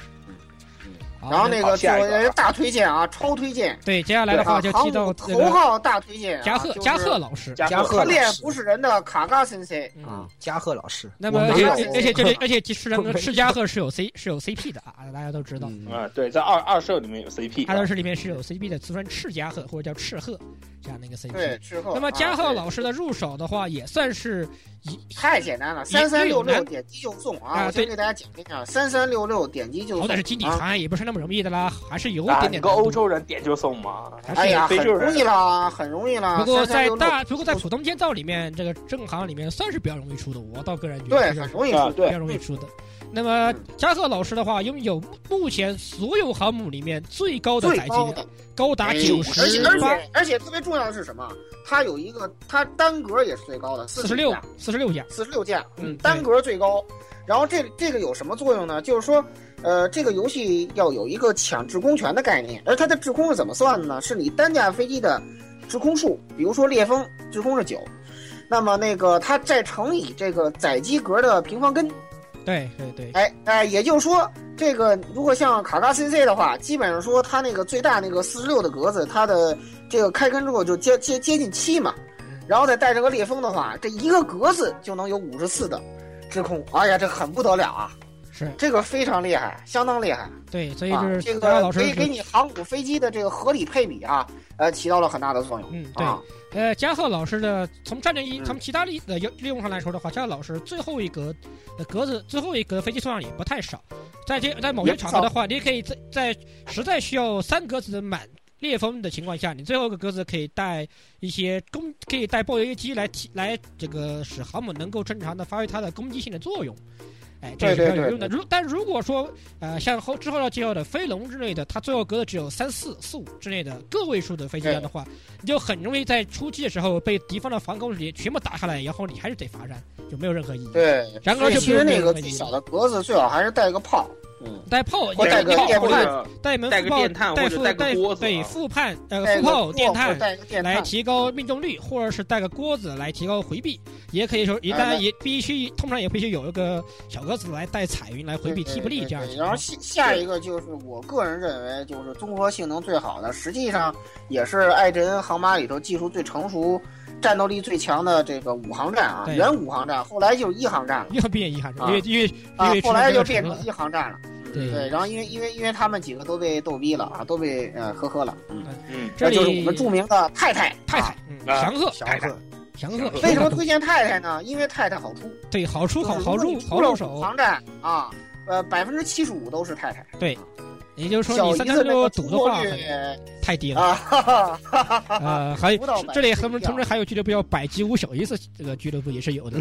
Speaker 3: 好
Speaker 1: 然后那个作
Speaker 4: 下一个
Speaker 1: 为大推荐啊，超推荐。
Speaker 3: 对，接下来的话就
Speaker 1: 对啊
Speaker 3: 提到
Speaker 1: 航母
Speaker 3: 这
Speaker 1: 头
Speaker 3: 个
Speaker 1: 号大推荐啊，
Speaker 3: 加贺
Speaker 1: 就是
Speaker 3: 加贺老师。
Speaker 4: 加
Speaker 2: 加贺
Speaker 1: 他
Speaker 2: 老
Speaker 1: 练
Speaker 2: 师
Speaker 1: 不是人的卡嘎先生。
Speaker 3: 嗯，
Speaker 2: 加贺老师，
Speaker 3: 那么
Speaker 2: 啊我
Speaker 3: 而
Speaker 2: 们
Speaker 3: 且
Speaker 2: 有
Speaker 1: 没有
Speaker 3: 而且这里而且其实那个赤加贺是有 C 是有 CP 的啊，大家都知道。
Speaker 4: 啊，对，在二二社里面有啊 CP，
Speaker 3: 阿德士里面是有 CP 的，俗称赤加贺或者叫赤贺这样的一个 CP。
Speaker 1: 对，之后
Speaker 3: 嗯那么加
Speaker 1: 啊
Speaker 3: 贺
Speaker 1: 对
Speaker 3: 老师的入手的话，也算是一
Speaker 1: 太简单了，
Speaker 3: 一
Speaker 1: 三三六
Speaker 3: 一有
Speaker 1: 六
Speaker 3: 难
Speaker 1: 点击就送
Speaker 3: 啊
Speaker 1: 啊！我先
Speaker 3: 对
Speaker 1: 给大家讲一下，三三六六点击就
Speaker 3: 好
Speaker 1: 送。
Speaker 3: 歹是经济
Speaker 1: 啊！
Speaker 3: 舱，也不是那么容易的啦，还是有
Speaker 4: 啊，
Speaker 3: 点
Speaker 4: 你
Speaker 3: 点
Speaker 4: 个
Speaker 3: 难度
Speaker 4: 欧洲人点就送嘛，
Speaker 3: 还是
Speaker 1: 哎呀，
Speaker 4: 非
Speaker 1: 很
Speaker 4: 洲人
Speaker 1: 容易啦，很容易啦。
Speaker 3: 不过在
Speaker 1: 3366
Speaker 3: 大，不过在普通建造里面，这个正航里面算是比较容易出的，我倒个人觉得
Speaker 1: 对
Speaker 3: 比较
Speaker 1: 很容易
Speaker 4: 啊
Speaker 1: 出。
Speaker 3: 比
Speaker 4: 对
Speaker 3: 较容易出的。那么
Speaker 1: 嗯
Speaker 3: 加贺老师的话，拥有目前所有航母里面最高的
Speaker 1: 最
Speaker 3: 载机
Speaker 1: 高
Speaker 3: 量，
Speaker 1: 的，
Speaker 3: 高达
Speaker 1: 哎
Speaker 3: 九
Speaker 1: 而
Speaker 3: 十
Speaker 1: 且而
Speaker 3: 八、
Speaker 1: 且而且特别重要的是什么？它有一个，它单格也是最高的，
Speaker 3: 四
Speaker 1: 四
Speaker 3: 十六、四十六架，
Speaker 1: 四十六架，
Speaker 3: 嗯
Speaker 1: 单格最高。然后这这个有什么作用呢？就是说，呃，这个游戏要有一个抢制空权的概念，而它的制空是怎么算的呢？是你单架飞机的制空数，比如说烈风制空是九，那么那个它再乘以这个载机格的平方根，
Speaker 3: 对对对，
Speaker 1: 哎哎、也就是说，这个如果像卡卡 CC 的话，基本上说它那个最大那个四十六的格子，它的这个开根之后就接接接近七嘛，
Speaker 3: 嗯
Speaker 1: 然后再带这个裂风的话，这一个格子就能有五十四的制空，哎呀，这很不得了啊！
Speaker 3: 是
Speaker 1: 这个非常厉害，相当厉害
Speaker 3: 对，所以
Speaker 1: 啊
Speaker 3: 就！
Speaker 1: 这
Speaker 3: 是加贺
Speaker 1: 个
Speaker 3: 老师
Speaker 1: 给
Speaker 3: 是
Speaker 1: 给你航母飞机的这个合理配比啊，呃，起到了很大的作用。
Speaker 3: 嗯对
Speaker 1: 啊，
Speaker 3: 呃，加贺老师的从战略一
Speaker 1: 嗯
Speaker 3: 从其他利的利用上来说的话，加贺老师最后一格的格子最后一格飞机数量也不太少，在这在某些场合的话，你可以在在实在需要三格子的满裂风的情况下，你最后一个格子可以带一些攻，可以带爆雷机来提来这个使航母能够正常的发挥它的攻击性的作用。哎，这个是
Speaker 1: 对
Speaker 3: 比
Speaker 1: 对
Speaker 3: 较有
Speaker 1: 对
Speaker 3: 用的。如但如果说呃像后之后要介绍的飞龙之类的，它最后格子只有三四四五之类的个位数的飞机量的话，你就很容易在出击的时候被敌方的防空里全部打下来，然后你还是得罚站，就没有任何意义。
Speaker 1: 对，
Speaker 3: 然而就
Speaker 1: 其实
Speaker 3: 不用
Speaker 1: 那个
Speaker 3: 那个
Speaker 1: 最小的格子最好还是带个炮，嗯，
Speaker 3: 带炮，
Speaker 1: 或带
Speaker 3: 带
Speaker 1: 个
Speaker 3: 炮
Speaker 1: 电
Speaker 3: 或
Speaker 1: 炮
Speaker 3: 者
Speaker 4: 者
Speaker 3: 带门
Speaker 4: 带
Speaker 3: 副
Speaker 4: 个
Speaker 3: 炮
Speaker 4: 电探
Speaker 3: 带
Speaker 4: 或者
Speaker 3: 副
Speaker 4: 带个锅子
Speaker 3: 对
Speaker 4: 啊
Speaker 3: 副判呃
Speaker 1: 带
Speaker 3: 副
Speaker 1: 个
Speaker 3: 炮
Speaker 1: 炮
Speaker 3: 电
Speaker 1: 或者
Speaker 3: 探
Speaker 1: 带个电
Speaker 3: 来
Speaker 1: 探，
Speaker 3: 提高命中率，或者是带个锅子来提高回避，也可以说，一
Speaker 1: 哎
Speaker 3: 旦
Speaker 1: 那
Speaker 3: 也必须通常也必须有一个小格子来带彩云来回避
Speaker 1: 对
Speaker 3: 踢不利
Speaker 1: 对
Speaker 3: 这样的
Speaker 1: 对
Speaker 3: 情
Speaker 1: 然后
Speaker 3: 况。
Speaker 1: 下下一个就是我个人认为就是综合性能最好的，实际上也是艾珍航马里头技术最成熟、战斗力最强的这个五航站啊， 啊
Speaker 3: 对
Speaker 1: 对，然后因为因为因为他们几个都被逗逼了啊，都被呃呵呵了，嗯，
Speaker 4: 嗯，
Speaker 3: 这
Speaker 1: 这就
Speaker 3: 里
Speaker 1: 是我们著名的太太
Speaker 3: 太
Speaker 1: 啊
Speaker 3: 太
Speaker 6: 嗯
Speaker 4: 啊
Speaker 3: 祥哎鹤
Speaker 6: 祥
Speaker 4: 太太
Speaker 6: 鹤，
Speaker 3: 祥鹤，
Speaker 1: 为什么推荐太太呢？因为太太好出，
Speaker 3: 对好出口
Speaker 1: 就是
Speaker 3: 好
Speaker 1: 如果
Speaker 3: 入
Speaker 1: 你
Speaker 3: 好
Speaker 1: 出
Speaker 3: 入
Speaker 1: 了
Speaker 3: 手？
Speaker 1: 航站啊，呃，百分之七十五都是太太。啊
Speaker 3: 对也就是说
Speaker 1: 小
Speaker 3: 你
Speaker 1: 姨
Speaker 3: 三
Speaker 1: 子
Speaker 3: 三
Speaker 1: 那
Speaker 3: 六
Speaker 1: 个
Speaker 3: 赌
Speaker 1: 出
Speaker 3: 的
Speaker 1: 错
Speaker 3: 话
Speaker 1: 率
Speaker 3: 很太低了
Speaker 1: 啊，哈哈哈哈哈哈
Speaker 3: 啊，还有
Speaker 1: 舞蹈版
Speaker 3: 这里
Speaker 1: 不
Speaker 3: 他
Speaker 1: 一
Speaker 3: 们
Speaker 1: 样
Speaker 3: 同时还有俱乐部叫百吉屋小姨子这个俱乐部也是有的，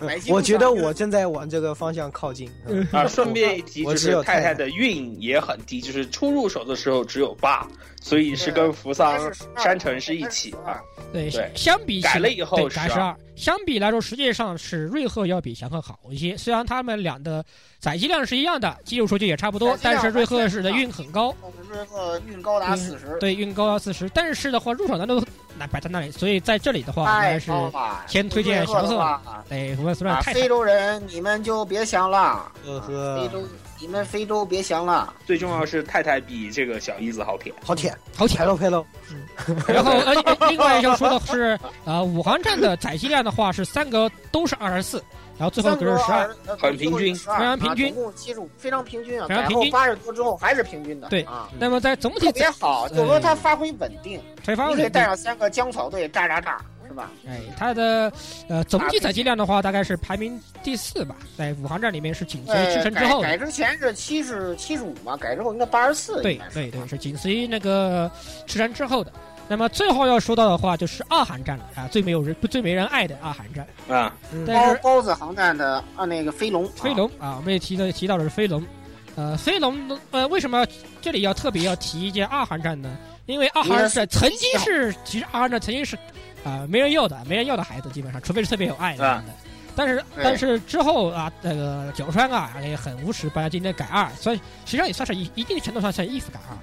Speaker 1: 百基
Speaker 6: 我
Speaker 1: 不
Speaker 6: 觉得
Speaker 1: 上就是
Speaker 6: 我正在往这个方向靠近。嗯
Speaker 4: 啊，顺便一提，
Speaker 6: 我
Speaker 4: 就
Speaker 6: 只
Speaker 4: 是
Speaker 6: 有
Speaker 4: 太
Speaker 6: 太
Speaker 4: 太
Speaker 6: 太
Speaker 4: 的运也很低，就是初入手的时候只有八，所以是跟扶桑
Speaker 1: 它是12
Speaker 4: 山城是一起
Speaker 1: 它
Speaker 4: 啊。
Speaker 3: 对
Speaker 4: 对
Speaker 3: 相比起
Speaker 4: 改了以后啊
Speaker 3: 对改十
Speaker 4: 12
Speaker 3: 二，相比来说实际上是瑞鹤要比祥鹤好一些，虽然他们俩的载机量是一样的，技术数据也差不多
Speaker 1: 载，机量
Speaker 3: 但是瑞鹤是的
Speaker 1: 完全
Speaker 3: 运很高，
Speaker 1: 我们这个运高达
Speaker 3: 嗯
Speaker 1: 四十，
Speaker 3: 对运高要四十，但是的话入手难度那摆在那里，所以在这里的话应
Speaker 1: 太
Speaker 3: 该是
Speaker 1: 高了。
Speaker 3: 先推荐
Speaker 1: 瑞鹤
Speaker 3: 小
Speaker 1: 的
Speaker 3: 贺
Speaker 1: 话
Speaker 3: 哎，我虽然
Speaker 1: 啊，
Speaker 3: 太
Speaker 1: 非洲人你们就别想了，啊
Speaker 6: 呵
Speaker 1: 非
Speaker 6: 呵，
Speaker 1: 洲你们非洲别想了。啊
Speaker 4: 最重要是太太比这个小姨子好舔，
Speaker 6: 好舔，
Speaker 3: 好
Speaker 6: 拍
Speaker 3: 舔，
Speaker 6: 喽拍喽，
Speaker 3: 然后呃另外要说的是，呃武航站的载机量的话是三格都是二十四，然后最后格是十二。
Speaker 1: 呃
Speaker 4: 很平均
Speaker 1: 最后
Speaker 3: 非
Speaker 1: 一个12
Speaker 3: 常平均
Speaker 1: 啊总共七十五，非常平均啊。
Speaker 3: 非常
Speaker 1: 然
Speaker 3: 平
Speaker 1: 后
Speaker 3: 均
Speaker 1: 八十多之后还是平均的，
Speaker 3: 对
Speaker 1: 啊，
Speaker 3: 那么在总体
Speaker 1: 特别好，就是说它发挥稳定，
Speaker 3: 采访
Speaker 1: 你得带上三个江草队炸炸炸，是吧？
Speaker 3: 哎，它的呃总体载机量的话，大概是排名第四吧，在武航站里面是紧随
Speaker 1: 呃
Speaker 3: 赤，城之
Speaker 1: 改
Speaker 3: 后
Speaker 1: 改
Speaker 3: 的。
Speaker 1: 之前是七十七十五嘛，改之后应该啊八十四，
Speaker 3: 对对对，是紧随那个赤城之后的。那么最后要说到的话，就是二航站了啊，最没有人、最没人爱的二航站。
Speaker 4: 啊，
Speaker 3: 但
Speaker 1: 包
Speaker 3: 是
Speaker 1: 包子航站的啊那个飞龙，
Speaker 3: 飞龙啊，我们也提到提到的是飞龙，呃，飞龙呃，为什么这里要特别要提一件二航站呢？因为二航站曾经是，其实二航站曾经是啊、没人要的，没人要的孩子，基本上，除非是特别有爱的
Speaker 4: 啊
Speaker 3: 人的。但是
Speaker 1: 对
Speaker 3: 但是之后啊，那个角川啊也很无耻，把它今天改二，所以实际上也算是一一定程度上算衣服改二了。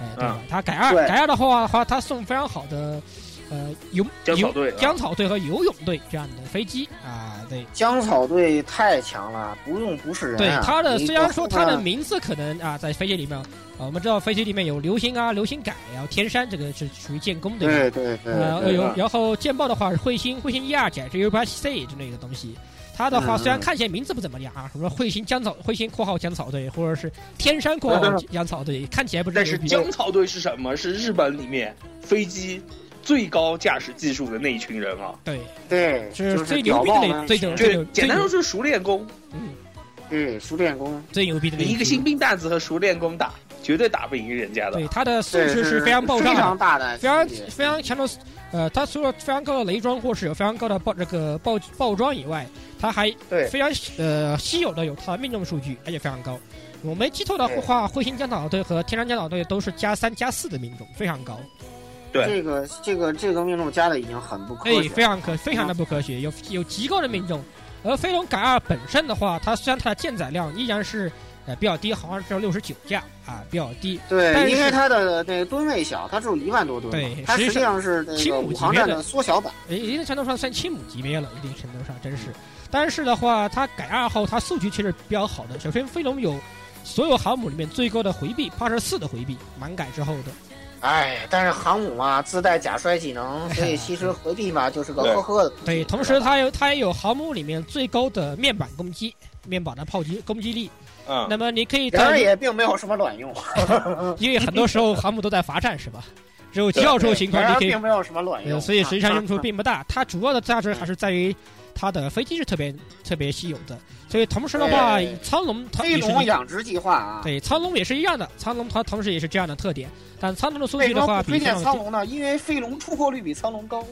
Speaker 3: 哎，对吧？他改二
Speaker 1: 对
Speaker 3: 改二的话，话他送非常好的呃游
Speaker 4: 江
Speaker 3: 游
Speaker 4: 草队啊
Speaker 3: 江草队和游泳队这样的飞机啊，对。
Speaker 1: 江草队太强了，不用不是人、
Speaker 3: 对
Speaker 1: 啊。
Speaker 3: 他的，
Speaker 1: 你
Speaker 3: 虽然说他的
Speaker 1: 你
Speaker 3: 名字可能啊，在飞机里面，啊，我们知道飞机里面有流星啊、流星改，然后天山这个是属于建功对吧？
Speaker 1: 对对对，
Speaker 3: 呃，
Speaker 1: 对
Speaker 3: 有
Speaker 1: 吧
Speaker 3: 然后剑报的话是彗星，彗星一二改是 U 八 C 之类的东西。它的话
Speaker 1: 嗯
Speaker 3: 虽然看起来名字不怎么样啊，什么彗星江草、彗星（括号江草队）或者是天山（括
Speaker 1: 嗯
Speaker 3: 号江草队），看起来不是
Speaker 4: 但
Speaker 3: 牛
Speaker 4: 是
Speaker 3: 逼
Speaker 4: 江草队是什么？是日本里面飞机最高驾驶技术的那一群人啊，
Speaker 3: 对，
Speaker 1: 对，
Speaker 3: 是
Speaker 1: 就是
Speaker 3: 最牛逼
Speaker 1: 屌
Speaker 3: 的
Speaker 1: 爆
Speaker 3: 那
Speaker 1: 嘛
Speaker 3: 最牛
Speaker 4: 就
Speaker 3: 最
Speaker 4: 是
Speaker 3: 牛
Speaker 4: 简
Speaker 3: 最
Speaker 4: 单
Speaker 3: 牛
Speaker 4: 说是熟练工，
Speaker 3: 嗯
Speaker 1: 对熟练工，
Speaker 3: 最牛逼的那
Speaker 4: 你一个
Speaker 3: 批
Speaker 4: 新兵蛋子和熟练工打，绝对打不赢人家的
Speaker 3: 对。他的素
Speaker 1: 对
Speaker 3: 质
Speaker 1: 是
Speaker 3: 是非常爆炸
Speaker 1: 非
Speaker 3: 的。
Speaker 1: 常大的
Speaker 3: 非常
Speaker 1: 区别
Speaker 3: 非常强的，呃，它除了非常高的雷装或是有非常高的爆这个爆爆装以外，它还
Speaker 1: 对
Speaker 3: 非常呃稀有的有它的命中数据，而且非常高。我没记错的
Speaker 1: 对
Speaker 3: 话，彗星江岛队和天山江岛队都是加三加四的命中，非常高，
Speaker 4: 对
Speaker 1: 这个这个这个命中加的已经很不科
Speaker 3: 哎
Speaker 1: 学，，嗯
Speaker 3: 非常科，非常的不科学，有有极高的命中。而飞龙改二本身的话，它虽然它的舰载量依然是呃比较低，好像只有六十九架啊，比较低，但
Speaker 1: 对，
Speaker 3: 是
Speaker 1: 因为它的那个吨位小，它只有一万多吨嘛，
Speaker 3: 对
Speaker 1: 它
Speaker 3: 实际
Speaker 1: 实际上是那
Speaker 3: 轻
Speaker 1: 个
Speaker 3: 武
Speaker 1: 武
Speaker 3: 级
Speaker 1: 航
Speaker 3: 别
Speaker 1: 站
Speaker 3: 的
Speaker 1: 的缩小版。
Speaker 3: 哎一定程度上算亲母级别了，一定程度上真
Speaker 1: 嗯
Speaker 3: 是。但是的话，它改二后，它数据其实比较好的。首先，飞龙有所有航母里面最高的回避，八十四的回避，满改之后的。
Speaker 1: 哎，但是航母嘛，自带假摔技 能，所以其实回避嘛就是个呵呵的东西。
Speaker 3: 对，同时它有它也有航母里面最高的面板攻击，面板的炮击攻击力。
Speaker 1: 啊
Speaker 4: 嗯，
Speaker 3: 那么你可以
Speaker 1: 然而
Speaker 3: 在，
Speaker 1: 也并没有什么卵用，啊
Speaker 3: 因为很多时候航母都在罚站是吧？只有极少数情况
Speaker 1: 然
Speaker 3: 你
Speaker 1: 而
Speaker 3: 可以
Speaker 1: 并没有什么卵用，
Speaker 3: 呃，所以实际上用处
Speaker 1: 啊
Speaker 3: 并不大。它主要的价值还是在于它的飞机是特别特别稀有的。所以同时的话
Speaker 1: 对，
Speaker 3: 苍龙它
Speaker 1: 飞
Speaker 3: 也是
Speaker 1: 龙
Speaker 3: 一
Speaker 1: 养殖计划啊。
Speaker 3: 对，苍龙也是一样的，苍龙它同时也是这样的特点，但苍龙的数
Speaker 1: 为
Speaker 3: 据
Speaker 1: 什
Speaker 3: 的
Speaker 1: 么
Speaker 3: 话
Speaker 1: 不
Speaker 3: 比
Speaker 1: 推荐
Speaker 3: 上
Speaker 1: 苍龙呢？因为飞龙出货率比苍龙高。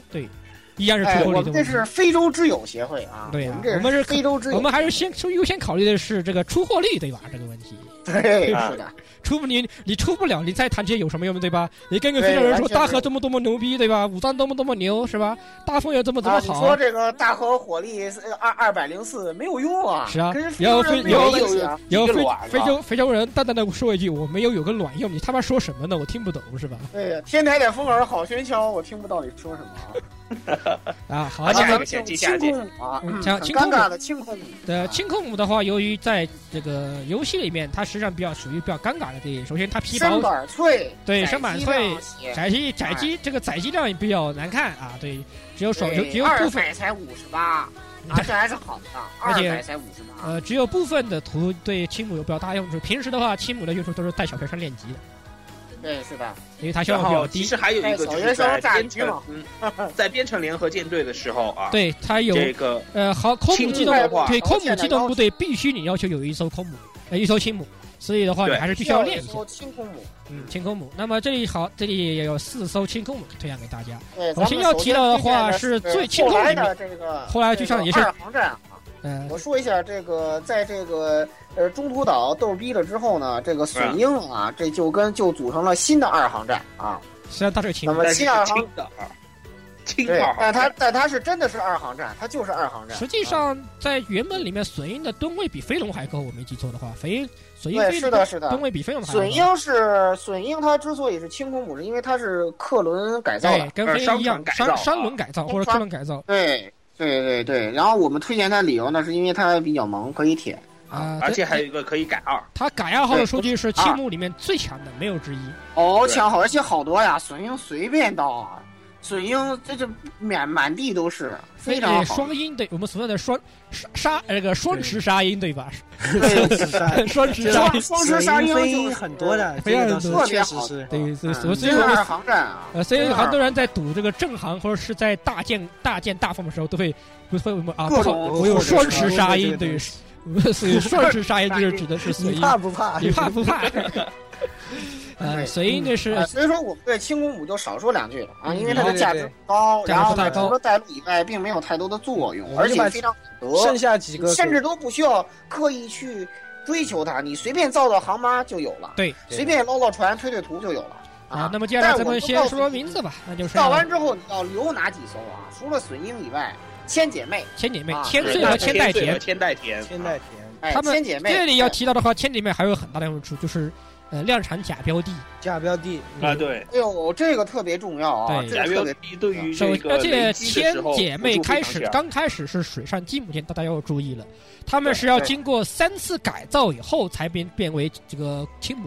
Speaker 3: 依然是
Speaker 1: 哎，
Speaker 3: 出
Speaker 1: 我
Speaker 3: 货率
Speaker 1: 们
Speaker 3: 的
Speaker 1: 这
Speaker 3: 问题。
Speaker 1: 是非洲之友协会啊，
Speaker 3: 对啊
Speaker 1: 我们这
Speaker 3: 我们是
Speaker 1: 非洲之友，
Speaker 3: 我们还是先说优先考虑的是这个出货率，对吧？这个问题，
Speaker 1: 对
Speaker 4: 啊
Speaker 1: 是的，
Speaker 3: 出不你你出不了，你再谈这些有什么用，对吧？你跟个
Speaker 1: 对
Speaker 3: 非洲人
Speaker 1: 完
Speaker 3: 说
Speaker 1: 全
Speaker 3: 大
Speaker 1: 是
Speaker 3: 河多么多么牛逼，对吧？武藏多么多么牛，是吧？大风也多么多
Speaker 1: 啊，
Speaker 3: 么
Speaker 1: 你
Speaker 3: 好
Speaker 1: 说，这个大和火力呃二二百零四没有用啊，
Speaker 3: 是啊
Speaker 1: 跟非
Speaker 3: 然后
Speaker 1: 洲人没
Speaker 3: 非
Speaker 1: 有
Speaker 3: 然后
Speaker 1: 关系啊，
Speaker 3: 然后
Speaker 4: 一个
Speaker 3: 非
Speaker 4: 卵
Speaker 3: 非
Speaker 4: 吧
Speaker 3: 洲非洲人淡淡的说一句：“我没有有个卵用，你他妈说什么呢？我听不懂，是吧
Speaker 1: 对呀，天台的风儿好喧嚣，我听不到你说什么啊。？”
Speaker 3: 啊，好，
Speaker 4: 下
Speaker 3: 讲
Speaker 4: 一
Speaker 1: 咱
Speaker 4: 个
Speaker 1: 们
Speaker 4: 先
Speaker 1: 就
Speaker 4: 接下
Speaker 1: 清
Speaker 4: 一个
Speaker 1: 空舞啊，
Speaker 3: 嗯
Speaker 1: 嗯
Speaker 3: 讲
Speaker 1: 很
Speaker 3: 清空
Speaker 1: 尴
Speaker 3: 舞
Speaker 1: 尬的清空舞
Speaker 3: 的
Speaker 1: 啊
Speaker 3: 清呃空舞的话，由于在这个游戏里面，它实际上比较属于比较尴尬的地。首先，它皮
Speaker 1: 身
Speaker 3: 薄
Speaker 1: 板脆，
Speaker 3: 对
Speaker 1: 窄
Speaker 3: 身板
Speaker 1: 机
Speaker 3: 脆
Speaker 1: 量鞋
Speaker 3: 载机
Speaker 1: 哎
Speaker 3: 载机这个载机量也比较难看啊，对，只有少有
Speaker 1: 对
Speaker 3: 只有
Speaker 1: 二
Speaker 3: 部分
Speaker 1: 百才五十八，啊，这还是好的，
Speaker 3: 而
Speaker 1: 二
Speaker 3: 且
Speaker 1: 百才五十码。
Speaker 3: 呃，只有部分的图对亲母有比较大用处。平时的话，亲母的用处都是带小学生练级的，嗯
Speaker 1: 对，是的，
Speaker 3: 因为它效
Speaker 4: 然
Speaker 3: 率比
Speaker 4: 后
Speaker 3: 较
Speaker 4: 其
Speaker 3: 低。
Speaker 4: 实还有一个
Speaker 1: 哎
Speaker 4: 就
Speaker 1: 小
Speaker 4: 是
Speaker 1: 学生
Speaker 4: 在
Speaker 1: 炸
Speaker 4: 编
Speaker 1: 鸡嘛
Speaker 4: 程，嗯在编程联合舰队的时候啊，
Speaker 3: 对，它有
Speaker 4: 这个
Speaker 3: 呃，好，空母
Speaker 4: 亲
Speaker 3: 机
Speaker 4: 母
Speaker 3: 动
Speaker 4: 的话
Speaker 3: 对
Speaker 1: 条
Speaker 3: 空
Speaker 1: 件
Speaker 3: 母
Speaker 1: 的
Speaker 3: 机动
Speaker 1: 要
Speaker 3: 部队必须你要求有一艘空母，呃，一艘亲母，所以的话你
Speaker 4: 对
Speaker 3: 还是必须要练一下
Speaker 1: 说清空母。嗯，
Speaker 3: 清空母。那么这里好，这里也有四艘清空母推荐给大家。
Speaker 1: 对，
Speaker 3: 首先要提到的话是最清空
Speaker 1: 后
Speaker 3: 里
Speaker 1: 来
Speaker 3: 面
Speaker 1: 的这个，
Speaker 3: 后来就像
Speaker 1: 这
Speaker 3: 也
Speaker 1: 个
Speaker 3: 是
Speaker 1: 二航站啊。
Speaker 3: 呃，
Speaker 1: 我说一下这个，在这个呃中途岛逗逼了之后呢，这个隼鹰啊，这就跟就组成了新的二航站啊。
Speaker 3: 实际上它是清
Speaker 1: 那
Speaker 3: 母，
Speaker 1: 么
Speaker 4: 但是
Speaker 1: 新二
Speaker 4: 是
Speaker 1: 航
Speaker 4: 轻的啊，轻
Speaker 1: 对
Speaker 4: 的，，
Speaker 1: 但它但它是真的是二航站，它就是二航站。
Speaker 3: 实际上在原本里面隼鹰的吨位比飞龙还高，我没记错的话，飞隼鹰
Speaker 1: 对，
Speaker 3: 飞
Speaker 1: 是的，是的
Speaker 3: 吨。位比飞龙还高。
Speaker 1: 隼鹰是隼鹰，它之所以是轻空母，是因为它是客轮改造
Speaker 3: 对
Speaker 1: 的。，
Speaker 3: 跟
Speaker 4: 呃
Speaker 3: 飞
Speaker 4: 商
Speaker 3: 鹰一
Speaker 4: 船
Speaker 3: 样，
Speaker 4: 改造
Speaker 3: 商
Speaker 4: 啊
Speaker 3: 商轮改造或者
Speaker 1: 商
Speaker 3: 客轮改造
Speaker 1: 对对对对，然后我们推荐它的理由呢，是因为它比较萌，可以舔。
Speaker 3: 啊，
Speaker 4: 而
Speaker 3: 对
Speaker 4: 且还有一个可以改二，
Speaker 3: 它改二号的
Speaker 1: 对啊
Speaker 3: 数据是青木里面最强的，没有之一。
Speaker 1: 好
Speaker 4: 对
Speaker 1: 强哦好，而且好多呀！隼鹰随便刀啊，隼鹰这这满满地都是，非常
Speaker 3: 呃
Speaker 1: 好。
Speaker 3: 双鹰对，我们所谓的双沙沙那个双持沙鹰对吧？
Speaker 1: 对
Speaker 6: 是吧
Speaker 3: 双持沙
Speaker 1: 双
Speaker 3: 鹰
Speaker 1: 双十沙鹰
Speaker 6: 飞
Speaker 1: 就
Speaker 6: 鹰
Speaker 1: 是
Speaker 6: 很多，的，
Speaker 3: 非常
Speaker 6: 这个
Speaker 3: 多
Speaker 6: 倒是确实是。
Speaker 3: 对，所以所
Speaker 1: 嗯
Speaker 3: 以所以
Speaker 1: 真
Speaker 3: 我
Speaker 1: 的
Speaker 3: 们
Speaker 1: 是航站啊，
Speaker 3: 呃，所以
Speaker 1: 真的是
Speaker 3: 很多人在赌这个正行或者是在大剑大剑大风的时候，都会会会会啊，
Speaker 1: 各
Speaker 3: 不好，
Speaker 1: 种
Speaker 3: 我有双持沙鹰，
Speaker 6: 对对
Speaker 3: 对
Speaker 6: 对，
Speaker 3: 所 以双持沙鹰就是指的是随
Speaker 6: 你
Speaker 3: 鹰，
Speaker 6: 怕不怕？
Speaker 3: 你怕不怕？呃，
Speaker 1: 对
Speaker 3: 随鹰这是
Speaker 1: 啊，所以说我们对轻功母就少说两句了啊，
Speaker 3: 嗯
Speaker 1: 因为它的
Speaker 6: 对对
Speaker 1: 价
Speaker 6: 对
Speaker 1: 值不高，
Speaker 3: 价值
Speaker 1: 然后
Speaker 3: 不太
Speaker 1: 呢，
Speaker 3: 高嗯
Speaker 1: 除了带路以外，并没有太多的作用
Speaker 6: 我，们
Speaker 1: 而
Speaker 6: 就
Speaker 1: 且
Speaker 6: 把
Speaker 1: 非常难
Speaker 6: 剩
Speaker 1: 得，
Speaker 6: 下几个
Speaker 1: 甚至都不需要刻意去追求它，你随便造造航妈就有了，
Speaker 3: 对
Speaker 1: 随便捞捞船、推推图就有了
Speaker 3: 啊
Speaker 1: 啊。。
Speaker 3: 那么接下来
Speaker 1: 但
Speaker 3: 咱
Speaker 1: 我
Speaker 3: 们
Speaker 1: 就
Speaker 3: 先
Speaker 1: 告诉
Speaker 3: 说说
Speaker 1: 你
Speaker 3: 名字吧，那就是
Speaker 1: 造完之后你要留哪几艘啊？除了隼鹰以外，千姐妹，
Speaker 3: 千姐妹
Speaker 1: 啊
Speaker 3: 千
Speaker 1: 对
Speaker 3: 岁
Speaker 1: 那
Speaker 3: 和
Speaker 1: 个
Speaker 3: 千
Speaker 4: 千
Speaker 3: 代
Speaker 4: 田
Speaker 3: 田
Speaker 4: 和。千代田，
Speaker 6: 千代田
Speaker 1: 哎，
Speaker 3: 他们
Speaker 1: 千姐妹
Speaker 3: 这里要提到的话，千里面还有很大的用处，就是呃量产假标的。
Speaker 6: 假标的
Speaker 4: 啊，对。
Speaker 1: 哎呦，这个特别重要啊，
Speaker 3: 对
Speaker 1: 这
Speaker 4: 贾
Speaker 1: 个特
Speaker 4: 跃
Speaker 1: 别
Speaker 4: 亭对于
Speaker 3: 首
Speaker 4: 这个
Speaker 3: 而且
Speaker 4: 雷击的
Speaker 3: 呃千
Speaker 4: 时候
Speaker 3: 姐妹
Speaker 4: 辅助非
Speaker 3: 开
Speaker 4: 常
Speaker 3: 始
Speaker 4: 强
Speaker 3: 刚开始是水上积木舰，大家要注意了，他们是要
Speaker 1: 对
Speaker 3: 经过三次改造以后才变变为这个亲母。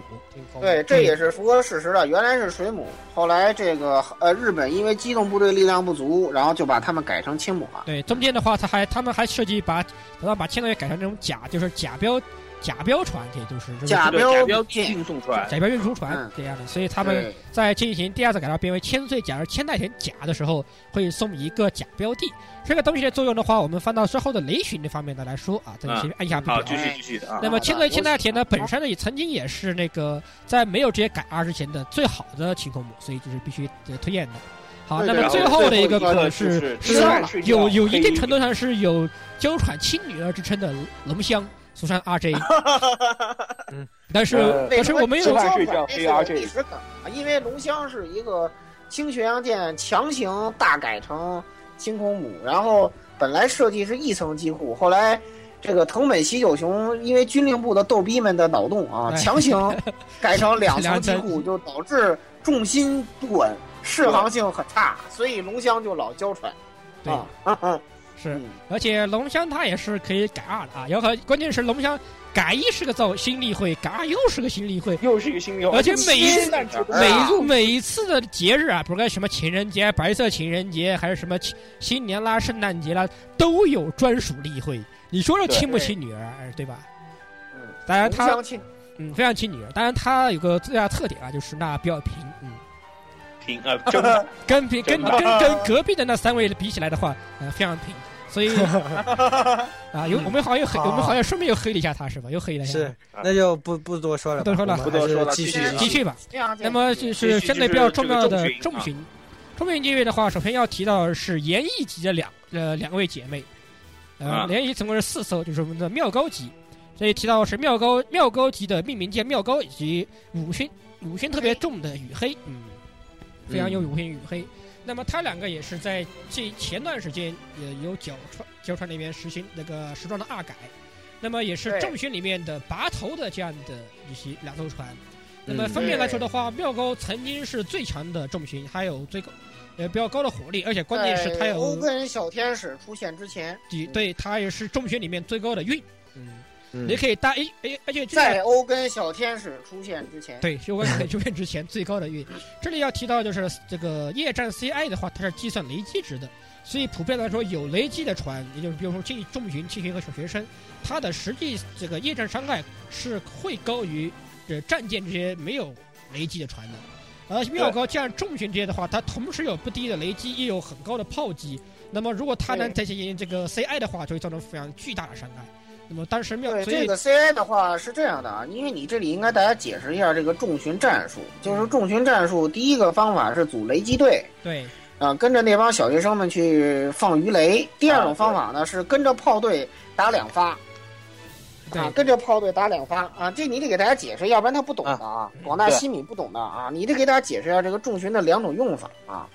Speaker 1: 对，
Speaker 3: 嗯
Speaker 1: 这也是符合事实的。原来是水母，后来这个呃日本因为机动部队力量不足，然后就把他们改成轻母了。
Speaker 3: 对，中间的话，他还他们还设计把，然后把千代也改成这种甲，就是甲标甲标船，这就是这种
Speaker 1: 甲
Speaker 4: 对
Speaker 1: 标
Speaker 4: 甲标
Speaker 1: 舰
Speaker 4: 运送船，
Speaker 3: 甲标运输船
Speaker 1: 嗯
Speaker 3: 这样的，所以他们在进行第二次改造变为千岁甲而千代田甲的时候，会送一个甲标的。这个东西的作用的话，我们放到之后的雷巡这方面的来说啊，这里先按一下不表
Speaker 4: 好，。继续继续啊
Speaker 3: 那，么千岁千代田呢，
Speaker 1: 好的
Speaker 3: 本身呢也曾经也是那个在没有直接改 R 之前的最好的清空母，所以就是必须呃推荐的。好，
Speaker 1: 对
Speaker 3: 那
Speaker 1: 对
Speaker 3: 么
Speaker 1: 然后
Speaker 3: 最后的一个
Speaker 4: 最后一个
Speaker 3: 可能
Speaker 4: 就是
Speaker 3: 是
Speaker 4: 是
Speaker 1: 吃
Speaker 3: 有
Speaker 1: 饭
Speaker 4: 睡觉
Speaker 3: 有有一
Speaker 4: 可
Speaker 3: 定
Speaker 4: 以
Speaker 3: 程度上是有娇喘亲女儿之称的龙香苏珊 RJ。嗯，但是
Speaker 4: 呃
Speaker 3: 但是我们
Speaker 1: 有
Speaker 3: 有
Speaker 4: 吃饭睡觉
Speaker 1: 这
Speaker 4: VR
Speaker 1: 是历史梗啊，因为龙香是一个轻巡洋舰强行大改成轻空母，然后本来设计是一层机库，后来。这个藤本喜久雄因为军令部的逗逼们的脑洞啊，
Speaker 3: 哎
Speaker 1: 强 行改成两层
Speaker 3: 两
Speaker 1: 机
Speaker 3: 层
Speaker 1: 库，就导致重心不稳，适航性很差，所以龙香就老娇喘。
Speaker 3: 对
Speaker 1: 啊，嗯嗯
Speaker 3: 是
Speaker 1: 嗯，
Speaker 3: 而且龙香它也是可以改二的啊，然后关键是龙香改一是个造新例会，改二又是个新例会，
Speaker 4: 又是一个新流，
Speaker 3: 而且每一次
Speaker 4: 次
Speaker 1: 哎
Speaker 3: 每
Speaker 1: 呀
Speaker 3: 一每一次的节日啊，不论什么情人节、白色情人节，还是什么亲新年啦、圣诞节啦，都有专属例会。你说这
Speaker 4: 对
Speaker 3: 亲不亲女儿，哎对吧？
Speaker 1: 嗯，
Speaker 3: 当然
Speaker 1: 龙
Speaker 3: 哎他
Speaker 1: 香亲
Speaker 3: 嗯非常亲女儿，当然他有个最大特点啊，就是那比较平，嗯，
Speaker 4: 平呃 真
Speaker 3: 跟平跟
Speaker 4: 真
Speaker 3: 跟跟隔壁的那三位比起来的话，呃非常平，所以啊有我们好像又黑，
Speaker 6: 好
Speaker 3: 我们好像顺便又黑了一下他是吧？又黑了一下，
Speaker 6: 是，那就不不多说了吧，
Speaker 3: 不多说了
Speaker 6: 我们
Speaker 4: 不多说了
Speaker 6: 还是继续
Speaker 4: 继续
Speaker 3: 继续吧。
Speaker 1: 巡洋舰
Speaker 3: 那么就
Speaker 4: 继
Speaker 3: 是
Speaker 4: 续
Speaker 3: 相
Speaker 4: 就
Speaker 3: 对
Speaker 4: 是
Speaker 3: 比较
Speaker 4: 这
Speaker 3: 重
Speaker 4: 个
Speaker 3: 要
Speaker 4: 重
Speaker 3: 的
Speaker 4: 巡
Speaker 3: 重
Speaker 4: 啊
Speaker 3: 巡。重巡这位的话，首先要提到是岩翼级的两呃两位姐妹，呃
Speaker 4: 啊，
Speaker 3: 岩翼总共是四艘，就是我们的妙高级。这里提到是妙高妙高级的命名舰妙高以及乳熏乳熏特别重的雨黑，嗯，非常有
Speaker 4: 嗯
Speaker 3: 乳熏雨黑。那么它两个也是在这前段时间也有角川角川那边实行那个时装的二改，那么也是
Speaker 1: 对
Speaker 3: 重巡里面的拔头的这样的一些两艘船。那么
Speaker 2: 嗯
Speaker 3: 分别来说的话，妙高曾经是最强的重巡，还有最高，呃，比较高的火力，而且关键是它
Speaker 1: 在欧
Speaker 3: 有
Speaker 1: 根小天使出现之前，
Speaker 3: 几，对，它也是重巡里面最高的运。嗯，
Speaker 2: 嗯
Speaker 3: 你可以搭哎哎，而且这个
Speaker 1: 在欧根小天使出现之前，
Speaker 3: 对，修改可出现之前最高的运。这里要提到就是这个夜战 CI 的话，它是计算雷击值的，所以普遍来说，有雷击的船，也就是比如说进重巡、轻巡和小学生，它的实际这个夜战伤害是会高于这战舰这些没有雷击的船的。而妙高加上重巡这些的话，它同时有不低的雷击，也有很高的炮击。那么如果它能
Speaker 1: 对
Speaker 3: 再进行这个 CI 的话，就会造成非常巨大的伤害。那么当时妙，
Speaker 1: 对
Speaker 3: 所以
Speaker 1: 这个 CI 的话是这样的啊，因为你这里应该大家解释一下这个重巡战术，
Speaker 3: 嗯
Speaker 1: 就是重巡战术第一个方法是组雷击队
Speaker 3: 对
Speaker 1: 啊、跟着那帮小学生们去放鱼雷；第二
Speaker 4: 啊
Speaker 1: 种方法呢是跟着炮队打两发。
Speaker 3: 对
Speaker 1: 啊，跟着炮队打两发啊，这你得给大家解释，要不然他不懂的啊，广大
Speaker 4: 对
Speaker 1: 西米不懂的啊，你得给大家解释一下这个重巡的两种用法啊。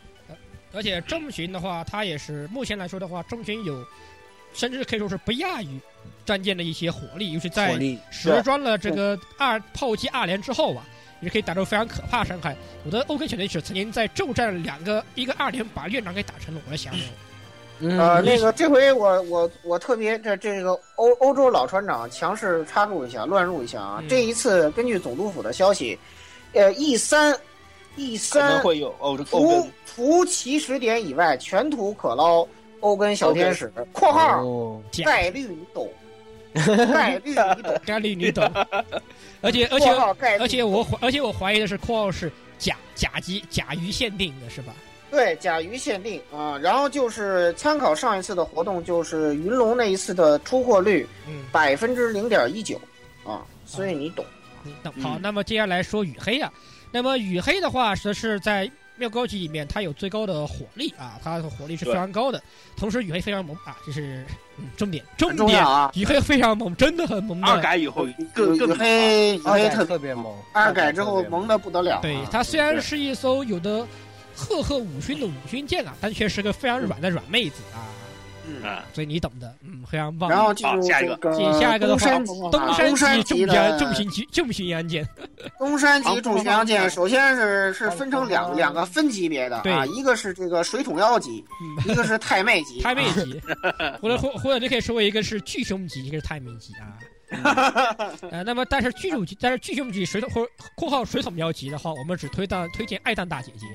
Speaker 3: 而且中巡的话，它也是目前来说的话，中巡有，甚至可以说是不亚于战舰的一些火力，尤其
Speaker 2: 火
Speaker 3: 在
Speaker 2: 力
Speaker 3: 时装了这个二炮击二连之后啊，也是可以打出非常可怕的伤害。我的 OK 小天使曾经在骤战两个，一个二连把院长给打成了我的 降龙。
Speaker 1: 呃，
Speaker 2: 嗯，
Speaker 1: 那个这回我我我特别这这个欧欧洲老船长强势插入一下，乱入一下啊！
Speaker 3: 嗯
Speaker 1: 这一次根据总督府的消息，呃，E 三 E
Speaker 4: 可能
Speaker 1: 三
Speaker 4: 会有欧欧
Speaker 1: 除
Speaker 4: 根，
Speaker 1: 除起始点以外，全图可捞欧根小天使（括号
Speaker 2: 哦，
Speaker 1: 概率你懂，概率你懂
Speaker 3: 概率你懂。而且），而且
Speaker 1: 括号概率
Speaker 3: 而且我怀而且我怀疑的是括号是甲甲级甲鱼限定的是吧？
Speaker 1: 对甲鱼限定啊。然后就是参考上一次的活动，就是云龙那一次的出货率
Speaker 3: 嗯，
Speaker 1: 百分之零点一九啊，所以你懂。
Speaker 3: 那
Speaker 1: 嗯
Speaker 3: 好，那么接下来说雨黑啊，那么雨黑的话，是是在妙高级里面，它有最高的火力啊，它的火力是非常高的。同时，雨黑非常猛啊，这是嗯重点，重
Speaker 1: 很重
Speaker 3: 点
Speaker 1: 要，啊！
Speaker 3: 雨黑非常猛，真的很猛
Speaker 4: 二
Speaker 3: 的。
Speaker 4: 改以后更更
Speaker 1: 雨黑雨黑特别
Speaker 2: 特别猛，
Speaker 1: 二改之后
Speaker 2: 特别猛，
Speaker 1: 萌的不得了、啊。
Speaker 3: 对，它虽然是一艘有的赫赫武勋的武勋舰啊，但却是个非常软的软妹子啊，
Speaker 1: 嗯
Speaker 4: 啊，
Speaker 3: 所以你懂的，嗯，非常棒。
Speaker 1: 然后进
Speaker 4: 好
Speaker 1: 入
Speaker 4: 下一个
Speaker 1: 这个
Speaker 3: 进下一个的
Speaker 1: 东
Speaker 3: 话啊
Speaker 1: 山
Speaker 3: 东
Speaker 1: 山
Speaker 3: 山级
Speaker 1: 级
Speaker 3: 重巡
Speaker 1: 的
Speaker 3: 重巡级重巡洋舰，
Speaker 1: 东山级重巡洋舰，首先是是
Speaker 2: 航空
Speaker 1: 分成两两个分级别的啊，
Speaker 3: 对
Speaker 1: 一个是这个水桶腰级，
Speaker 3: 嗯，
Speaker 1: 一个是太妹级。
Speaker 3: 太妹级， 或者或或者你可以说一个是巨胸级，一个是太妹级啊。呃，那么但是巨乳级，但是巨胸级水桶或括号水桶腰级的话，我们只推到推荐爱蛋大姐姐，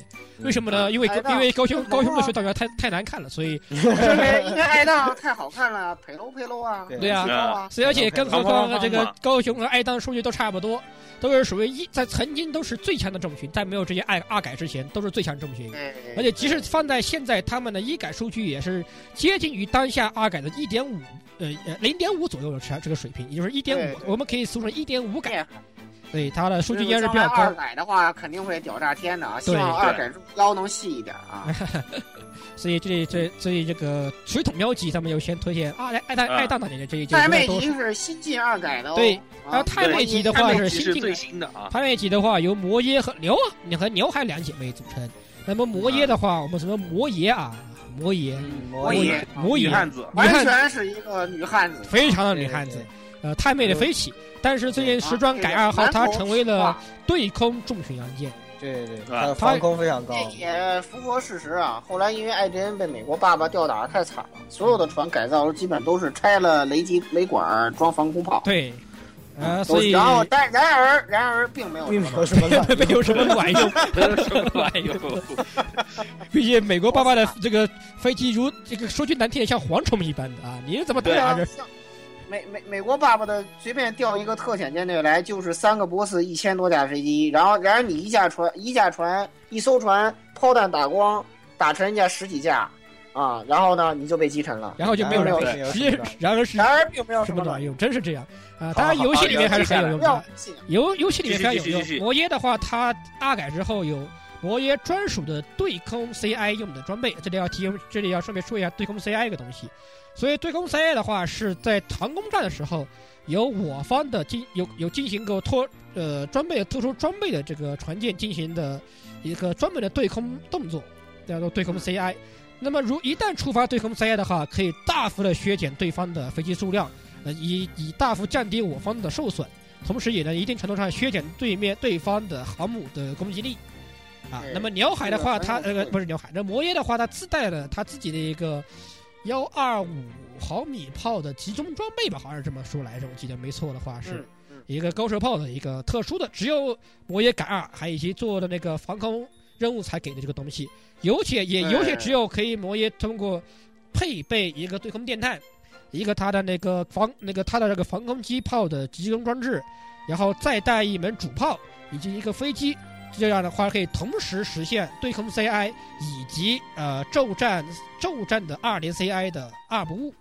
Speaker 3: 为什么呢？因为
Speaker 1: 爱蛋
Speaker 3: 因为高胸
Speaker 1: 为什么啊
Speaker 3: 高胸的水桶腰太太难看了，所以
Speaker 1: 因为因为爱当太好看了，陪喽陪喽啊，
Speaker 2: 对
Speaker 3: 对啊
Speaker 1: 知道啊，
Speaker 3: 所以而且跟何
Speaker 4: 好好
Speaker 3: 况
Speaker 4: 好好
Speaker 3: 这个高胸和爱蛋数据都差不多，都是属于一在曾经都是最强的重群，在没有这些爱二改之前都是最强重群。
Speaker 1: 对，
Speaker 3: 而且即使放在现在，他们的医改数据也是接近于当下二改的一点五，呃呃零点五左右的这这个水平，也就是一点
Speaker 1: 对
Speaker 3: 五，我们可以俗称一点五改，
Speaker 1: 对
Speaker 3: 对它的数据应该是比
Speaker 1: 将来
Speaker 3: 较
Speaker 1: 二
Speaker 3: 高。
Speaker 1: 改的话肯定会屌炸天的啊！希
Speaker 3: 对
Speaker 1: 望二
Speaker 4: 对
Speaker 1: 改腰能细一点啊。
Speaker 3: 所以这里这所以这个水桶标记，咱们优先推荐啊，爱爱蛋
Speaker 4: 啊
Speaker 3: 爱蛋大姐姐这一届
Speaker 1: 太
Speaker 3: 应该
Speaker 1: 妹
Speaker 3: 都
Speaker 1: 级
Speaker 3: 是。
Speaker 1: 是新晋二改的哦，
Speaker 3: 对
Speaker 1: 啊
Speaker 3: 啊，太妹级的
Speaker 4: 太
Speaker 3: 话
Speaker 4: 妹
Speaker 3: 是
Speaker 4: 级
Speaker 3: 新
Speaker 4: 是
Speaker 3: 进
Speaker 4: 最
Speaker 3: 来，
Speaker 4: 新的啊，
Speaker 3: 太妹级的话由魔耶和牛啊，你和牛还两姐妹组成。那么魔耶的话，我们什么魔爷啊，魔爷，
Speaker 1: 我
Speaker 2: 魔
Speaker 1: 也
Speaker 2: 也
Speaker 3: 魔
Speaker 4: 女
Speaker 3: 爷，
Speaker 4: 汉子，
Speaker 1: 完全是一个女汉子，
Speaker 3: 非常的女汉子
Speaker 2: 对对，
Speaker 3: 呃，太妹的飞起。但是最近时装改二
Speaker 1: 啊
Speaker 3: 号，它
Speaker 1: 这个
Speaker 3: 成为
Speaker 1: 男
Speaker 3: 了
Speaker 1: 同
Speaker 3: 对空重巡洋舰。
Speaker 2: 对对，
Speaker 4: 啊
Speaker 2: 它防空非常高
Speaker 1: 这，也符合事实啊。后来因为艾珍被美国爸爸吊打的太惨了，所有的船改造基本都是拆了雷击雷管儿装防空炮，
Speaker 3: 对，呃，
Speaker 1: 都
Speaker 3: 所以
Speaker 1: 然后但然而然而并没有
Speaker 2: 并
Speaker 1: 什
Speaker 2: 没
Speaker 1: 么
Speaker 2: 有什么乱
Speaker 3: 没有什么卵 用。
Speaker 4: 哎 呦，
Speaker 3: 毕竟美国爸爸的这个飞机如这个说句难听点，像蝗虫一般的啊，你是怎么
Speaker 1: 对
Speaker 3: 打
Speaker 1: 啊
Speaker 3: 的？，
Speaker 1: 像美美美国爸爸的随便调一个特遣舰队来，就是三个波斯一千多架飞机，然后然而你一架船一架船一艘船炮弹打光打沉人家十几架啊，然后呢你就被击沉了。
Speaker 3: 然后 就没有人
Speaker 2: 然
Speaker 3: 飞
Speaker 2: 后没啊有
Speaker 3: 直接
Speaker 2: 什么，
Speaker 3: 然而是
Speaker 1: 然而并没有
Speaker 3: 什
Speaker 1: 什
Speaker 3: 么
Speaker 1: 么
Speaker 3: 卵
Speaker 1: 卵用，
Speaker 3: 用，真是这样啊！当然游戏里面还是很有用
Speaker 1: 不要
Speaker 3: 的，
Speaker 1: 信。
Speaker 3: 游游戏里面非常有
Speaker 4: 继续继续继续
Speaker 3: 用。魔耶的话，它二改之后有。魔耶专属的对空 CI 用的装备，这里要提，这里要顺便说一下对空 CI 一个东西。所以对空 CI 的话，是在长攻战的时候，由我方的进有有进行过脱呃装备特殊装备的这个船舰进行的一个专门的对空动作，叫做对
Speaker 1: 嗯
Speaker 3: 空 CI。那么如一旦触发对空 CI 的话，可以大幅的削减对方的飞机数量，呃，以以大幅降低我方的受损，同时也能一定程度上削减对面对方的航母的攻击力。啊，
Speaker 1: 对
Speaker 3: 那么鸟海的话，
Speaker 1: 这个
Speaker 3: 它
Speaker 1: 很有
Speaker 3: 呃
Speaker 1: 趣
Speaker 3: 不是鸟海，那摩耶的话，它自带了它自己的一个幺二五毫米炮的集中装备吧，好像是这么说来着，我记得没错的话
Speaker 1: 嗯
Speaker 3: 是。
Speaker 1: 嗯
Speaker 3: 一个高射炮的一个特殊的，只有摩耶敢二啊还以及做的那个防空任务才给的这个东西，尤且也
Speaker 1: 哎
Speaker 3: 尤且只有可以摩耶通过配备一个对空电弹，一个它的那个防那个它的这个防空机炮的集中装置，然后再带一门主炮以及一个飞机，这样的话可以同时实现对空 CI 以及呃骤战骤战的二连 CI 的二不误，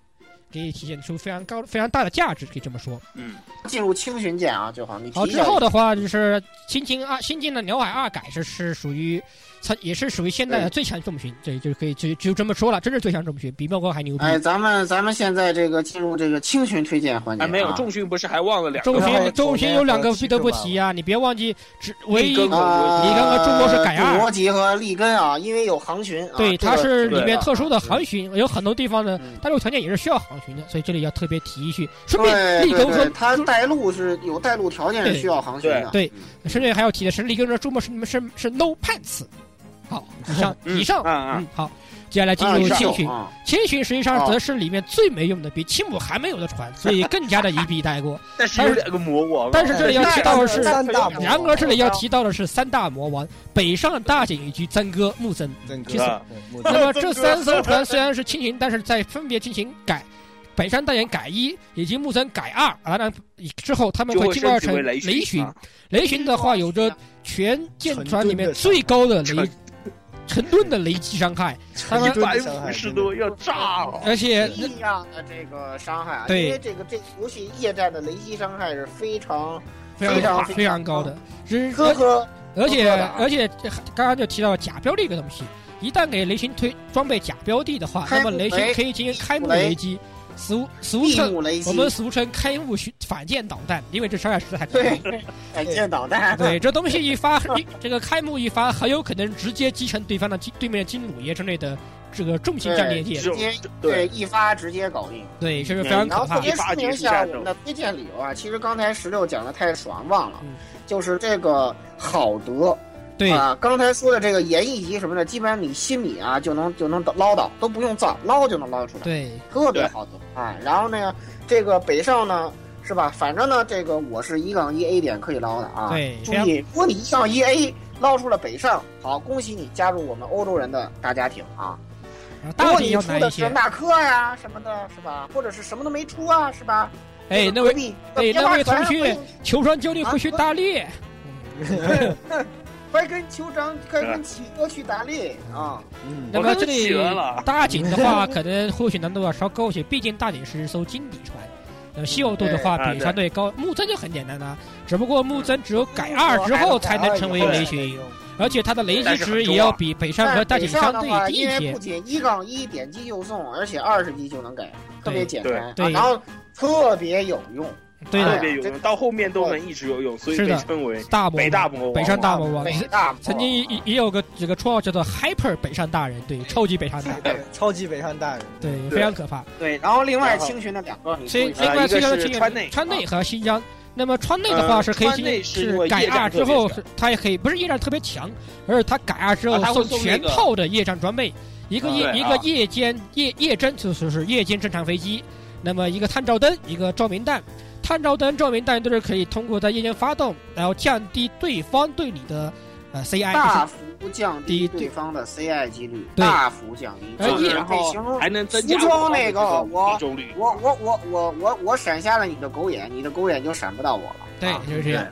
Speaker 3: 可以体现出非常高非常大的价值，可以这么说。
Speaker 4: 嗯，
Speaker 1: 进入轻巡舰啊，就好，你提
Speaker 3: 好，
Speaker 1: 一
Speaker 3: 之
Speaker 1: 下
Speaker 3: 后的话就是新进二新进的鸟海二改是是属于，它也是属于现在的最强重巡，这就可以就就这么说了，真是最强重巡，比妙高还牛逼。
Speaker 1: 哎，咱们咱们现在这个进入这个轻巡推荐环节、
Speaker 4: 还
Speaker 1: 啊，
Speaker 4: 哎没有重训不是还忘了两
Speaker 3: 重
Speaker 4: 个
Speaker 6: 巡
Speaker 4: 吗？
Speaker 3: 巡重巡有两个
Speaker 6: 我
Speaker 3: 必得不提啊，你别忘记，只唯一
Speaker 4: 更
Speaker 1: 啊，
Speaker 3: 你刚刚中国是改二
Speaker 1: 古罗级和利根啊，因为有航巡啊，
Speaker 3: 对
Speaker 1: 这个
Speaker 3: 它是里面
Speaker 1: 对
Speaker 3: 特殊的航巡，有很多地方的
Speaker 1: 嗯
Speaker 3: 大陆条件也是需要航巡的，所以这里要特别提一句，顺便
Speaker 1: 对
Speaker 3: 立
Speaker 1: 对
Speaker 3: 功和
Speaker 1: 对，它带路是有带路条件是需要航巡的，
Speaker 3: 对甚至还要提的是立根说中国是你们是是 no pants。好，以上
Speaker 4: 嗯
Speaker 3: 以上，
Speaker 4: 嗯嗯
Speaker 3: 嗯，好，接下来进
Speaker 1: 啊
Speaker 3: 入
Speaker 1: 是
Speaker 3: 清
Speaker 1: 有
Speaker 3: 巡。
Speaker 1: 啊
Speaker 3: 千寻实际上
Speaker 1: 哦
Speaker 3: 则是里面最没用的，比青母还没有的船，所以更加的一笔带过。
Speaker 4: 但是有两个魔王，哎
Speaker 3: 但是这里要提到的是，
Speaker 6: 三大
Speaker 3: 然而这里要提到的是三大魔王：北上大井以及曾哥木曾。
Speaker 2: 真
Speaker 3: 其
Speaker 2: 哥
Speaker 3: 实
Speaker 4: 啊，
Speaker 2: 对木
Speaker 3: 那
Speaker 2: 真
Speaker 3: 么这三艘船虽然是清巡，但是在分别进行改。北上大眼改一，以及木曾改二，完了之后他们
Speaker 4: 就
Speaker 3: 会
Speaker 4: 会
Speaker 3: 进化
Speaker 4: 升级
Speaker 3: 成
Speaker 4: 为雷
Speaker 3: 雷巡
Speaker 4: 啊。
Speaker 3: 雷巡的话，有着全舰船里面最高的雷成吨的雷击伤害，他们
Speaker 6: 一吨
Speaker 4: 百
Speaker 6: 的伤害
Speaker 4: 五十多要炸了。
Speaker 3: 而且
Speaker 1: 不一样的这个伤害啊，
Speaker 3: 呃对
Speaker 1: 因为这个这尤其夜战的雷击伤害是非常
Speaker 3: 非常
Speaker 1: 非常
Speaker 3: 非常高的。只
Speaker 1: 呵呵，
Speaker 3: 而且
Speaker 1: 都说了啊
Speaker 3: 而且这刚刚就提到假标这个东西，一旦给雷霆推装备假标的的话，
Speaker 1: 开
Speaker 3: 那
Speaker 1: 幕
Speaker 3: 么雷霆可以进行开幕
Speaker 1: 雷
Speaker 3: 雷击，俗俗
Speaker 1: 闭
Speaker 3: 称
Speaker 1: 目雷击
Speaker 3: 我，们俗称开幕巡反舰导弹，因为这伤害实在太高。
Speaker 1: 对，哎，舰导弹，
Speaker 3: 对，这东西一发， 一这个开幕一发，很有可能直接击沉对方的金对面金弩爷之类的这个重型战列舰
Speaker 1: 直。接
Speaker 4: 对
Speaker 1: 对一发直接搞定。
Speaker 3: 对，这是非常
Speaker 1: 然
Speaker 3: 可
Speaker 1: 后特
Speaker 3: 怕的。
Speaker 1: 别说明一下我们的推荐理由啊，其实刚才十六讲的太爽，忘了
Speaker 3: 嗯，
Speaker 1: 就是这个好德
Speaker 3: 对，
Speaker 1: 啊，刚才说的这个盐一级什么的，基本上你心里啊就能就能捞到，都不用造，捞就能捞出来，
Speaker 3: 对，
Speaker 1: 特别好德啊。然后呢，这个北上呢。是吧？反正呢，这个我是一杠一 A 点可以捞的啊。
Speaker 3: 对
Speaker 1: 注意，如果你一杠一 A 捞出了北上，好，恭喜你加入我们欧洲人的大家庭啊！
Speaker 3: 然
Speaker 1: 如
Speaker 3: 后大
Speaker 1: 果
Speaker 3: 底
Speaker 1: 你
Speaker 3: 要
Speaker 1: 出
Speaker 3: 难
Speaker 1: 的
Speaker 3: 一
Speaker 1: 是
Speaker 3: 些。
Speaker 1: 纳克呀、什么的，是吧？或者是什么都没出啊，是吧？
Speaker 3: 哎，那
Speaker 1: 那
Speaker 3: 位
Speaker 1: 位
Speaker 3: 哎那位同学
Speaker 1: 学，
Speaker 3: 求船就地
Speaker 1: 啊
Speaker 3: 回去打猎。
Speaker 1: 快跟酋长，快跟企鹅去打猎啊！
Speaker 2: 嗯
Speaker 3: 那么这
Speaker 4: 我
Speaker 3: 里
Speaker 4: 都绝了
Speaker 3: 大井的话，可能或许难度要稍高一些，毕竟大井是一艘经济船。呃那么稀有度的话，
Speaker 4: 对啊
Speaker 3: 比相对高。木曾就很简单啦，只不过木曾只有改二之后才能成为雷巡，而且它的雷击值也要比北上和大
Speaker 1: 但是
Speaker 3: 井相
Speaker 1: 北上的
Speaker 3: 对
Speaker 1: 话，
Speaker 3: 低
Speaker 1: 因
Speaker 3: 一
Speaker 1: 为
Speaker 3: 些
Speaker 1: 不。仅一杠一点击就送，而且二十级就能给，特别简单。
Speaker 3: 对对
Speaker 1: 啊然后特别有用。
Speaker 3: 对
Speaker 4: 特
Speaker 1: 哎
Speaker 3: 的，
Speaker 4: 别有用，到后面都能一直有用，所以
Speaker 3: 是
Speaker 4: 被
Speaker 3: 的
Speaker 4: 称为
Speaker 3: 大魔
Speaker 4: 北大魔王。啊
Speaker 3: 北上大魔王。
Speaker 1: 北啊大啊魔王
Speaker 3: 曾经也也有个这个绰号叫做 Hyper 北上大人，对，超级北上大，人，
Speaker 6: 超级北上大人，
Speaker 3: 对，
Speaker 4: 对
Speaker 3: 非常可怕。
Speaker 1: 对，然后另外
Speaker 4: 然后
Speaker 1: 清巡的两个，你
Speaker 3: 所以
Speaker 1: 注意
Speaker 3: 另外
Speaker 4: 啊一个
Speaker 3: 最强的
Speaker 4: 是
Speaker 3: 清
Speaker 4: 川内
Speaker 3: 川内和新疆。那么川内的话
Speaker 4: 呃
Speaker 3: 是可以
Speaker 4: 川内
Speaker 3: 进
Speaker 4: 是因
Speaker 3: 是
Speaker 4: 为
Speaker 3: 改
Speaker 4: 夜战
Speaker 3: 二
Speaker 4: 特
Speaker 3: 之
Speaker 4: 别
Speaker 3: 后
Speaker 4: 强
Speaker 3: 是，他也可以不是夜战特别强，而是他改二之后
Speaker 4: 啊他会
Speaker 3: 送
Speaker 4: 送
Speaker 3: 全
Speaker 4: 那个
Speaker 3: 套的夜战装备，一个
Speaker 1: 啊
Speaker 3: 夜
Speaker 4: 对
Speaker 3: 一
Speaker 4: 啊
Speaker 3: 个夜间夜夜侦就是是夜间侦察飞机，那么一个探照灯，一个照明弹。探照灯、照明弹都是可以通过在夜间发动，然后降低对方对你的呃 CI，就是
Speaker 1: 大幅降低对方的 CI 几率，
Speaker 3: 对
Speaker 1: 大幅降低。
Speaker 3: 哎
Speaker 1: 就是
Speaker 3: 一
Speaker 1: 然后形容
Speaker 4: 啊还能增加
Speaker 1: 服装那个我
Speaker 4: 命中率。
Speaker 1: 我我我我我我闪瞎了你的狗眼，你的狗眼就闪不到我了。
Speaker 3: 对
Speaker 1: 啊，
Speaker 3: 就是这样。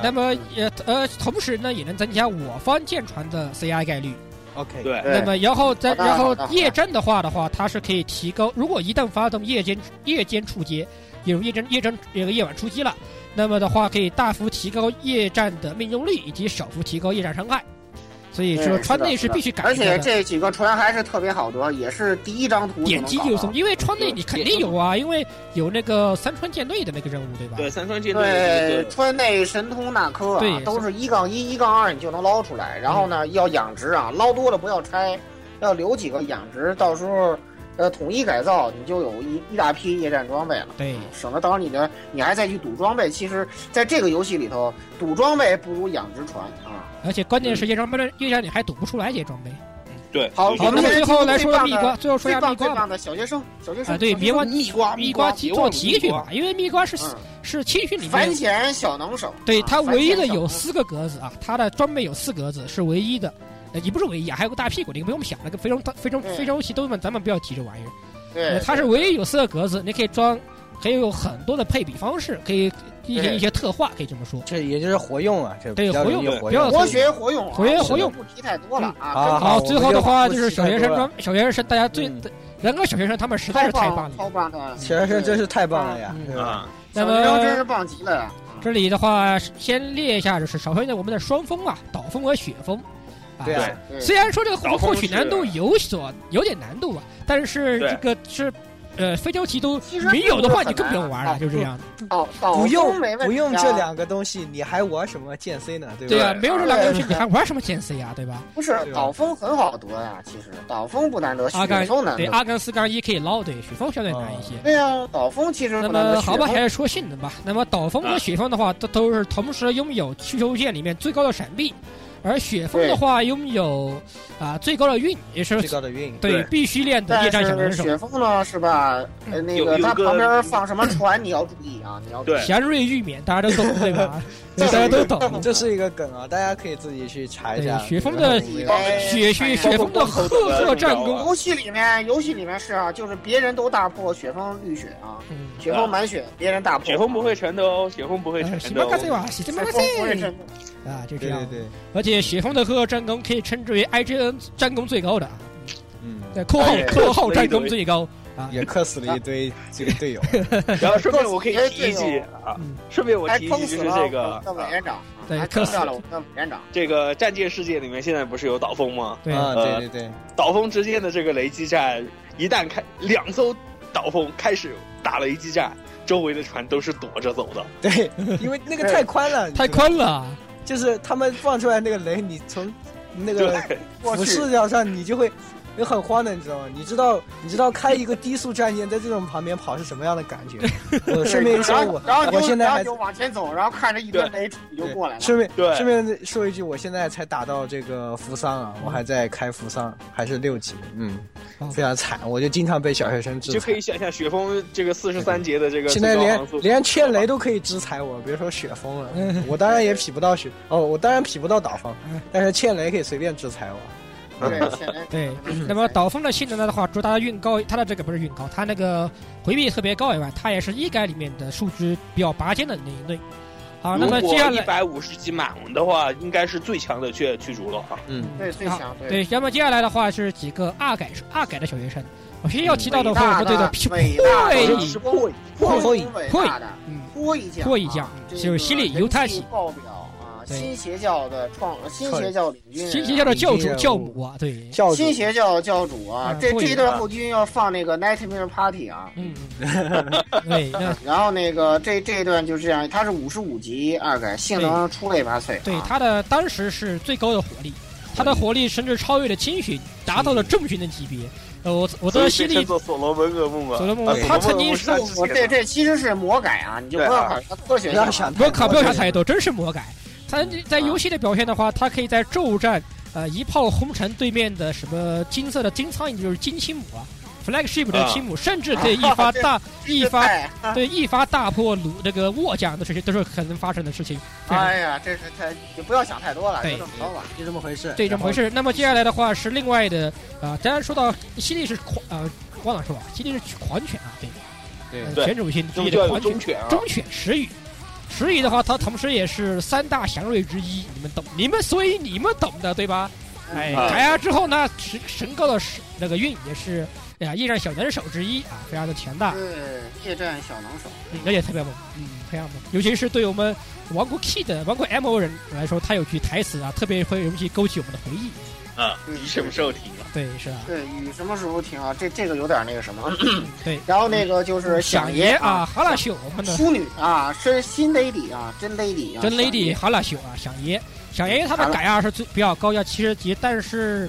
Speaker 3: 那么也呃，同时呢，也能增加我方舰船的 CI 概率。
Speaker 6: ，OK，
Speaker 4: 对，
Speaker 1: 对
Speaker 3: 那么然后
Speaker 1: 好
Speaker 3: 再
Speaker 1: 的
Speaker 3: 然后
Speaker 1: 好的好的
Speaker 3: 夜侦的话的话，它是可以提高，如果一旦发动夜间夜间出击，有夜侦夜侦有个夜晚出击了，那么的话可以大幅提高夜战的命中率，以及小幅提高夜战伤害。所以说
Speaker 1: 嗯
Speaker 3: 川内
Speaker 1: 是
Speaker 3: 是
Speaker 1: 的
Speaker 3: 必须改
Speaker 1: 而
Speaker 3: 一下
Speaker 1: 且
Speaker 3: 的。
Speaker 1: 这几个船还是特别好得，也是第一张图
Speaker 3: 点击就
Speaker 1: 就
Speaker 3: 送，
Speaker 1: 能
Speaker 3: 因为川内你肯定有啊，因为有那个三川舰队的那个任务，啊对吧？
Speaker 4: 对三川舰
Speaker 1: 搞到。对
Speaker 4: 队，
Speaker 1: 川内神通那科啊
Speaker 3: 对，嗯
Speaker 1: 都是一杠一、一杠二，你就能捞出来。然后呢，要养殖啊，捞多了不要拆，要留几个养殖，到时候呃统一改造，你就有一一大批夜战装备了。
Speaker 3: 对
Speaker 1: 省得到时候你的你还再去赌装备。其实，在这个游戏里头，赌装备不如养殖船啊。
Speaker 3: 而且关键是夜装备夜战你还赌不出来这些装备。
Speaker 4: 对，
Speaker 1: 好，
Speaker 4: 对
Speaker 3: 好，那么最后来说
Speaker 1: 最棒
Speaker 3: 蜜
Speaker 1: 的
Speaker 3: 瓜，最后说
Speaker 1: 最
Speaker 3: 一下
Speaker 1: 棒
Speaker 3: 蜜
Speaker 1: 最
Speaker 3: 瓜吧。
Speaker 1: 棒的小学生，小学生
Speaker 3: 啊，对，别忘
Speaker 4: 蜜瓜，
Speaker 3: 蜜
Speaker 4: 瓜，
Speaker 3: 瓜
Speaker 4: 别
Speaker 3: 提
Speaker 4: 忘
Speaker 3: 做
Speaker 4: 了
Speaker 3: 提
Speaker 4: 蜜
Speaker 3: 取
Speaker 4: 瓜
Speaker 3: 嘛，因为蜜瓜是
Speaker 1: 嗯
Speaker 3: 是青训里
Speaker 1: 反
Speaker 3: 面，
Speaker 1: 潜小能手，
Speaker 3: 对
Speaker 1: 啊
Speaker 3: 它唯一
Speaker 1: 反
Speaker 3: 的有。
Speaker 1: 潜小能手
Speaker 3: 四个格子啊，它的装备有四格子是唯一的。呃，也不是唯一啊，还有个大屁股，那个不用想，那个非洲非洲
Speaker 1: 嗯
Speaker 3: 非洲系都们咱们不要提这玩意儿。
Speaker 1: 对
Speaker 3: 呃，它是唯一有四个格子，你可以装，可以有很多的配比方式，可以一些
Speaker 1: 对
Speaker 3: 一些特化，可以这么说。
Speaker 2: 这也就是活用啊，这
Speaker 3: 对
Speaker 2: 比较容
Speaker 3: 活
Speaker 2: 易
Speaker 4: 用
Speaker 2: 活
Speaker 3: 不要
Speaker 2: 用。
Speaker 1: 活学活用啊，
Speaker 3: 活学
Speaker 1: 这个
Speaker 3: 活用嗯
Speaker 1: 不提太多了啊。
Speaker 2: 好
Speaker 1: 真的
Speaker 2: 好
Speaker 3: 好，最后的话
Speaker 2: 我们
Speaker 3: 就
Speaker 2: 就是
Speaker 3: 小学生
Speaker 2: 不
Speaker 3: 装，小学生大家最
Speaker 2: 嗯
Speaker 3: 人跟小学生他们实在是太
Speaker 1: 超
Speaker 3: 棒
Speaker 1: 棒，超
Speaker 3: 了。
Speaker 1: 棒的，
Speaker 2: 学生真是太棒了呀
Speaker 3: 嗯，
Speaker 2: 对吧？
Speaker 4: 啊，
Speaker 3: 那
Speaker 1: 小
Speaker 3: 么
Speaker 1: 学生真是棒极了呀！
Speaker 3: 这里的话，先列一下，就是首先呢，我们的双峰啊，岛峰和雪峰。啊
Speaker 2: 对啊，
Speaker 1: 对
Speaker 3: 虽然说这个获
Speaker 4: 岛峰
Speaker 3: 获
Speaker 4: 是
Speaker 3: 取难度有所有点难度吧，但是
Speaker 4: 对
Speaker 3: 这个是，呃，非洲棋都
Speaker 1: 其实
Speaker 3: 没有的话，你更不
Speaker 1: 并不是很难
Speaker 3: 用玩了，
Speaker 1: 啊
Speaker 3: 就是这样的。
Speaker 1: 哦，岛
Speaker 2: 不用
Speaker 1: 没问
Speaker 2: 不
Speaker 1: 题啊
Speaker 2: 用这，两个东西，你还玩什么剑 C 呢？对
Speaker 3: 对
Speaker 2: 吧？
Speaker 3: 啊，没有这两个游戏，你还玩什么剑 C 啊，对吧？
Speaker 1: 不是岛风很好得呀，其实岛风不难得，
Speaker 3: 阿甘
Speaker 1: 雪峰难
Speaker 3: 对，
Speaker 1: 得。
Speaker 3: 阿甘四杠一可以捞，对，雪峰相对难一些。
Speaker 1: 对呀，岛风其
Speaker 4: 嗯
Speaker 1: 实
Speaker 3: 那
Speaker 1: 不难得，
Speaker 3: 么好吧，
Speaker 1: 雪
Speaker 3: 还
Speaker 1: 峰
Speaker 3: 是说性能吧。那么岛风和雪峰的话，都都是同时拥有气球剑里面最高的闪避，而雪峰的话拥有啊、最高的运，也是
Speaker 2: 最高的运。
Speaker 3: 对
Speaker 4: 对
Speaker 3: 必须练的夜
Speaker 1: 但
Speaker 3: 战小能
Speaker 1: 是
Speaker 3: 手。
Speaker 1: 雪峰呢是吧？
Speaker 3: 嗯
Speaker 1: 呃，那
Speaker 4: 有有
Speaker 1: 它
Speaker 4: 个
Speaker 1: 旁边放什么船，你要注意啊，你要注意
Speaker 4: 对
Speaker 3: 祥瑞玉免，大家都懂对 吧？
Speaker 1: 这
Speaker 3: 大
Speaker 1: 是
Speaker 3: 家都懂。
Speaker 2: 这是一个梗啊，大家可以自己去查一下。
Speaker 3: 对雪峰
Speaker 2: 然后
Speaker 3: 的
Speaker 2: 我们
Speaker 1: 哎
Speaker 3: 雪雪雪峰的赫赫战功，
Speaker 1: 游戏里面，游戏里面是啊，就是别人都大破，雪峰绿血啊，
Speaker 3: 嗯，
Speaker 1: 雪峰满血，别人大破。
Speaker 4: 雪峰不会全兜，雪峰不会全哦
Speaker 3: 呃喜
Speaker 4: 兜
Speaker 3: 马。嘎塞瓦，喜
Speaker 1: 雪
Speaker 3: 马嘎
Speaker 1: 峰不会
Speaker 3: 塞
Speaker 1: 真的。
Speaker 3: 啊，就这
Speaker 2: 对对
Speaker 3: 样。
Speaker 2: 对，
Speaker 3: 而且雪峰的赫赫战功可以称之为 IGN 战功最高的，
Speaker 2: 嗯，
Speaker 3: 对，括号
Speaker 1: 哎
Speaker 3: 括号战功最高啊，
Speaker 2: 也克死了一堆这个队友。
Speaker 4: 然后顺便我可以提一句
Speaker 1: 对
Speaker 4: 啊
Speaker 3: 嗯，
Speaker 4: 顺便我
Speaker 1: 还
Speaker 4: 提一
Speaker 1: 坑
Speaker 4: 句
Speaker 1: 死
Speaker 4: 就是
Speaker 1: 了
Speaker 4: 这
Speaker 1: 我
Speaker 4: 个
Speaker 1: 的委
Speaker 4: 啊
Speaker 1: 员长，
Speaker 3: 对
Speaker 1: 还
Speaker 3: 坑
Speaker 1: 坑
Speaker 3: 死
Speaker 1: 掉了我的委员长。
Speaker 4: 这个战舰世界里面现在不是有岛风吗？
Speaker 3: 对，
Speaker 2: 啊，对对对，
Speaker 4: 岛风之间的这个雷击战，一旦开两艘岛风开始打雷击战，周围的船都是躲着走的。
Speaker 2: 对，因为那个太宽了，
Speaker 3: 太宽了。
Speaker 2: 就是他们放出来那个雷，你从那个
Speaker 4: 对，
Speaker 2: 俯视角上，你就会你很慌的，你知道吗？你知道你知道开一个低速战舰在这种旁边跑是什么样的感 觉？我顺便一说，
Speaker 1: 然后
Speaker 2: 我
Speaker 1: 然后你就
Speaker 2: 我现在
Speaker 1: 然后
Speaker 2: 还
Speaker 1: 你就往前走，然后看着一堆雷主就过来了。
Speaker 2: 顺便
Speaker 4: 对
Speaker 2: 顺便说一句，我现在才打到这个扶桑啊，我还在开扶桑，还是六级，嗯
Speaker 3: 哦，
Speaker 2: 非常惨，我就经常被小学生
Speaker 4: 你
Speaker 2: 制
Speaker 4: 就可
Speaker 2: 裁
Speaker 4: 以。想象雪峰这个四十三节的这个
Speaker 2: 现在
Speaker 4: 最高
Speaker 2: 连
Speaker 4: 航速
Speaker 2: 连欠雷都可以制裁我，别说雪峰了，我当然也匹不到雪哦，我当然匹不到岛风，但是欠雷可以随便制裁我。
Speaker 1: 对，显然
Speaker 3: 对，那么岛风的性能的话，除了它的运高，它的这个不是运高，它那个回避特别高以外，它也是一改里面的数值比较拔尖的那一类。好，啊那么接下
Speaker 4: 一
Speaker 3: 来。
Speaker 4: 百五十级满文的话，应该是最强的驱驱逐了啊。
Speaker 2: 嗯，
Speaker 1: 对最
Speaker 3: 好
Speaker 1: 强
Speaker 3: 对，那么接下来的话是几个二改二改的小学生。我先要提到的
Speaker 1: 伟
Speaker 3: 话，我
Speaker 1: 大
Speaker 3: 们队的皮
Speaker 1: 伟大的
Speaker 3: 破
Speaker 1: 一
Speaker 3: 译
Speaker 1: 支破破
Speaker 2: 破译
Speaker 1: 译伟大的
Speaker 3: 嗯，
Speaker 1: 破译将
Speaker 3: 破译将
Speaker 1: 啊
Speaker 3: 就是西里犹太系
Speaker 1: 这个人气爆表啊，
Speaker 3: 对
Speaker 1: 新邪教的创新邪教领军人啊，
Speaker 3: 新学校的教主
Speaker 2: 啊
Speaker 3: 教母啊，对，
Speaker 2: 教主
Speaker 1: 新邪教教主啊
Speaker 3: 啊，
Speaker 1: 这
Speaker 3: 破译
Speaker 1: 这一段后军要放那个 Nightmare Party 啊。
Speaker 3: 嗯，对，那
Speaker 1: 然后那个这这一段就是这样，它是五十五级二改，性能出类拔萃啊。
Speaker 3: 对他的当时是最高的火力，他的火力甚至超越了青训，达到了正训的级别。呃，我我
Speaker 4: 所以
Speaker 3: 的
Speaker 4: 被
Speaker 3: 心
Speaker 4: 称
Speaker 3: 里
Speaker 4: 作所罗门噩梦啊！
Speaker 3: 所罗门
Speaker 4: 啊
Speaker 3: 他曾经
Speaker 4: 所罗门
Speaker 1: 我
Speaker 4: 噩梦
Speaker 1: 这
Speaker 4: 是
Speaker 1: 这其实是魔改啊，你就不
Speaker 4: 对
Speaker 1: 要
Speaker 4: 啊
Speaker 1: 管它科学
Speaker 2: 不
Speaker 1: 性啊
Speaker 2: 要想
Speaker 3: 不
Speaker 2: 太
Speaker 3: 要
Speaker 2: 多，
Speaker 3: 卡不要想太多，真是魔改。他在游戏的表现的话，他可以在咒战呃一炮轰沉对面的什么金色的金苍蝇，就是金青母啊，flagship 的 青母，甚至可以一发大一发
Speaker 1: 哎
Speaker 3: 对，一发大破鲁那个沃将的事情都是可能发生的事情。非常
Speaker 1: 哎呀，这是太就不要想太多了，
Speaker 3: 对
Speaker 1: 就这么着吧。
Speaker 2: 就这么回事，
Speaker 3: 对，这么回。事。那么接下来的话是另外的啊，当然说到犀利是狂啊，忘了说啊，犀利是狂犬啊，对，
Speaker 2: 对
Speaker 3: 呃
Speaker 4: 对
Speaker 3: 犬主性之
Speaker 4: 中
Speaker 3: 一的
Speaker 4: 叫有
Speaker 3: 狂犬
Speaker 4: 忠，犬啊，
Speaker 3: 忠犬石宇。石宇的话，它同时也是三大祥瑞之一，你们懂，你们所以你们懂的对吧？
Speaker 1: 嗯
Speaker 3: 哎，
Speaker 4: 啊
Speaker 3: 改压之后呢，神神高的石那个运也是，哎呀，夜战小能手之一啊，非常的强大，
Speaker 1: 是夜战小能手，
Speaker 3: 嗯而且特别猛，嗯，非常猛。尤其是对我们王国 Key 的王国 M O 人来说，他有句台词啊，特别会容易勾起我们的回忆。
Speaker 4: 啊，你什么时候停了？
Speaker 3: 对，是啊，
Speaker 1: 对雨什么时候停啊？这这个有点那个什么。
Speaker 3: 对。
Speaker 1: 然后那个就是
Speaker 3: 响
Speaker 1: 爷
Speaker 3: 爷啊，，哈拉秀，我们的
Speaker 1: 淑女啊，是新 lady 啊，真 lady 啊，
Speaker 3: 真
Speaker 1: 响爷
Speaker 3: lady 哈拉秀啊，响爷，响爷他
Speaker 1: 好
Speaker 3: 的
Speaker 1: 了
Speaker 3: 改压是最比较高，要七十级，但是、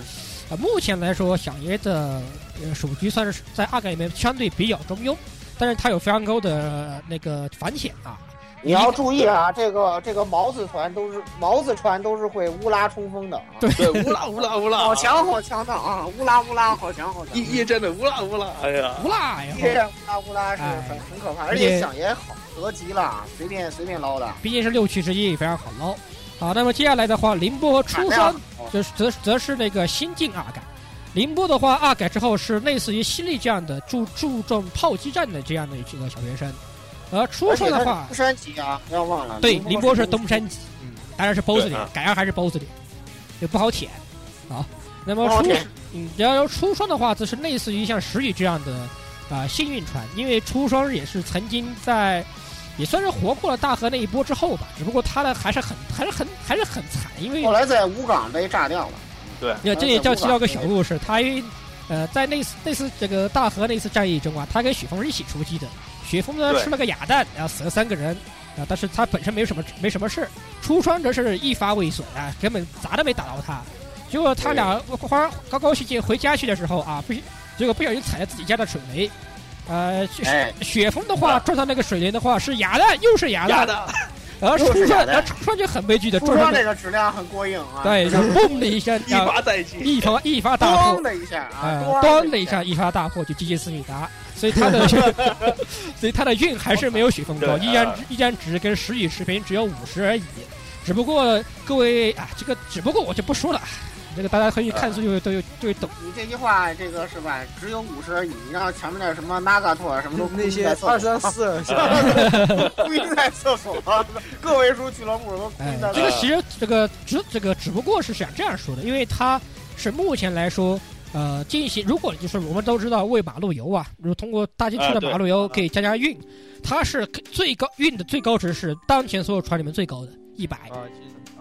Speaker 3: 呃目前来说，响爷的呃手局算是在二改里面相对比较中庸，但是他有非常高的、呃那个反潜啊。
Speaker 1: 你要注意啊，这个这个毛子船都是毛子船都是会乌拉冲锋的啊，
Speaker 3: 对
Speaker 4: 对，乌拉乌拉乌拉，
Speaker 2: 哦
Speaker 1: 好强好强的啊，乌拉乌拉好强好强，
Speaker 4: 一一阵的乌拉乌拉，哎呀，
Speaker 3: 无赖呀！
Speaker 1: 这样乌拉乌拉是
Speaker 3: 哎
Speaker 1: 很很可怕，
Speaker 3: 而
Speaker 1: 而
Speaker 3: 且
Speaker 1: 且想也好，得极了，随便随便捞的，
Speaker 3: 毕竟是六区之一，非常好捞。好，那么接下来的话，宁波初三则则则是那个新晋二改。宁波的话，二改之后是类似于犀利这样的注注重炮击战的这样的一个小学生，而初
Speaker 1: 而且
Speaker 3: 中
Speaker 1: 它
Speaker 3: 的
Speaker 1: 是
Speaker 3: 话
Speaker 1: 东，山级啊，不要忘了，
Speaker 3: 对，宁
Speaker 1: 宁
Speaker 3: 波是
Speaker 1: 东
Speaker 3: 东山级，嗯，当然是 BOSS
Speaker 4: 对
Speaker 3: 脸
Speaker 4: 啊，
Speaker 3: 改样还是 BOSS 脸，也不好舔啊。那么
Speaker 1: 不好
Speaker 3: 初
Speaker 1: 舔
Speaker 3: 嗯，然后初双的话，则是类似于像石宇这样的啊、幸运船，因为初双也是曾经在，也算是活过了大河那一波之后吧，只不过他的还是很还是很还是很惨，因为
Speaker 1: 后来在武岗被炸掉了，
Speaker 3: 那这里就要提到个小
Speaker 1: 对
Speaker 3: 故事，他因为呃在那次那次这个大河那次战役中啊，他跟雪峰是一起出击的，雪峰呢
Speaker 4: 对
Speaker 3: 吃了个哑弹，然后死了三个人。啊，但是他本身没有什么没什么事，出川则是一发未损啊，根本砸都没打到他。结果他俩花高高兴兴回家去的时候啊，不，结果不小心踩了自己家的水雷。呃，雪
Speaker 1: 哎，
Speaker 3: 雪峰的话撞到那个水雷的话是哑弹，又是哑
Speaker 4: 压
Speaker 3: 弹，
Speaker 4: 的，
Speaker 3: 然后
Speaker 1: 又
Speaker 3: 出
Speaker 1: 是哑
Speaker 3: 川，
Speaker 1: 弹
Speaker 3: 然后出川就很悲剧的
Speaker 1: 朱
Speaker 3: 撞上
Speaker 1: 双
Speaker 3: 那
Speaker 1: 这个质量很过硬啊，
Speaker 3: 对，然后嘣的一声，
Speaker 4: 一
Speaker 3: 然后
Speaker 4: 发在即，
Speaker 3: 一发一发大破
Speaker 1: 咣，的一下啊，
Speaker 3: 呃，
Speaker 1: 咣
Speaker 3: 咣的一下，一发大破就接近斯密达，所以他 的所以他的运还是没有许峰高，
Speaker 4: 对
Speaker 3: 依然
Speaker 4: 啊
Speaker 3: 依然只跟石宇持平，只有五十而已。只不过各位啊，这个只不过我就不说了，这个大家可以
Speaker 4: 啊
Speaker 3: 看书就会都有就会懂。
Speaker 1: 你这句话，这个是吧？只有五十而已，你让前面那什么纳嘎托什么都
Speaker 6: 那些二
Speaker 1: 二
Speaker 6: 三 四是吧？
Speaker 1: 归在厕所，个位数俱乐部都归
Speaker 3: 哎
Speaker 1: 在，
Speaker 3: 这个
Speaker 1: 厕所。
Speaker 3: 其实这个只这个只不过是想这样说的，因为它是目前来说。呃，进行如果就是我们都知道喂马路油啊，如通过大金车
Speaker 4: 啊
Speaker 3: 的
Speaker 4: 对
Speaker 3: 马路油
Speaker 4: 啊
Speaker 3: 给加加运，它是最高运的最高值是当前所有船里面最高的，一百。
Speaker 6: 啊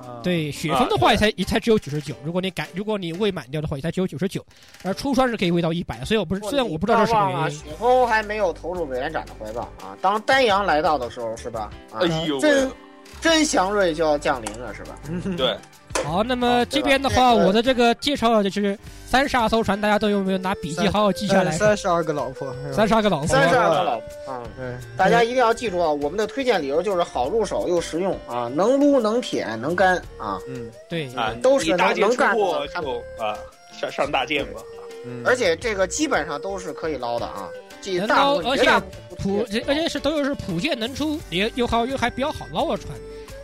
Speaker 6: 啊，
Speaker 3: 对，雪峰的话也才也才只有九十九，如果你改，如果你未满掉的话，也才只有九十九，而初栓是可以喂到一百，所以我不是，虽然我不知道这是什么原因，
Speaker 1: 雪峰啊还没有投入委员长的怀抱啊！当丹阳来到的时候，是吧？啊
Speaker 4: 哎，呦喂
Speaker 1: 真，真祥瑞就要降临了，是吧？
Speaker 4: 对，
Speaker 3: 好，那么
Speaker 1: 啊
Speaker 3: 这
Speaker 1: 对吧
Speaker 3: 边的话，
Speaker 1: 这个
Speaker 3: 我的这个介绍啊就是三十二艘船，大家都有没有拿笔记好好记下来？
Speaker 6: 三十二个老婆，是吧
Speaker 3: 三十二个老婆
Speaker 1: 三十
Speaker 3: 啊，
Speaker 1: 二个老啊，
Speaker 6: 对，
Speaker 1: 大家一定要记住啊！我们的推荐理由就是好入手又实用啊，能撸能舔能干啊！
Speaker 6: 嗯
Speaker 3: 对，
Speaker 4: 啊，
Speaker 1: 都是
Speaker 4: 你大
Speaker 1: 能
Speaker 4: 件
Speaker 1: 能
Speaker 4: 出
Speaker 1: 干的
Speaker 4: 货
Speaker 1: 看
Speaker 4: 就啊上上大件吧，
Speaker 6: 嗯，
Speaker 1: 而且这个基本上都是可以捞的啊，这
Speaker 3: 能
Speaker 1: 大
Speaker 3: 捞
Speaker 1: 部分
Speaker 3: 而
Speaker 1: 绝
Speaker 3: 且
Speaker 1: 大部分
Speaker 3: 普
Speaker 1: 都是可以，
Speaker 3: 而且是都是普件能出，也又好又还比较好捞的船，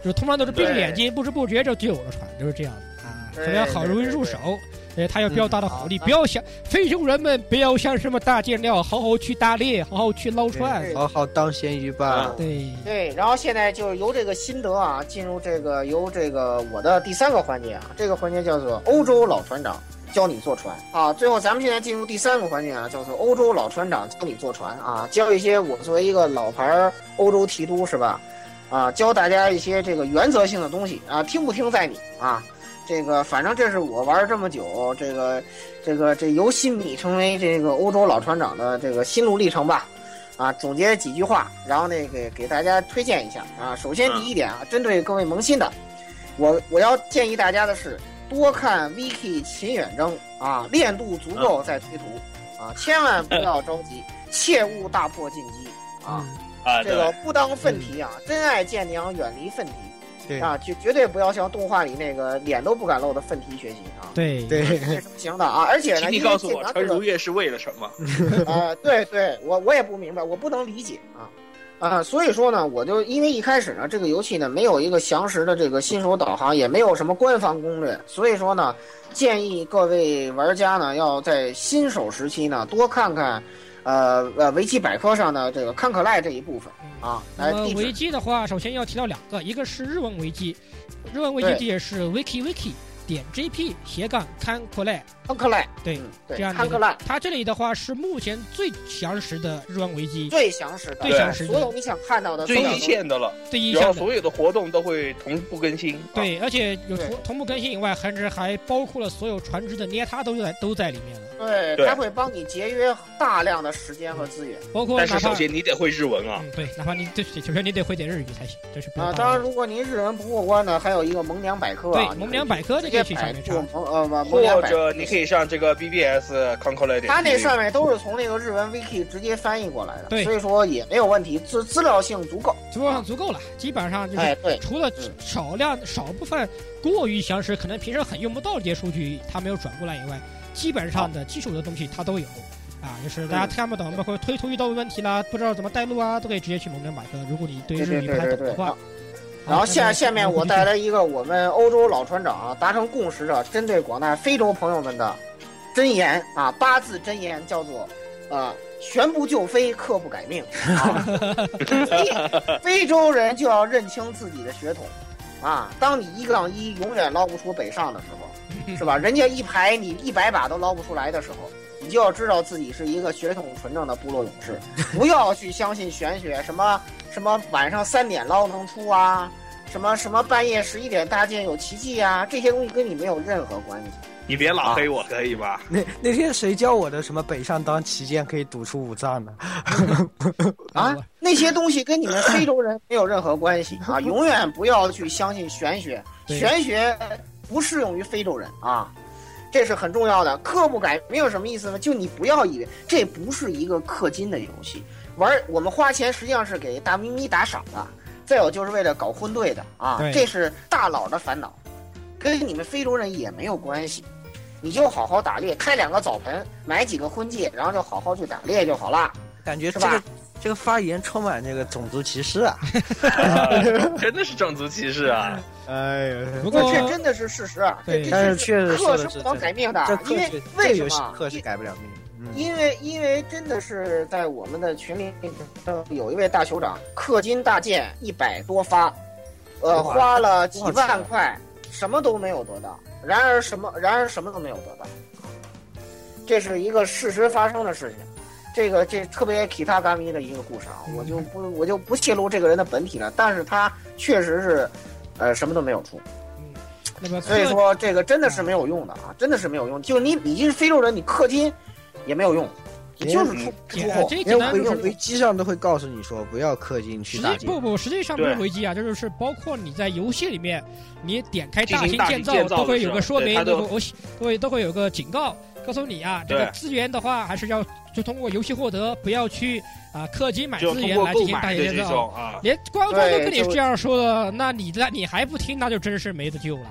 Speaker 3: 就是通常都是闭着
Speaker 1: 对
Speaker 3: 眼睛不知不觉就就有了船，就是这样的啊，
Speaker 1: 对
Speaker 3: 非常好
Speaker 1: 对
Speaker 3: 容易
Speaker 1: 对
Speaker 3: 入
Speaker 1: 对嗯
Speaker 3: 手。哎，它有比较大的火力，
Speaker 1: 好
Speaker 3: 不要像非洲人们，不要像什么大酱料，好好去打猎，好好去捞船。
Speaker 1: 对
Speaker 6: 好好当咸鱼
Speaker 1: 啊
Speaker 6: 吧。
Speaker 3: 对，
Speaker 1: 对，然后现在就是由这个心得啊，进入这个由这个我的第三个环节啊，这个环节叫做欧洲老船长教你坐船啊。最后咱们现在进入第三个环节啊，叫做欧洲老船长教你坐船啊，教一些我作为一个老牌儿欧洲提督是吧？啊，教大家一些这个原则性的东西啊，听不听在你啊。这个反正这是我玩儿这么久，这个这个这由新米成为这个欧洲老船长的这个心路历程吧。啊，总结几句话，然后那个给大家推荐一下啊。首先
Speaker 4: 嗯
Speaker 1: 第一点啊，针对各位萌新的，我我要建议大家的是多看 Wiki 秦远征啊，练度足够再推图啊，千万不要着急，切勿大破禁忌啊。
Speaker 4: 啊，
Speaker 1: 这
Speaker 4: 对，
Speaker 1: 个不当粪题啊，珍爱建娘，远离粪题。
Speaker 6: 对
Speaker 1: 啊，就绝对不要向动画里那个脸都不敢露的粪题学习啊，
Speaker 3: 对对
Speaker 6: 对，
Speaker 1: 这是不行的啊！而且呢，
Speaker 4: 请你
Speaker 1: 因为
Speaker 4: 告诉
Speaker 1: 这
Speaker 4: 我，
Speaker 1: 拿
Speaker 4: 陈
Speaker 1: 这个
Speaker 4: 如月是为了什么？
Speaker 1: 啊，对对，我我也不明白，我不能理解啊啊，所以说呢，我就因为一开始呢，这个游戏呢没有一个详实的这个新手导航，也没有什么官方攻略，所以说呢，建议各位玩家呢要在新手时期呢多看看，呃呃，维基百科上的这个康可赖这一部分啊，来
Speaker 3: 那么
Speaker 1: 地
Speaker 3: 嗯维
Speaker 1: 址
Speaker 3: 基的话，首先要提到两个，一个是日文维基，日文维基
Speaker 1: 对
Speaker 3: 地址是 wiki wiki 点 jp 斜杠 can c o l l e
Speaker 1: 康可赖，
Speaker 3: 对
Speaker 1: 嗯，对
Speaker 3: 这样，的
Speaker 1: 康
Speaker 3: 一
Speaker 1: 可
Speaker 3: 个
Speaker 1: 赖
Speaker 3: 它这里的话是目前最详实的日文维基，
Speaker 1: 最详实的，
Speaker 3: 最详实的
Speaker 1: 所有你想看到的
Speaker 4: 最
Speaker 1: 都有
Speaker 4: 一线的了，
Speaker 3: 最一
Speaker 4: 然后
Speaker 3: 项的。
Speaker 4: 所有的活动都会同步更新。啊，
Speaker 3: 对，而且有
Speaker 1: 对
Speaker 3: 同同步更新以外，还是还包括了所有船只的捏它都在都在里面了，
Speaker 1: 对，
Speaker 4: 对
Speaker 1: 它会帮你节约大量的时间和资源。
Speaker 3: 包括
Speaker 4: 但
Speaker 3: 哪
Speaker 4: 是
Speaker 3: 怕
Speaker 4: 首先你得会日文啊，
Speaker 3: 嗯对，哪怕你对首先你得会点日语才行，这是比较
Speaker 1: 啊，
Speaker 3: 大
Speaker 1: 当然，
Speaker 3: 的
Speaker 1: 如果您日文不过关呢，还有一个萌娘百科
Speaker 3: 对
Speaker 1: 啊，
Speaker 3: 萌娘百科这
Speaker 1: 直接
Speaker 3: 乐器上
Speaker 1: 摆
Speaker 3: 面
Speaker 1: 渡
Speaker 3: 插。
Speaker 1: 蒙呃蒙蒙
Speaker 4: 或
Speaker 1: 脸摆渡
Speaker 4: 者你可以上这个 BBS Concord 点。
Speaker 1: 他那上面都是从那个日文 wiki 直接翻译过来的，
Speaker 3: 对
Speaker 1: 所以说也没有问题，资资料性足够。
Speaker 3: 足够上足够了，基本上就是
Speaker 1: 哎，对，
Speaker 3: 除了
Speaker 1: 嗯
Speaker 3: 少量少部分过于详实，可能平时很用不到这些数据，它没有转过来以外，基本上的基础的东西它都有。啊，就是大家看不懂，包括推图遇到问题啦，不知道怎么带路啊，都可以直接去蒙人百科。如果你对
Speaker 1: 对
Speaker 3: 日
Speaker 1: 对
Speaker 3: 语
Speaker 1: 对
Speaker 3: 不太
Speaker 1: 对
Speaker 3: 懂的
Speaker 1: 对。
Speaker 3: 话
Speaker 1: 啊，然后
Speaker 3: 啊
Speaker 1: 下下面我带
Speaker 3: 来
Speaker 1: 来一个我们欧洲老船长啊达成共识的，针对广大非洲朋友们的箴言啊，八字箴言叫做呃“旋不就飞，刻不改命”啊。非非洲人就要认清自己的血统啊，当你一杠一永远捞不出北上的时候，是吧？人家一排你一百把都捞不出来的时候。你就要知道自己是一个血统纯正的部落勇士，不要去相信玄学，什么什么晚上三点捞能出啊，什么什么半夜十一点搭建有奇迹啊，这些东西跟你没有任何关系。
Speaker 4: 你别老黑我，可以吧？
Speaker 6: 那那天谁教我的什么北上当旗舰可以堵出五脏的？
Speaker 1: 啊，那些东西跟你们非洲人没有任何关 系啊！永远不要去相信玄学，
Speaker 3: 对
Speaker 1: 玄学不适用于非洲人啊，这是很重要的。刻不改没有什么意思呢？就你不要以为这不是一个氪金的游戏，玩儿我们花钱实际上是给大咪咪打赏的，再有就是为了搞混队的啊
Speaker 3: 对，
Speaker 1: 这是大佬的烦恼，跟你们非洲人也没有关系。你就好好打猎，开两个澡盆，买几个婚戒，然后就好好去打猎就好啦。
Speaker 6: 感觉
Speaker 1: 是
Speaker 6: 这
Speaker 1: 吧
Speaker 6: 个这个发言充满这个种族歧视啊！
Speaker 4: 啊 真的是种族歧视啊！
Speaker 6: 哎呀，
Speaker 3: 不
Speaker 1: 这
Speaker 3: 过
Speaker 1: 这真的是事实啊，这
Speaker 3: 对
Speaker 6: 但
Speaker 1: 这
Speaker 6: 是确实说
Speaker 1: 课
Speaker 6: 的
Speaker 1: 是
Speaker 6: 是
Speaker 1: 不能
Speaker 6: 真
Speaker 1: 改命的
Speaker 6: 这，课
Speaker 1: 因为
Speaker 6: 是这
Speaker 1: 为
Speaker 6: 个
Speaker 1: 什
Speaker 6: 游戏
Speaker 1: 么？
Speaker 6: 课是改不了命的。嗯，
Speaker 1: 因为因为真的是在我们的群里，呃有一位大酋长氪金大剑一百多发，呃，
Speaker 6: 哇
Speaker 1: 花了几
Speaker 6: 多少
Speaker 1: 万
Speaker 6: 钱啊
Speaker 1: 块，什么都没有得到。然而什么，然而什么都没有得到，这是一个事实发生的事情。这个这特别其他干咪的一个故事啊，我
Speaker 6: 嗯
Speaker 1: 就不我就不泄露这个人的本体了，但是他确实是，呃，什么都没有出。
Speaker 3: 那么
Speaker 1: 所以
Speaker 3: 氪
Speaker 1: 说这个真的是没有用的啊，
Speaker 3: 嗯
Speaker 1: 真的是没有用。就是你你是非洲人，你氪金也没有用，你就是出出
Speaker 3: 简单
Speaker 1: 货。
Speaker 3: 这简
Speaker 2: 因为
Speaker 3: 单
Speaker 2: 回
Speaker 3: 就是
Speaker 2: 回机上都会告诉你说不要氪金去
Speaker 3: 实
Speaker 2: 打
Speaker 3: 际
Speaker 2: 猎
Speaker 3: 不，不，实际上不
Speaker 4: 对
Speaker 3: 是回击啊，这就是包括你在游戏里面，你点开
Speaker 4: 进
Speaker 3: 大
Speaker 4: 行
Speaker 3: 型
Speaker 4: 大
Speaker 3: 建
Speaker 4: 型建造
Speaker 3: 都
Speaker 4: 的
Speaker 3: 会
Speaker 4: 时
Speaker 3: 有
Speaker 4: 候
Speaker 3: 个说
Speaker 4: 对
Speaker 3: 明，
Speaker 4: 它
Speaker 3: 都
Speaker 4: 都
Speaker 3: 会我都会都会有个警告，告诉你啊，这个
Speaker 4: 对
Speaker 3: 资源的话还是要就通过游戏获得，不要去啊氪金买
Speaker 4: 就
Speaker 3: 资
Speaker 4: 通
Speaker 3: 源
Speaker 4: 过
Speaker 3: 来
Speaker 4: 购
Speaker 3: 进行大
Speaker 4: 买
Speaker 3: 型
Speaker 4: 的
Speaker 3: 建
Speaker 4: 这
Speaker 3: 造。
Speaker 4: 种啊，
Speaker 3: 连官方都
Speaker 1: 对
Speaker 3: 跟你
Speaker 1: 就
Speaker 3: 这样说了，那你那你还不听，那就真是没得救了。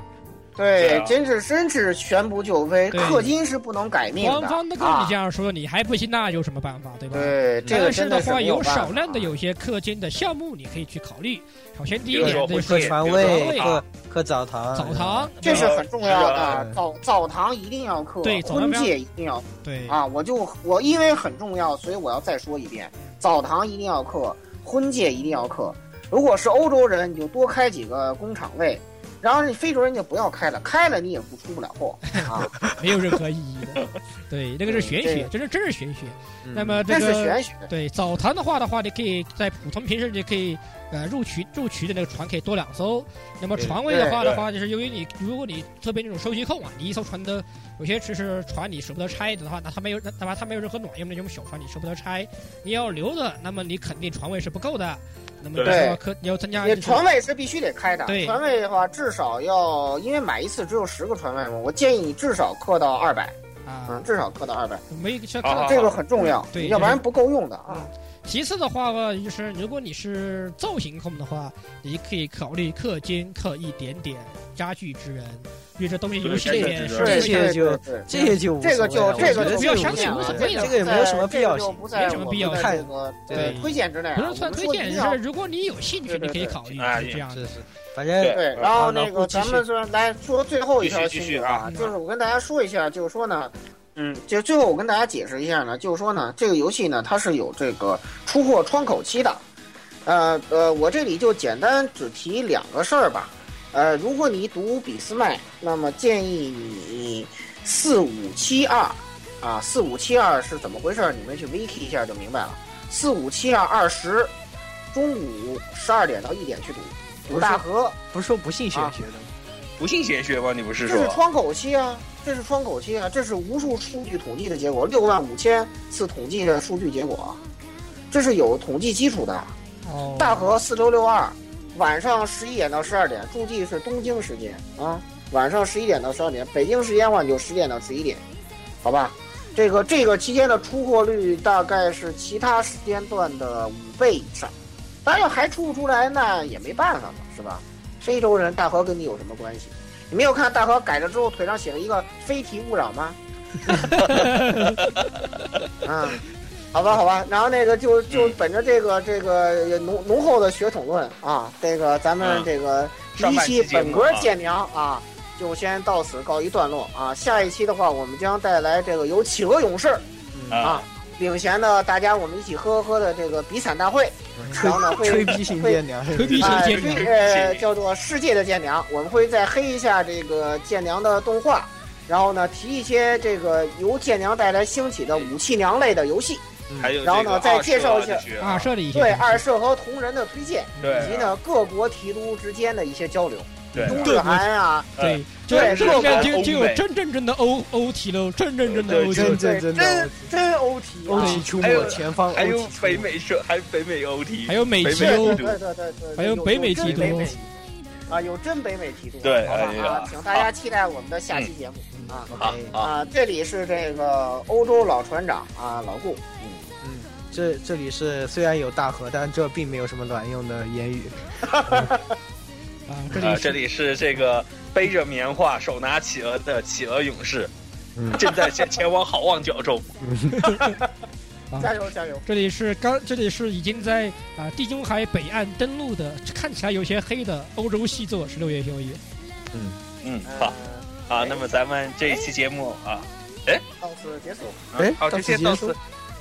Speaker 1: 对
Speaker 4: 对，
Speaker 1: 真是真是全不就飞，
Speaker 3: 对
Speaker 1: 氪金是不能改命
Speaker 3: 官方都
Speaker 1: 的
Speaker 3: 跟你
Speaker 1: 啊
Speaker 3: 这。样说，你还不信，那有什么办法，对吧？
Speaker 1: 对，这个
Speaker 3: 但
Speaker 1: 真
Speaker 3: 的
Speaker 1: 是
Speaker 3: 话，
Speaker 1: 没
Speaker 3: 有
Speaker 1: 办法啊
Speaker 3: 少量的有些氪金的项目，你可以去考虑。首先第一
Speaker 4: 比如
Speaker 3: 点
Speaker 4: 说
Speaker 3: 就
Speaker 4: 婚
Speaker 3: 是
Speaker 6: 课
Speaker 4: 戒
Speaker 6: 船
Speaker 3: 对
Speaker 6: 位、
Speaker 3: 对
Speaker 6: 课课澡堂、啊
Speaker 3: 澡堂，
Speaker 1: 这是很重要的
Speaker 6: 是
Speaker 1: 啊
Speaker 6: 啊。
Speaker 1: 澡澡堂一定要氪，
Speaker 3: 对澡堂
Speaker 1: 婚
Speaker 3: 不要
Speaker 1: 戒一定要
Speaker 3: 对
Speaker 1: 啊！我就我因为很重要，所以我要再说一遍：澡堂一定要氪，婚戒一定要氪。如果是欧洲人，你就多开几个工厂位；然后是非洲人就不要开了，开了你也不出不了货
Speaker 3: 哎
Speaker 1: 啊！
Speaker 3: 没有任何意义的。对，那个是玄学，这是真是玄学。
Speaker 2: 嗯
Speaker 3: 那么
Speaker 1: 这是
Speaker 3: 这个
Speaker 1: 玄学。
Speaker 3: 对澡堂的话的话，你可以在普通平时你可以呃入渠入渠的那个船可以多两艘。那么
Speaker 2: 对
Speaker 3: 船位的话的话，就是由于你如果你特别那种收集控啊，你一艘船的有些只是船你舍不得拆的话，那它没有那哪怕它没有任何卵用的那种小船你舍不得拆，你要留着，那么你肯定船位是不够的。那么你
Speaker 1: 对
Speaker 3: 要可你要增加
Speaker 1: 也
Speaker 3: 这种
Speaker 1: 船位是必须得开的，
Speaker 3: 对
Speaker 1: 船位的话至少要，因为买一次只有十个船位嘛，我建议你至少氪到二百，
Speaker 3: 啊
Speaker 1: 嗯，，至少氪到二百，
Speaker 3: 没像
Speaker 4: 好好
Speaker 1: 这个很重要，
Speaker 3: 啊对嗯
Speaker 1: 要不
Speaker 3: 就是
Speaker 1: 然不够用的啊。
Speaker 3: 其次的话吧，就是如果你是造型控的话，你可以考虑氪金氪一点点家具之人，因为这东西游戏里面是
Speaker 1: 对
Speaker 3: 这
Speaker 6: 这些
Speaker 1: 对
Speaker 6: 就
Speaker 1: 对对
Speaker 6: 这个就无所谓了
Speaker 1: 这个
Speaker 6: 啊
Speaker 1: 就这个就
Speaker 6: 我觉得无
Speaker 1: 不
Speaker 6: 所
Speaker 1: 要
Speaker 6: 谓
Speaker 1: 相信无所谓了
Speaker 6: 这个也没有什么必要
Speaker 1: 这个
Speaker 6: 性
Speaker 1: 就。不在
Speaker 3: 没什么
Speaker 1: 我
Speaker 3: 必要
Speaker 1: 们的
Speaker 6: 性
Speaker 1: 这个
Speaker 6: 对
Speaker 1: 对推荐之内啊，
Speaker 3: 不是
Speaker 1: 我
Speaker 3: 算
Speaker 1: 们
Speaker 3: 推
Speaker 1: 说一
Speaker 3: 荐，
Speaker 1: 定要
Speaker 3: 是如果你有兴趣，
Speaker 1: 对对
Speaker 3: 你可以
Speaker 1: 对
Speaker 3: 考虑
Speaker 4: 哎
Speaker 3: 是这样
Speaker 6: 是
Speaker 3: 的。
Speaker 6: 是，反
Speaker 2: 哎
Speaker 6: 正
Speaker 4: 对
Speaker 1: 对，然后那
Speaker 6: 啊好那
Speaker 1: 个
Speaker 6: 不继续
Speaker 1: 咱们说来说最后一条
Speaker 4: 继
Speaker 1: 新
Speaker 4: 续继续
Speaker 1: 闻
Speaker 4: 啊
Speaker 1: 就是我跟大家说一下，就是说呢，嗯，就最后我跟大家解释一下呢，就是说呢，这个游戏呢它是有这个出货窗口期的，呃呃，我这里就简单只提两个事儿吧，呃，如果你读俾斯麦，那么建议你四五七二啊，四五七二是怎么回事儿？你们去 wiki 一下就明白了，四五七二二十，中午十二点到一点去读。读大河
Speaker 6: 不是说不信玄
Speaker 2: 啊
Speaker 6: 学的吗，
Speaker 4: 不信玄学吗？你不是
Speaker 1: 这是
Speaker 4: 说
Speaker 1: 窗口期啊，这是窗口期啊，这是无数数据统计的结果，六万五千次统计的数据结果啊，这是有统计基础的。
Speaker 3: 哦
Speaker 1: 大河四六六二，晚上十一点到十二点，注记是东京时间啊。晚上十一点到十二点，北京时间晚就十点到十一点，好吧？这个这个期间的出货率大概是其他时间段的五倍以上。当然要还出不出来，那也没办法嘛，是吧？非洲人大河跟你有什么关系？你没有看大河改了之后腿上写了一个“非题勿扰”吗？ 啊，好吧，好吧，然后那个就就本着这个这个浓浓厚的血统论啊，这个咱们
Speaker 4: 嗯
Speaker 1: 这个第
Speaker 4: 上
Speaker 1: 一
Speaker 4: 半期
Speaker 1: 期
Speaker 4: 节目啊
Speaker 1: 本格解聊啊，就先到此告一段落啊。下一期的话，我们将带来这个由企鹅勇士啊
Speaker 4: 啊，
Speaker 1: 领衔的大家我们一起喝喝的这个比惨大会，然后呢会
Speaker 6: 吹逼型
Speaker 1: 会
Speaker 6: 电粮，
Speaker 3: 吹逼型
Speaker 1: 啊，
Speaker 3: 剑
Speaker 1: 这
Speaker 3: 娘，
Speaker 1: 个叫做世界的剑娘，我们会再黑一下这个剑娘的动画，然后呢提一些这个由剑娘带来兴起的武器娘类的游戏，
Speaker 4: 还有
Speaker 1: 然后呢再介绍一下
Speaker 3: 啊，设立一些
Speaker 1: 对二社和同人的推荐，以及
Speaker 4: 对
Speaker 1: 呢各国提督之间的一些交流，
Speaker 4: 对
Speaker 1: 中日韩啊，
Speaker 3: 对，就
Speaker 1: 对
Speaker 3: 这个
Speaker 4: 这
Speaker 3: 就
Speaker 4: 个
Speaker 3: 就
Speaker 4: 欧
Speaker 3: 有
Speaker 4: 美
Speaker 3: 真真正的 O O T 喽，真真正的
Speaker 4: 对
Speaker 3: O
Speaker 4: 对
Speaker 3: T
Speaker 6: 真
Speaker 1: 对
Speaker 6: 真
Speaker 1: 真
Speaker 6: 真的
Speaker 1: 真 OT 啊
Speaker 6: OT 出
Speaker 4: 还
Speaker 6: 没，
Speaker 4: 有
Speaker 6: 前方
Speaker 4: 还有
Speaker 6: OT 出
Speaker 4: 北
Speaker 6: 没。
Speaker 4: 美社，还有北美欧体，
Speaker 3: 还有美
Speaker 4: 北
Speaker 3: 籍
Speaker 4: 美
Speaker 3: 欧
Speaker 1: 对
Speaker 4: 提督
Speaker 1: 对对对对，
Speaker 3: 还有北美
Speaker 1: 真
Speaker 3: 提督
Speaker 1: 北美啊，有真北美提督，
Speaker 4: 对
Speaker 1: 好吧
Speaker 4: 哎呀
Speaker 1: 啊，请大家期待我们的下期节目啊。
Speaker 4: 啊啊，
Speaker 1: 啊，这里是这个欧洲老船长啊，老顾。
Speaker 6: 这这里是虽然有大河，但这并没有什么卵用的言语。
Speaker 3: 啊，这
Speaker 4: 啊
Speaker 3: 里，是
Speaker 4: 这里是这个背着棉花、手拿企鹅的企鹅勇士
Speaker 2: 嗯，
Speaker 4: 正在前前往好望角中。
Speaker 3: 啊
Speaker 1: 加油加油！
Speaker 3: 这里是刚这里是已经在啊地中海北岸登陆的，看起来有些黑的欧洲细作十六月宵夜，
Speaker 4: 嗯，好
Speaker 1: 呃，
Speaker 4: 啊，那么咱们这一期节目啊，
Speaker 1: 到此结束，
Speaker 6: 哎
Speaker 4: 好，就先到
Speaker 6: 到
Speaker 4: 此
Speaker 6: 此，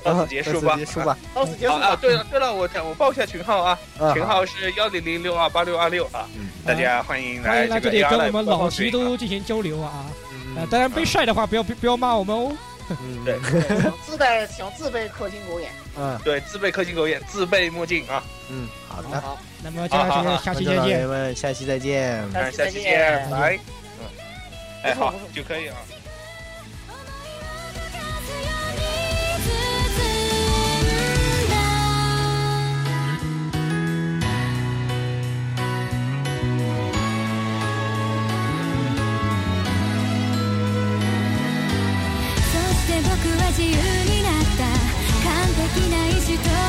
Speaker 4: 到
Speaker 6: 啊
Speaker 4: 此结束吧。
Speaker 6: 结束吧。
Speaker 1: 到此结
Speaker 4: 啊
Speaker 1: 束
Speaker 4: 啊，
Speaker 1: 吧。
Speaker 4: 对了对了，我讲我报一下群号啊，
Speaker 6: 啊
Speaker 4: 群号是幺零零六二八六二六啊，大家欢迎
Speaker 3: 欢迎来哎这
Speaker 4: 这
Speaker 3: 里
Speaker 4: 个 AR
Speaker 3: 跟我
Speaker 4: Live
Speaker 3: 们老
Speaker 4: 官方
Speaker 3: 提
Speaker 4: 群
Speaker 3: 督进行交流啊
Speaker 6: 嗯
Speaker 3: 啊，啊当然被晒的话不要不要骂我们哦，
Speaker 6: 嗯
Speaker 4: 对
Speaker 1: 请自带请自备氪金狗眼。
Speaker 6: 嗯
Speaker 4: 对，自备氪金狗眼，自备墨镜啊，
Speaker 6: 嗯，好的，
Speaker 1: 好，
Speaker 3: 那么大家这个下期再
Speaker 6: 观众老
Speaker 3: 见
Speaker 6: 爷。们，下期再见。
Speaker 1: 下期
Speaker 4: 嗯下
Speaker 1: 再
Speaker 4: 期
Speaker 1: 见
Speaker 4: 见，拜。嗯哎，
Speaker 1: 不错
Speaker 4: 好
Speaker 1: 不错
Speaker 4: 就可以啊。
Speaker 7: 「思いを向かすように進んだ」「そして僕は自由になった」「完璧な意志と波